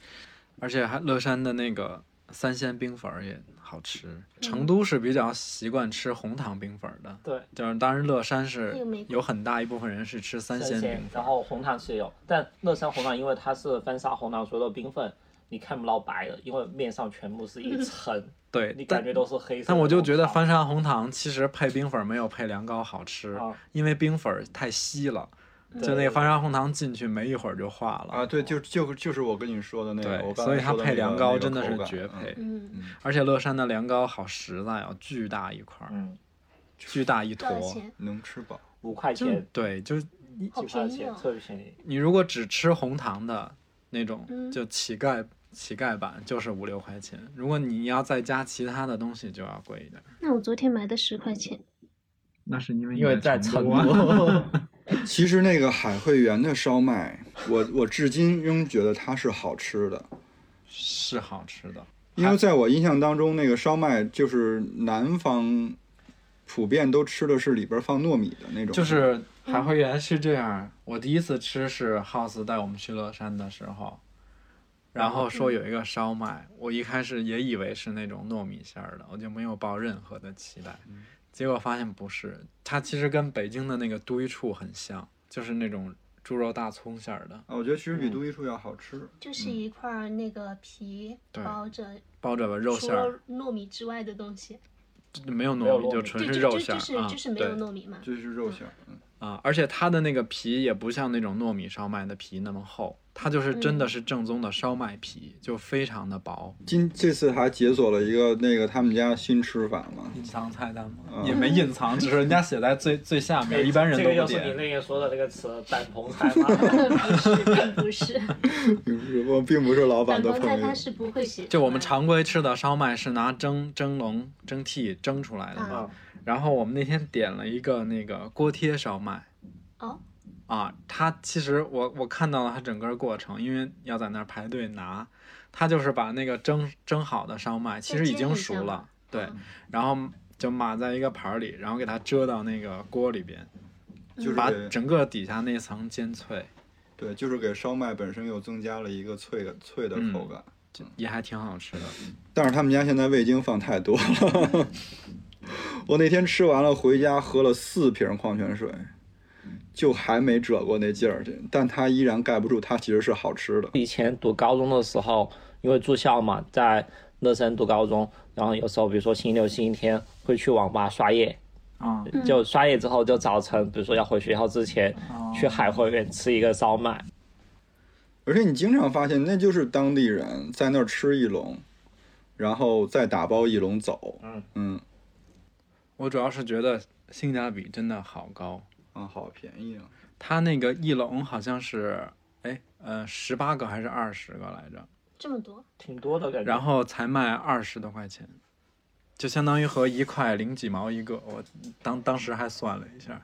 [SPEAKER 5] 而且还乐山的那个三鲜冰粉儿也好吃。成都是比较习惯吃红糖冰粉儿的，
[SPEAKER 2] 对，
[SPEAKER 5] 就是当然乐山是
[SPEAKER 1] 那个玫瑰
[SPEAKER 5] 有很大一部分人是吃三鲜冰粉
[SPEAKER 2] 然
[SPEAKER 5] 儿。
[SPEAKER 2] 后红糖是有，但乐山红糖因为它是翻砂红糖，所有的冰粉你看不到白的，因为面上全部是一层，你
[SPEAKER 5] 嗯对，
[SPEAKER 2] 感
[SPEAKER 5] 但
[SPEAKER 2] 觉都是黑色的。
[SPEAKER 5] 但我就觉得翻砂红糖其实配冰粉儿没有配凉糕好吃，
[SPEAKER 2] 啊，
[SPEAKER 5] 因为冰粉儿太稀了，
[SPEAKER 1] 嗯
[SPEAKER 5] 就那个翻砂红糖进去没一会儿就化了
[SPEAKER 3] 啊，。对，就就就是我跟你说的那个，我
[SPEAKER 5] 对，
[SPEAKER 3] 刚才
[SPEAKER 5] 所以它
[SPEAKER 3] 说的
[SPEAKER 5] 配
[SPEAKER 3] 那个
[SPEAKER 5] 凉
[SPEAKER 3] 那
[SPEAKER 5] 糕
[SPEAKER 3] 个
[SPEAKER 5] 真的
[SPEAKER 3] 口
[SPEAKER 5] 是
[SPEAKER 3] 感
[SPEAKER 5] 绝
[SPEAKER 3] 嗯
[SPEAKER 5] 配，
[SPEAKER 1] 嗯，
[SPEAKER 5] 而且乐山的凉糕好实在啊，巨大一块儿，
[SPEAKER 2] 嗯，
[SPEAKER 5] 巨大一
[SPEAKER 1] 多少
[SPEAKER 5] 坨，
[SPEAKER 1] 钱？
[SPEAKER 3] 能吃饱。
[SPEAKER 2] 五块
[SPEAKER 5] 就
[SPEAKER 2] 钱，
[SPEAKER 5] 对，就是
[SPEAKER 2] 九
[SPEAKER 1] 好
[SPEAKER 2] 块
[SPEAKER 1] 便宜
[SPEAKER 5] 啊
[SPEAKER 2] 钱
[SPEAKER 1] 哦
[SPEAKER 2] 特别便宜。
[SPEAKER 5] 你如果只吃红糖的那种，
[SPEAKER 1] 嗯
[SPEAKER 5] 就乞丐乞丐版就是五六块钱，如果你要再加其他的东西就要贵一点。
[SPEAKER 1] 那我昨天买的十块钱，
[SPEAKER 5] 那是因为
[SPEAKER 2] 因为在成
[SPEAKER 5] 成
[SPEAKER 2] 都
[SPEAKER 5] 啊， (laughs)
[SPEAKER 3] 其实那个海汇园的烧麦，我我至今仍觉得它是好吃的，
[SPEAKER 5] 是好吃的，
[SPEAKER 3] 因为在我印象当中，那个烧麦就是南方普遍都吃的是里边放糯米的那种，
[SPEAKER 5] 就是海汇园是这样。我第一次吃是 House 带我们去乐山的时候，然后说有一个烧麦，
[SPEAKER 1] 嗯
[SPEAKER 5] 我一开始也以为是那种糯米馅儿的，我就没有抱任何的期待。
[SPEAKER 1] 嗯
[SPEAKER 5] 结果发现不是，它其实跟北京的那个都一处很像，就是那种猪肉大葱馅儿的，
[SPEAKER 3] 啊，我觉得其实比都一处要好吃。
[SPEAKER 1] 就是一块儿那个皮
[SPEAKER 5] 嗯对
[SPEAKER 1] 包着
[SPEAKER 5] 包着吧肉
[SPEAKER 1] 除
[SPEAKER 5] 馅儿，
[SPEAKER 1] 了糯米之外的东西，
[SPEAKER 5] 没有
[SPEAKER 2] 没有
[SPEAKER 5] 糯米，
[SPEAKER 2] 糯
[SPEAKER 5] 就
[SPEAKER 2] 米
[SPEAKER 5] 纯
[SPEAKER 1] 对，就是就
[SPEAKER 5] 呃
[SPEAKER 1] 就
[SPEAKER 5] 肉馅儿
[SPEAKER 1] 是
[SPEAKER 5] 啊，
[SPEAKER 1] 就是没有
[SPEAKER 5] 对
[SPEAKER 1] 糯米嘛。
[SPEAKER 3] 这是肉馅儿，嗯
[SPEAKER 5] 啊，而且它的那个皮也不像那种糯米烧麦的皮那么厚，它就是真的
[SPEAKER 1] 嗯
[SPEAKER 5] 是正宗的烧麦皮，就非常的薄。
[SPEAKER 3] 今这次还解锁了一个那个他们家新吃法嘛， (laughs)
[SPEAKER 5] 隐藏菜单吗？
[SPEAKER 3] 嗯
[SPEAKER 5] 也没隐藏，只是人家写在最最下面，一般人
[SPEAKER 2] 这
[SPEAKER 5] 都
[SPEAKER 2] 个就
[SPEAKER 5] 不
[SPEAKER 2] 是你
[SPEAKER 5] 点。
[SPEAKER 2] 那天说的那个词“板棚菜”吗？
[SPEAKER 1] 不是， (laughs) 并不是，
[SPEAKER 3] 并不是我并不是老
[SPEAKER 1] 反
[SPEAKER 3] 板的
[SPEAKER 1] 光
[SPEAKER 3] 朋
[SPEAKER 1] 菜
[SPEAKER 3] 友
[SPEAKER 1] 它。是不会啊写出来的。
[SPEAKER 5] 就我们常规吃的烧麦是拿蒸蒸笼、蒸屉蒸出来的嘛，
[SPEAKER 2] 啊，
[SPEAKER 5] 然后我们那天点了一个那个锅贴烧麦，
[SPEAKER 1] 哦，
[SPEAKER 5] 啊，它其实我我看到了它整个过程，因为要在那儿排队拿，它就是把那个蒸蒸好的烧麦，其
[SPEAKER 1] 再
[SPEAKER 5] 实已
[SPEAKER 1] 煎
[SPEAKER 5] 经
[SPEAKER 1] 一
[SPEAKER 5] 熟
[SPEAKER 1] 下
[SPEAKER 5] 了
[SPEAKER 1] 嘛，
[SPEAKER 5] 对
[SPEAKER 1] 嗯，
[SPEAKER 5] 然后就码在一个盘儿里，然后给它遮到那个锅里边，
[SPEAKER 3] 就是
[SPEAKER 5] 把
[SPEAKER 3] 给
[SPEAKER 5] 整个底下那层煎脆，
[SPEAKER 3] 对，就是给烧麦本身又增加了一个脆的脆的口感，
[SPEAKER 5] 就也还挺好吃的。
[SPEAKER 3] 但是他们家现在味精放太多了。 (laughs) 我那天吃完了回家喝了四瓶矿泉水，就还没折过那劲儿去，但它依然盖不住它其实是好吃的。
[SPEAKER 2] (laughs) 以前读高中的时候，因为住校嘛，在乐山读高中，然后有时候比如说星期六、星期天会去网吧刷夜，
[SPEAKER 1] 嗯
[SPEAKER 5] 啊、
[SPEAKER 2] 就刷夜之后就早晨，比如说要回学校之前，
[SPEAKER 5] 哦
[SPEAKER 1] 哦
[SPEAKER 2] 去海汇园吃一个烧麦，
[SPEAKER 3] 而且你经常发现，那就是当地人在那儿吃一笼，然后再打包一笼走。
[SPEAKER 2] 嗯
[SPEAKER 3] 嗯
[SPEAKER 5] 我主要是觉得性价比真的好高，
[SPEAKER 3] 啊，好便宜啊！
[SPEAKER 5] 它那个一笼好像是，哎，呃，十八个还是二十个来着？
[SPEAKER 1] 这么多，
[SPEAKER 2] 挺多的感觉。
[SPEAKER 5] 然后才卖二十多块钱，就相当于合一块零几毛一个。我当当时还算了一下，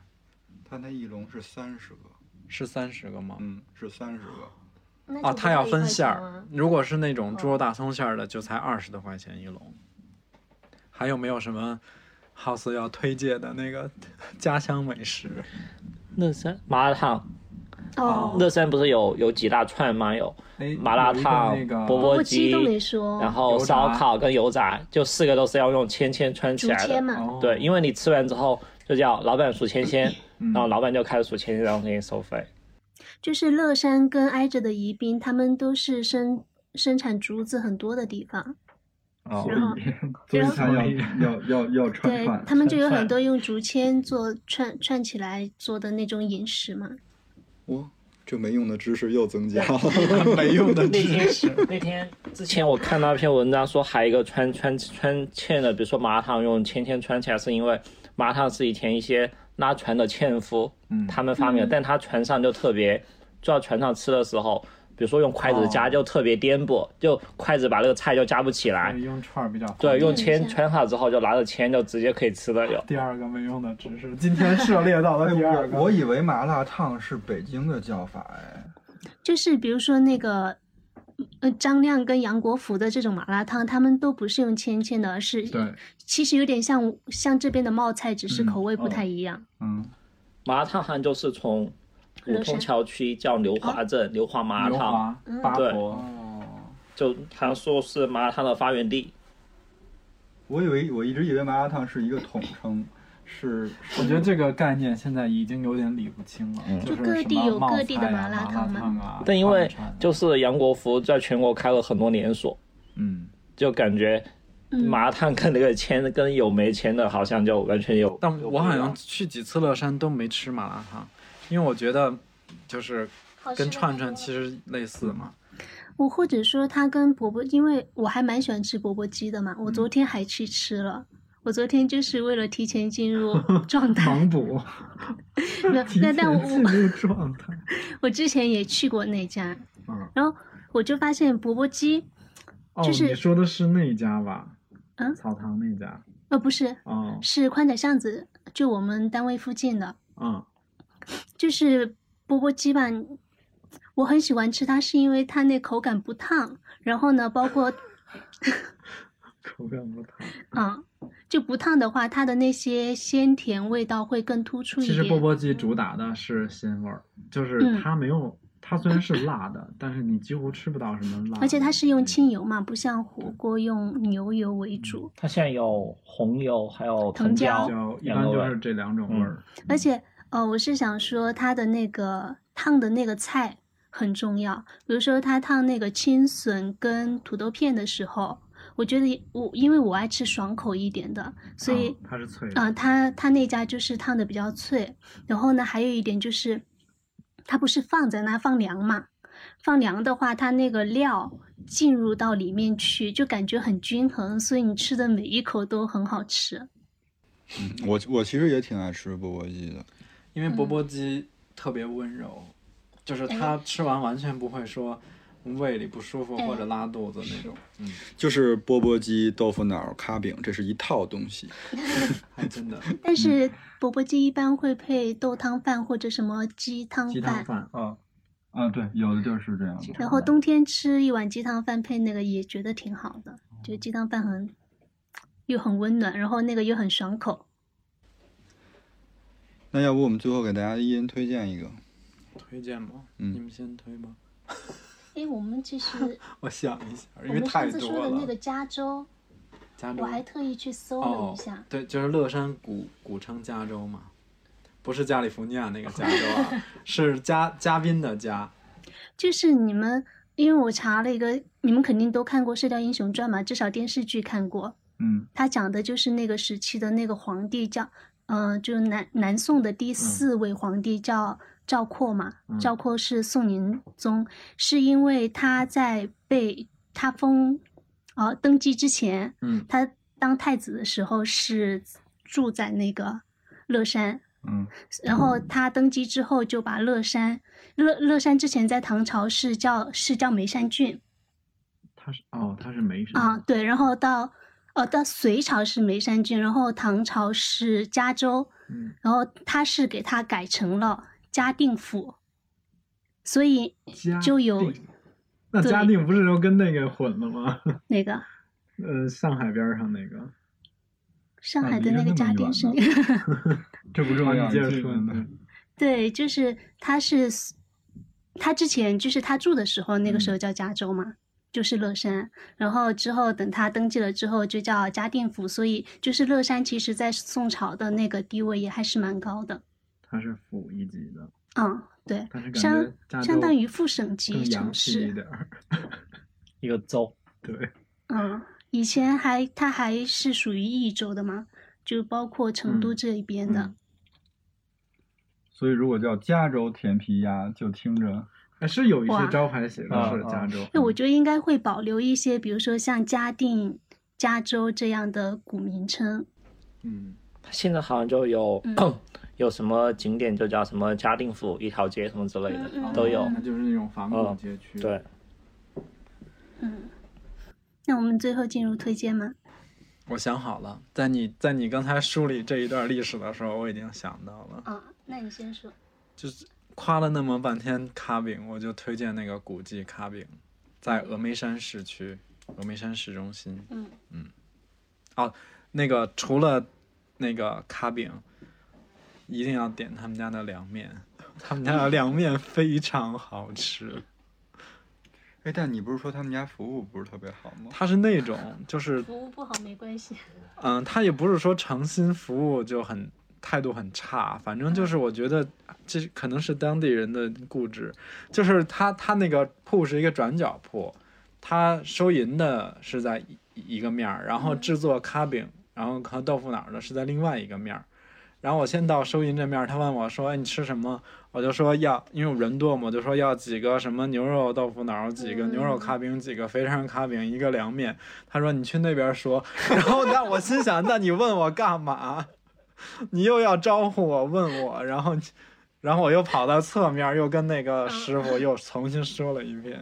[SPEAKER 3] 它那一笼是三十个，
[SPEAKER 5] 是三十个吗？
[SPEAKER 3] 嗯，是三十个。
[SPEAKER 1] 那
[SPEAKER 5] 啊，
[SPEAKER 1] 就
[SPEAKER 5] 它
[SPEAKER 1] 不
[SPEAKER 5] 要
[SPEAKER 1] 到一
[SPEAKER 5] 分
[SPEAKER 1] 块
[SPEAKER 5] 馅
[SPEAKER 1] 钱
[SPEAKER 5] 儿
[SPEAKER 1] 啊，
[SPEAKER 5] 如果是那种猪肉大葱馅儿的，就才二十多块钱一笼。还有没有什么 House 要推介的那个 (laughs) 家乡美食？
[SPEAKER 2] 乐山麻辣烫，
[SPEAKER 5] 啊
[SPEAKER 1] 哦，
[SPEAKER 2] 乐山不是有有几大串吗？有
[SPEAKER 5] 哎，
[SPEAKER 2] 麻辣烫
[SPEAKER 5] 有一个那
[SPEAKER 2] 钵
[SPEAKER 5] 个
[SPEAKER 2] 钵
[SPEAKER 1] 我鸡都没
[SPEAKER 2] 鸡，
[SPEAKER 1] 说，
[SPEAKER 2] 然后
[SPEAKER 5] 油
[SPEAKER 2] 烧
[SPEAKER 5] 炸
[SPEAKER 2] 烤跟油炸，就四个都是要用签签穿起
[SPEAKER 1] 竹
[SPEAKER 2] 来
[SPEAKER 1] 签
[SPEAKER 2] 的。
[SPEAKER 1] 嘛，
[SPEAKER 5] 哦
[SPEAKER 2] 对，因为你吃完之后就叫老板数签签，然后老板就开始数签签，然后给你收费。
[SPEAKER 1] 就是乐山跟挨着的宜宾，他们都是生生产竹子很多的地方。
[SPEAKER 3] 啊，
[SPEAKER 1] 然后
[SPEAKER 3] (laughs) 所以它要
[SPEAKER 5] 然
[SPEAKER 3] 要要要串
[SPEAKER 1] 对
[SPEAKER 3] 串。
[SPEAKER 1] 他们就有
[SPEAKER 4] 串
[SPEAKER 1] 很多用竹签做串串起来做的那种饮食嘛。
[SPEAKER 3] 哇，这没用的知识又增加了。
[SPEAKER 5] 没用的
[SPEAKER 2] 那天那天之前我看到一篇文章说，还有一个穿穿穿芡的，比如说麻糖用芊芊穿起来，是因为麻糖是以前一些拉船的纤夫
[SPEAKER 3] 嗯
[SPEAKER 2] 他们发明的，但他船上就特别，坐在船上吃的时候，比如说用筷子夹就特别颠簸，就筷子把那个菜就夹不起来。
[SPEAKER 5] 用串儿比较好。
[SPEAKER 2] 对，用
[SPEAKER 1] 对
[SPEAKER 2] 签
[SPEAKER 1] 是
[SPEAKER 2] 穿好之后就拿着签就直接可以吃了有。
[SPEAKER 5] 第二个没用的知识，今天涉猎到了
[SPEAKER 3] (laughs)
[SPEAKER 5] 第
[SPEAKER 3] 哎
[SPEAKER 5] 二，
[SPEAKER 3] 我
[SPEAKER 5] 个。
[SPEAKER 3] 我以为麻辣烫是北京的叫法哎。
[SPEAKER 1] 就是比如说那个，呃，张亮跟杨国福的这种麻辣烫，他们都不是用芊芊的，而是
[SPEAKER 3] 对，
[SPEAKER 1] 其实有点像像这边的冒菜，只是
[SPEAKER 3] 嗯
[SPEAKER 1] 口味不
[SPEAKER 3] 哦
[SPEAKER 1] 太一样。
[SPEAKER 3] 嗯，
[SPEAKER 2] 麻辣烫好像就是从
[SPEAKER 1] 乐
[SPEAKER 2] 五通
[SPEAKER 1] 山
[SPEAKER 2] 桥区叫牛华镇牛华麻辣
[SPEAKER 5] 刘
[SPEAKER 2] 烫，
[SPEAKER 1] 嗯
[SPEAKER 5] 华、八
[SPEAKER 2] 啊对
[SPEAKER 5] 婆，
[SPEAKER 3] 哦，
[SPEAKER 2] 就好像说是麻辣烫的发源地。
[SPEAKER 3] 我以为我一直以为麻辣烫是一个统称，是
[SPEAKER 5] 我觉得这个概念现在已经有点理不清了，就是
[SPEAKER 1] 就各地
[SPEAKER 5] 什么
[SPEAKER 1] 有
[SPEAKER 5] 冒
[SPEAKER 1] 各地的
[SPEAKER 5] 菜啊
[SPEAKER 1] 麻
[SPEAKER 5] 麻
[SPEAKER 1] 辣
[SPEAKER 5] 辣
[SPEAKER 1] 烫嘛
[SPEAKER 5] 烫啊，
[SPEAKER 2] 嗯但因为
[SPEAKER 5] 串串
[SPEAKER 2] 就是杨国福在全国开了很多连锁，
[SPEAKER 3] 嗯，
[SPEAKER 2] 就感觉
[SPEAKER 1] 嗯
[SPEAKER 2] 麻辣烫跟那个签跟有没签的，好像就完全有。
[SPEAKER 5] 但
[SPEAKER 2] 有不
[SPEAKER 5] 我
[SPEAKER 2] 一
[SPEAKER 5] 好
[SPEAKER 2] 样
[SPEAKER 5] 像去几次乐山都没吃麻辣烫，因为我觉得就是跟串串其实类似嘛。
[SPEAKER 1] 嗯我或者说它跟钵钵，因为我还蛮喜欢吃钵钵鸡的嘛，我
[SPEAKER 5] 嗯
[SPEAKER 1] 昨天还去吃了。我昨天就是为了提前进
[SPEAKER 5] (laughs)
[SPEAKER 1] 入状态，
[SPEAKER 5] 补，
[SPEAKER 1] 没有
[SPEAKER 5] (laughs)
[SPEAKER 1] 那但我
[SPEAKER 5] 入状态。
[SPEAKER 1] 我之前也去过那家，
[SPEAKER 5] 嗯
[SPEAKER 1] 然后我就发现钵钵鸡，
[SPEAKER 5] 哦，
[SPEAKER 1] 就是
[SPEAKER 5] 你说的是那家吧？
[SPEAKER 1] 嗯
[SPEAKER 5] 草堂那家。
[SPEAKER 1] 呃，不是，
[SPEAKER 5] 哦，
[SPEAKER 1] 是宽窄巷子，就我们单位附近的，
[SPEAKER 5] 嗯，
[SPEAKER 1] 就是钵钵鸡吧，我很喜欢吃它，是因为它那口感不烫，然后呢，包括
[SPEAKER 5] 口感不太。
[SPEAKER 1] 嗯，就不烫的话，它的那些鲜甜味道会更突出一
[SPEAKER 5] 其
[SPEAKER 1] 点。
[SPEAKER 5] 实钵钵鸡主打的是鲜味儿，就是
[SPEAKER 1] 嗯
[SPEAKER 5] 它没有，它虽然是辣的，但是你几乎吃不到什么辣的。
[SPEAKER 1] 而且它是
[SPEAKER 5] 嗯
[SPEAKER 1] 用清油嘛，不像火锅用牛油为主。
[SPEAKER 2] 它现在有红油，还有
[SPEAKER 1] 藤
[SPEAKER 2] 藤
[SPEAKER 1] 椒
[SPEAKER 5] 就一
[SPEAKER 2] 两
[SPEAKER 5] 般
[SPEAKER 2] 个
[SPEAKER 5] 就
[SPEAKER 2] 味
[SPEAKER 5] 是这两种味儿。
[SPEAKER 1] 而且，呃，我是想说它的那个烫的那个菜很重要。比如说，它烫那个青笋跟土豆片的时候，我觉得我因为我爱吃爽口一点的，所以
[SPEAKER 5] 啊它是脆的。
[SPEAKER 1] 啊，它它那家就是烫的比较脆，然后呢，还有一点就是，它不是放在那放凉嘛？放凉的话，它那个料进入到里面去，就感觉很均衡，所以你吃的每一口都很好吃。
[SPEAKER 3] 嗯我我其实也挺爱吃钵钵鸡的。
[SPEAKER 5] 因为钵钵鸡特别温柔，就是
[SPEAKER 1] 哎
[SPEAKER 5] 它吃完完全不会说胃里不舒服
[SPEAKER 1] 哎
[SPEAKER 5] 或者拉肚子那种，
[SPEAKER 3] 就是钵钵鸡、豆腐脑、咖饼，这是一套东西。
[SPEAKER 5] 还真的
[SPEAKER 1] 但是钵钵鸡一般会配豆汤饭或者什么鸡汤
[SPEAKER 5] 鸡汤
[SPEAKER 1] 饭，
[SPEAKER 5] 饭。嗯
[SPEAKER 3] 啊啊，对，有的地儿是这样的。
[SPEAKER 1] 然后冬天吃一碗鸡汤饭配那个也觉得挺好的，就鸡汤饭很又很温暖，然后那个又很爽口。
[SPEAKER 3] 那要不我们最后给大家一人推荐一个？
[SPEAKER 5] 推荐吗？
[SPEAKER 3] 嗯
[SPEAKER 5] 你们先推吧，
[SPEAKER 1] 哎，我们其实
[SPEAKER 5] 我想一下，
[SPEAKER 1] 我
[SPEAKER 5] 因为
[SPEAKER 1] 们上
[SPEAKER 5] 太
[SPEAKER 1] 次
[SPEAKER 5] 多
[SPEAKER 1] 说的
[SPEAKER 5] 了。
[SPEAKER 1] 那个加州。
[SPEAKER 5] 加州
[SPEAKER 1] 我还特意去搜了
[SPEAKER 5] 哦
[SPEAKER 1] 一下，，
[SPEAKER 5] 对，就是乐山古古称加州嘛，不是加利福尼亚那个加州啊，
[SPEAKER 1] (laughs)
[SPEAKER 5] 是嘉嘉宾的嘉。
[SPEAKER 1] 就是你们，因为我查了一个，你们肯定都看过《射雕英雄传》嘛，至少电视剧看过。
[SPEAKER 3] 嗯，
[SPEAKER 1] 它讲的就是那个时期的那个皇帝叫，呃，就是南南宋的
[SPEAKER 5] 嗯
[SPEAKER 1] 第四位皇帝叫赵括嘛，赵括是宋宁宗，是因为他在被他封，呃，登基之前，
[SPEAKER 5] 嗯，
[SPEAKER 1] 他当太子的时候是住在那个乐山，
[SPEAKER 3] 嗯，
[SPEAKER 1] 然后他登基之后就把乐山，乐乐山之前在唐朝是叫是叫梅山郡
[SPEAKER 5] 他是哦，他是梅山
[SPEAKER 1] 啊，对，然后到呃到隋朝是梅山郡，然后唐朝是嘉州，
[SPEAKER 5] 嗯，
[SPEAKER 1] 然后他是给他改成了嘉定府，所以
[SPEAKER 5] 嘉
[SPEAKER 1] 就有
[SPEAKER 5] 定那
[SPEAKER 1] 对
[SPEAKER 5] 嘉定不是又跟那个混了吗？ (laughs)
[SPEAKER 1] 那个
[SPEAKER 5] 呃，上海边儿上那个，
[SPEAKER 1] 上
[SPEAKER 3] 啊
[SPEAKER 1] 海的
[SPEAKER 3] 离得
[SPEAKER 1] 那个
[SPEAKER 3] 那么
[SPEAKER 1] 嘉定
[SPEAKER 3] 远
[SPEAKER 1] 是
[SPEAKER 3] 呢。这不重
[SPEAKER 5] 你接着
[SPEAKER 3] 这
[SPEAKER 5] 说
[SPEAKER 3] 个
[SPEAKER 5] 你接着
[SPEAKER 1] 对，就是他是他之前就是他住的时候，那个
[SPEAKER 5] 嗯
[SPEAKER 1] 时候叫加州嘛，就是乐山。然后之后等他登记了之后，就叫嘉定府。所以就是乐山，其实在宋朝的那个地位也还是蛮高的。
[SPEAKER 5] 他是府一级的，
[SPEAKER 1] 嗯，对，
[SPEAKER 5] 但是感
[SPEAKER 1] 相
[SPEAKER 5] 觉加州
[SPEAKER 1] 相当于副省级
[SPEAKER 5] 更
[SPEAKER 1] 城
[SPEAKER 5] 洋气一
[SPEAKER 1] 市。
[SPEAKER 5] 点儿。
[SPEAKER 2] 一个州，
[SPEAKER 5] 对，
[SPEAKER 1] 嗯，以前还它还是属于益州的嘛，就包括成都这一边的。
[SPEAKER 3] 嗯所以如果叫加州甜皮鸭，就听着
[SPEAKER 5] 还哎是有一些
[SPEAKER 1] 哇
[SPEAKER 5] 招牌写的是
[SPEAKER 3] 啊啊
[SPEAKER 5] 加州。嗯
[SPEAKER 1] 那我觉得应该会保留一些，比如说像嘉定、加州这样的古名称。
[SPEAKER 3] 嗯，
[SPEAKER 2] 现在好像就有、
[SPEAKER 1] 嗯
[SPEAKER 2] (clears throat) 有什么景点就叫什么嘉定府一条街什么之类的、
[SPEAKER 1] 嗯嗯
[SPEAKER 2] 都有
[SPEAKER 1] 嗯。
[SPEAKER 5] 那就是那种仿古
[SPEAKER 2] 嗯
[SPEAKER 5] 街区。
[SPEAKER 2] 对，
[SPEAKER 1] 嗯，那我们最后进入推荐吗？
[SPEAKER 5] 我想好了，在你在你刚才梳理这一段历史的时候，我已经想到了，
[SPEAKER 1] 啊，那你先说。
[SPEAKER 5] 就是夸了那么半天卡饼，我就推荐那个古迹卡饼，在峨眉山市区，峨眉山市中心。
[SPEAKER 1] 嗯
[SPEAKER 5] 那个除了那个卡饼，一定要点他们家的凉面，他们家的凉面非常好吃。
[SPEAKER 3] 哎，但你不是说他们家服务不是特别好吗？
[SPEAKER 5] 它是那种就是
[SPEAKER 1] 服务不好没关系。
[SPEAKER 5] 嗯，他也不是说诚心服务就很态度很差，反正就是我觉得这可能是当地人的固执，就是他他那个铺是一个转角铺，他收银的是在一一个面儿，然后制作卡饼，然后和豆腐脑儿的是在另外一个面儿。然后我先到收银这面儿，他问我说：“哎，你吃什么？”我就说要，因为我人多嘛，我就说要几个什么牛肉豆腐脑儿，几个牛肉卡饼，几个肥肠卡饼，一个凉面。他说：“你去那边说。” (laughs) 然后，但我心想，那你问我干嘛？你又要招呼我，问我，然后，然后我又跑到侧面，又跟那个师傅又重新说了一遍。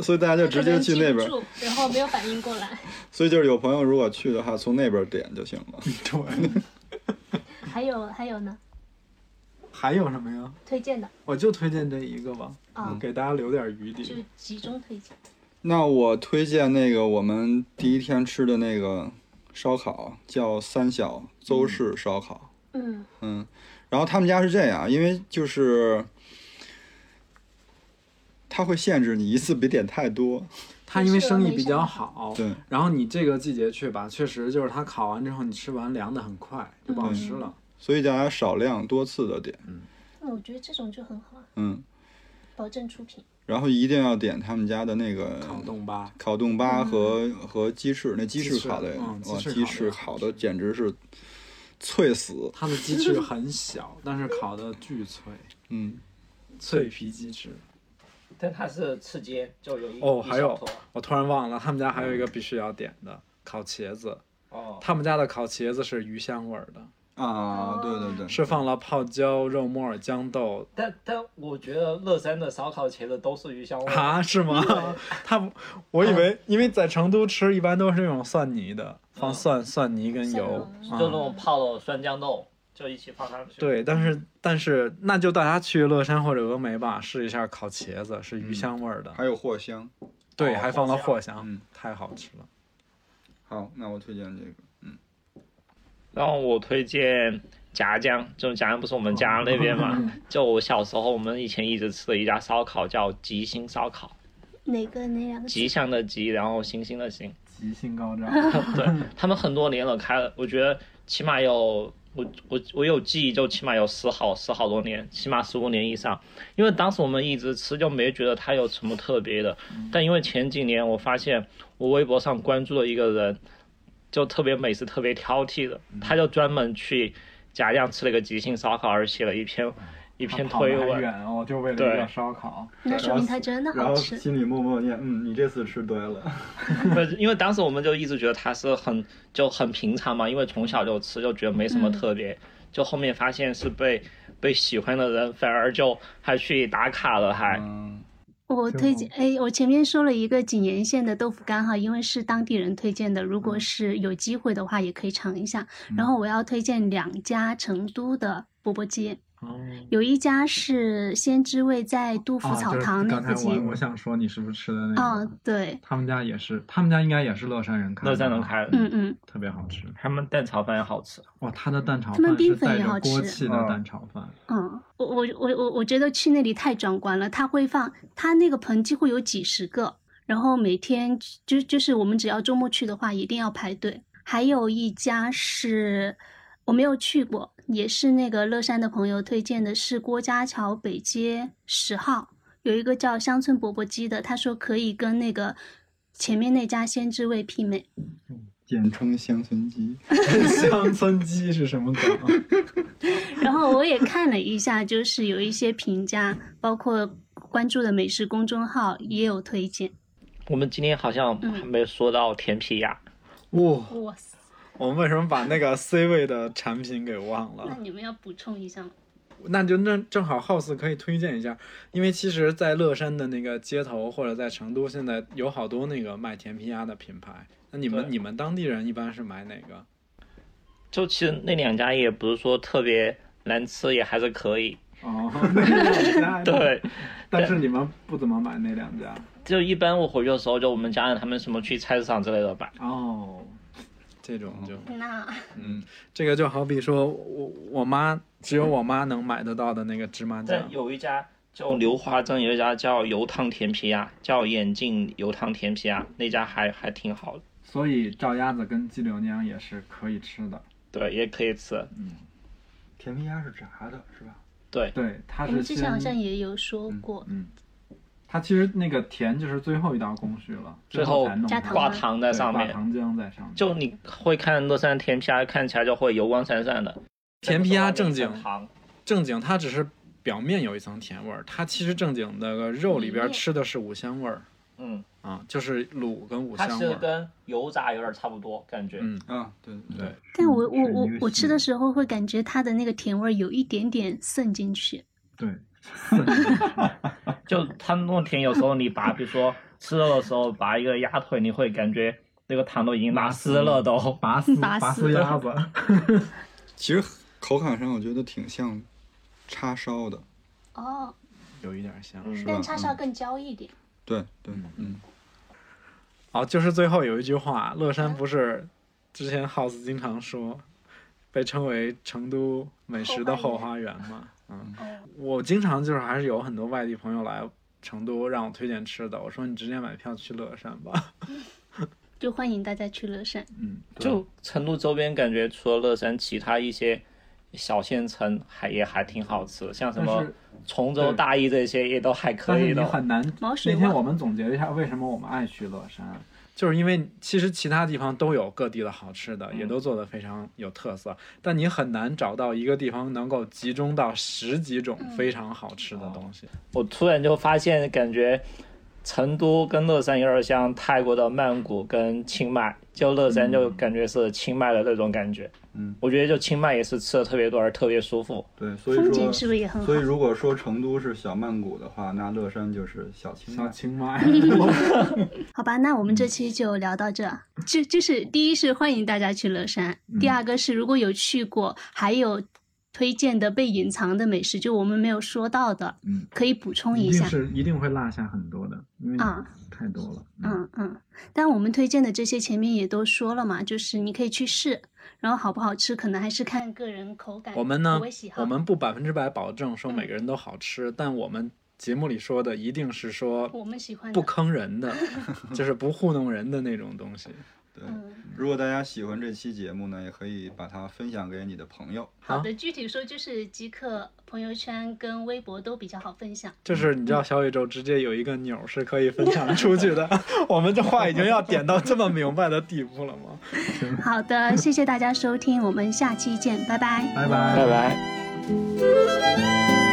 [SPEAKER 3] 所以大家就直接去那边。，
[SPEAKER 1] 然后没有反应过来。
[SPEAKER 3] 所以就是有朋友如果去的话，从那边点就行
[SPEAKER 5] 嗯
[SPEAKER 3] 了。
[SPEAKER 5] (laughs) 对，
[SPEAKER 1] 还有还有呢，
[SPEAKER 5] 还有什么呀？
[SPEAKER 1] 推荐的
[SPEAKER 5] 我就推荐这一个吧，
[SPEAKER 1] 啊，
[SPEAKER 5] 给大家留点余
[SPEAKER 1] 就
[SPEAKER 5] 地。
[SPEAKER 1] 集中推荐。
[SPEAKER 3] 那我推荐那个我们第一天吃的那个烧烤，叫三小
[SPEAKER 5] 嗯
[SPEAKER 3] 邹氏烧烤。
[SPEAKER 1] 嗯
[SPEAKER 3] 嗯，然后他们家是这样，因为就是他会限制你一次别点太多，
[SPEAKER 5] 他因为生意比较好，
[SPEAKER 3] 对，
[SPEAKER 5] 然后你这个季节去吧，确实就是它烤完之后你吃完凉的很快，就不好吃了。
[SPEAKER 3] 所以大家少量多次的点，
[SPEAKER 1] 那嗯我觉得这种就很好啊，
[SPEAKER 3] 嗯，
[SPEAKER 1] 保证出品。
[SPEAKER 3] 然后一定要点他们家的那个
[SPEAKER 5] 烤冻吧，
[SPEAKER 3] 烤冻巴和、和鸡翅，那鸡
[SPEAKER 5] 鸡翅
[SPEAKER 3] 翅烤的，
[SPEAKER 5] 嗯
[SPEAKER 3] 哇，
[SPEAKER 5] 鸡翅
[SPEAKER 3] 鸡
[SPEAKER 5] 烤的
[SPEAKER 3] 翅烤的简直是脆死，
[SPEAKER 5] 它的鸡翅很小，但是烤的巨脆，
[SPEAKER 3] 嗯，
[SPEAKER 5] 脆皮鸡翅。
[SPEAKER 2] 但它是吃街，就有一
[SPEAKER 5] 哦还有
[SPEAKER 2] 一小坨
[SPEAKER 5] 我突然忘了，他们家还有一个必须要点的烤茄子。
[SPEAKER 2] 哦，
[SPEAKER 5] 他们家的烤茄子是鱼香味儿的，
[SPEAKER 3] 啊，对对对，
[SPEAKER 5] 是放了泡椒、肉末、豇豆
[SPEAKER 2] 但但我觉得乐山的烧烤茄子都是鱼香 (laughs) 味。
[SPEAKER 5] 啊？是吗？ (laughs) 他不，我以
[SPEAKER 2] 嗯
[SPEAKER 5] 为因为在成都吃一般都是那种蒜泥的，放蒜、蒜泥跟油
[SPEAKER 1] 蒜
[SPEAKER 5] 啊
[SPEAKER 2] 就。那种泡的酸豇豆，就一起泡上去。
[SPEAKER 5] 对，但是但是那就大家去乐山或者峨眉吧，试一下烤茄子，是鱼香味儿的，
[SPEAKER 3] 还有藿香，
[SPEAKER 5] 对，
[SPEAKER 2] 哦
[SPEAKER 5] 还放了藿
[SPEAKER 2] 藿
[SPEAKER 5] 香，
[SPEAKER 3] 嗯
[SPEAKER 5] 太好吃了。
[SPEAKER 3] 好，那我推荐这个，
[SPEAKER 2] 然后我推荐夹江，就夹江不是我们家那边嘛？就我小时候，我们以前一直吃的一家烧烤叫吉星烧烤，
[SPEAKER 1] 哪个哪两个？
[SPEAKER 2] 吉祥的吉，然后星星的星。
[SPEAKER 5] 吉星高 (laughs) 照，
[SPEAKER 2] 对他们很多年了开了，我觉得起码有我我我有记忆就起码有十好十好多年，起码十五年以上。因为当时我们一直吃就没觉得它有什么特别的，但因为前几年我发现我微博上关注了一个人，就特别美食特别挑剔的，他就专门去夹酱吃了个吉庆烧烤，而写了一篇一篇推文。
[SPEAKER 5] 远哦，就为
[SPEAKER 2] 了一个
[SPEAKER 5] 烧烤。
[SPEAKER 1] 那说明它真的好吃。
[SPEAKER 3] 里默默念，嗯，你这次吃对了，
[SPEAKER 2] 不是，因为当时我们就一直觉得它是很就很平常嘛，因为从小就吃，就觉得没什么特别。就后面发现是被被喜欢的人，反而就还去打卡了还，
[SPEAKER 3] 嗯，
[SPEAKER 1] 我推荐，哎，我前面说了一个井沿县的豆腐干哈，因为是当地人推荐的，如
[SPEAKER 3] 嗯
[SPEAKER 1] 果是有机会的话，也可以尝一下。然后我要推荐两家成都的钵钵鸡，
[SPEAKER 5] 嗯
[SPEAKER 1] 有一家是先知味，在杜
[SPEAKER 5] 啊
[SPEAKER 1] 甫嗯草堂那附近。
[SPEAKER 5] 想说你是不是吃的
[SPEAKER 1] 啊、对，
[SPEAKER 5] 他们家也是，他们家应该也是乐山人开的
[SPEAKER 2] 乐山人开的
[SPEAKER 1] 嗯嗯，
[SPEAKER 5] 特别好吃。
[SPEAKER 2] 他们蛋炒饭也好吃。
[SPEAKER 5] 哇，他的蛋炒
[SPEAKER 1] 他们
[SPEAKER 5] 饭
[SPEAKER 1] 冰
[SPEAKER 5] 是
[SPEAKER 1] 粉
[SPEAKER 5] 带
[SPEAKER 1] 也好
[SPEAKER 5] 着
[SPEAKER 1] 吃
[SPEAKER 5] 锅气的蛋炒饭，
[SPEAKER 1] 嗯，我我我我我觉得去那里太壮观了，他会放他那个盆几乎有几十个，然后每天就就是我们只要周末去的话，一定要排队。还有一家是我没有去过，也是那个乐山的朋友推荐的，是郭家桥北街十号有一个叫乡村钵钵鸡的，他说可以跟那个前面那家先知味媲美。
[SPEAKER 3] 简称乡村鸡。
[SPEAKER 5] (laughs) 乡村鸡是什么梗啊？
[SPEAKER 1] 然后我也看了一下，就是有一些评价，包括关注的美食公众号也有推荐。
[SPEAKER 2] 我们今天好像
[SPEAKER 1] 嗯
[SPEAKER 2] 还没说到甜皮鸭，
[SPEAKER 5] 哇、
[SPEAKER 1] 哇塞，
[SPEAKER 5] 我们为什么把那个 C 位的产品给忘
[SPEAKER 1] 那
[SPEAKER 5] 了？
[SPEAKER 1] 你们要补充一下吗？
[SPEAKER 5] 那就那正好 House 可以推荐一下，因为其实，在乐山的那个街头或者在成都，现在有好多那个卖甜皮鸭的品牌。那你们
[SPEAKER 2] 对
[SPEAKER 5] 你们当地人一般是买哪个？
[SPEAKER 2] 就其实那两家也不是说特别难吃，也还是可以。
[SPEAKER 5] 哦， (laughs) 那两家，
[SPEAKER 2] 对，
[SPEAKER 5] 但是你们不怎么买那两家。
[SPEAKER 2] 就一般我回去的时候，就我们家人他们什么去菜市场之类的吧。
[SPEAKER 5] 哦，这种就
[SPEAKER 1] 那
[SPEAKER 5] 嗯，这个就好比说我我妈只有我妈能买得到的那个芝麻
[SPEAKER 2] 但
[SPEAKER 5] 酱。
[SPEAKER 2] 有一家叫刘花珍，有一家叫油汤甜皮鸭，叫眼镜油汤甜皮鸭，那家还还挺好的，
[SPEAKER 5] 所以照鸭子跟鸡柳酿也是可以吃的。
[SPEAKER 2] 对，也可以吃。
[SPEAKER 3] 甜皮鸭是炸的，是吧？
[SPEAKER 2] 对，
[SPEAKER 5] 对，它
[SPEAKER 1] 我们之前好像也有说过，
[SPEAKER 5] 嗯，它其实那个甜就是最后一道工序了，
[SPEAKER 2] 最后
[SPEAKER 5] 才弄
[SPEAKER 1] 加糖
[SPEAKER 2] 挂糖在上面，
[SPEAKER 5] 糖浆在上面。
[SPEAKER 2] 就你会看乐山甜皮鸭，看起来就会油光闪闪的。
[SPEAKER 5] 甜皮鸭正
[SPEAKER 2] 外面
[SPEAKER 5] 经
[SPEAKER 2] 有糖，
[SPEAKER 5] 正经，它只是表面有一层甜味儿，它其实正经的肉里边吃的是五香味儿
[SPEAKER 2] 嗯，
[SPEAKER 5] 啊，就是卤跟五
[SPEAKER 2] 它
[SPEAKER 5] 香
[SPEAKER 2] 其
[SPEAKER 5] 味
[SPEAKER 2] 实
[SPEAKER 5] 儿。
[SPEAKER 2] 跟油炸有点差不多，感觉。
[SPEAKER 5] 嗯
[SPEAKER 3] 啊，对对
[SPEAKER 5] 对，
[SPEAKER 1] 但我我我
[SPEAKER 3] 是一个
[SPEAKER 1] 我
[SPEAKER 3] 系
[SPEAKER 1] 吃的时候会感觉它的那个甜味儿有一点点渗进去。
[SPEAKER 3] 对，
[SPEAKER 1] (laughs)
[SPEAKER 2] 就它那种甜，有时候你拔，比如说吃肉的时候拔一个鸭腿，你会感觉那个糖都已经拉丝了都。
[SPEAKER 5] 拔丝
[SPEAKER 1] 拔
[SPEAKER 5] 拔
[SPEAKER 1] 丝
[SPEAKER 5] 丝鸭子，
[SPEAKER 3] 其实口感上我觉得挺像叉烧的。
[SPEAKER 1] 哦，
[SPEAKER 5] 有一点像。
[SPEAKER 2] 嗯
[SPEAKER 1] 但叉烧更焦一点。
[SPEAKER 3] 对对，嗯，
[SPEAKER 5] 哦，就是最后有一句话，乐山
[SPEAKER 2] 嗯
[SPEAKER 5] 不是之前 House 经常说，被称为成都美食的后花园嘛。嗯，
[SPEAKER 1] 哦，
[SPEAKER 5] 我经常就是还是有 (laughs) 很多外地朋友来成都让我推荐吃的，我说你直接买票去乐山吧。
[SPEAKER 1] 就欢迎大家去乐山。
[SPEAKER 5] 嗯，
[SPEAKER 2] 就成都周边，感觉除了乐山，其他一些小县城还也还挺好吃，像什
[SPEAKER 5] 但
[SPEAKER 2] 么
[SPEAKER 5] 是
[SPEAKER 2] 崇州、大邑这些也都还可
[SPEAKER 5] 但
[SPEAKER 2] 以
[SPEAKER 5] 是你
[SPEAKER 2] 的。
[SPEAKER 5] 很难。
[SPEAKER 1] 毛
[SPEAKER 5] 那
[SPEAKER 1] 水
[SPEAKER 5] 天
[SPEAKER 1] 旺，
[SPEAKER 5] 我们总结了一下，为什么我们爱去乐山，就是因为其实其他地方都有各地的好吃的，也
[SPEAKER 2] 嗯
[SPEAKER 5] 都做得非常有特色，但你很难找到一个地方能够集中到十几种
[SPEAKER 2] 嗯
[SPEAKER 5] 非常好吃的东西。
[SPEAKER 2] 我突然就发现，感觉成都跟乐山有点像泰国的曼谷跟清迈，就乐山就
[SPEAKER 5] 嗯
[SPEAKER 2] 感觉是清迈的那种感觉。
[SPEAKER 3] 嗯，
[SPEAKER 2] 我觉得就清迈也是吃的特别多，而特别舒服。
[SPEAKER 3] 对，所以
[SPEAKER 1] 风景
[SPEAKER 3] 说，
[SPEAKER 1] 是不是也很好
[SPEAKER 3] 所以？如果说成都是小曼谷的话，那乐山就是小清
[SPEAKER 2] 嗯
[SPEAKER 5] 小
[SPEAKER 3] 迈。
[SPEAKER 5] 清迈，
[SPEAKER 2] (laughs)
[SPEAKER 1] 好吧，那我们
[SPEAKER 5] 嗯
[SPEAKER 1] 这期就聊到这。就就是第一是欢迎大家去乐山，
[SPEAKER 5] 嗯
[SPEAKER 1] 第二个是如果有去过，还有推荐的被隐藏的美食，就我们没有说到的，
[SPEAKER 3] 嗯
[SPEAKER 1] 可以补充
[SPEAKER 5] 一
[SPEAKER 1] 一
[SPEAKER 5] 定
[SPEAKER 1] 下。
[SPEAKER 5] 是一定会落下很多的，因为
[SPEAKER 1] 啊
[SPEAKER 5] 太多了。
[SPEAKER 1] 嗯嗯，但我们推荐的这些前面也都说了嘛，就是你可以去试，然后好不好吃可能还是看个人口感，
[SPEAKER 5] 我们呢
[SPEAKER 1] 口味喜，好。
[SPEAKER 5] 我们不百分之百保证说每个人都好吃，但我们节目里说的一定是说
[SPEAKER 1] 我们喜欢
[SPEAKER 5] 不
[SPEAKER 1] 的，
[SPEAKER 5] 坑人的，就是不糊弄人的那种东西。
[SPEAKER 3] 对，
[SPEAKER 1] 嗯，
[SPEAKER 3] 如果大家喜欢这期节目呢，也可以把它分享给你的朋友。
[SPEAKER 1] 好的，具体说就是极客朋友圈跟微博都比较好分享。
[SPEAKER 5] 就是你知道小宇宙直接有一个钮儿是可以分享出去的， (laughs) 我们这话已经要点到这么明白的地步了吗？
[SPEAKER 1] 好的，谢谢大家收听，我们下期见，拜拜。
[SPEAKER 5] 拜拜
[SPEAKER 2] 拜拜。
[SPEAKER 1] 拜拜。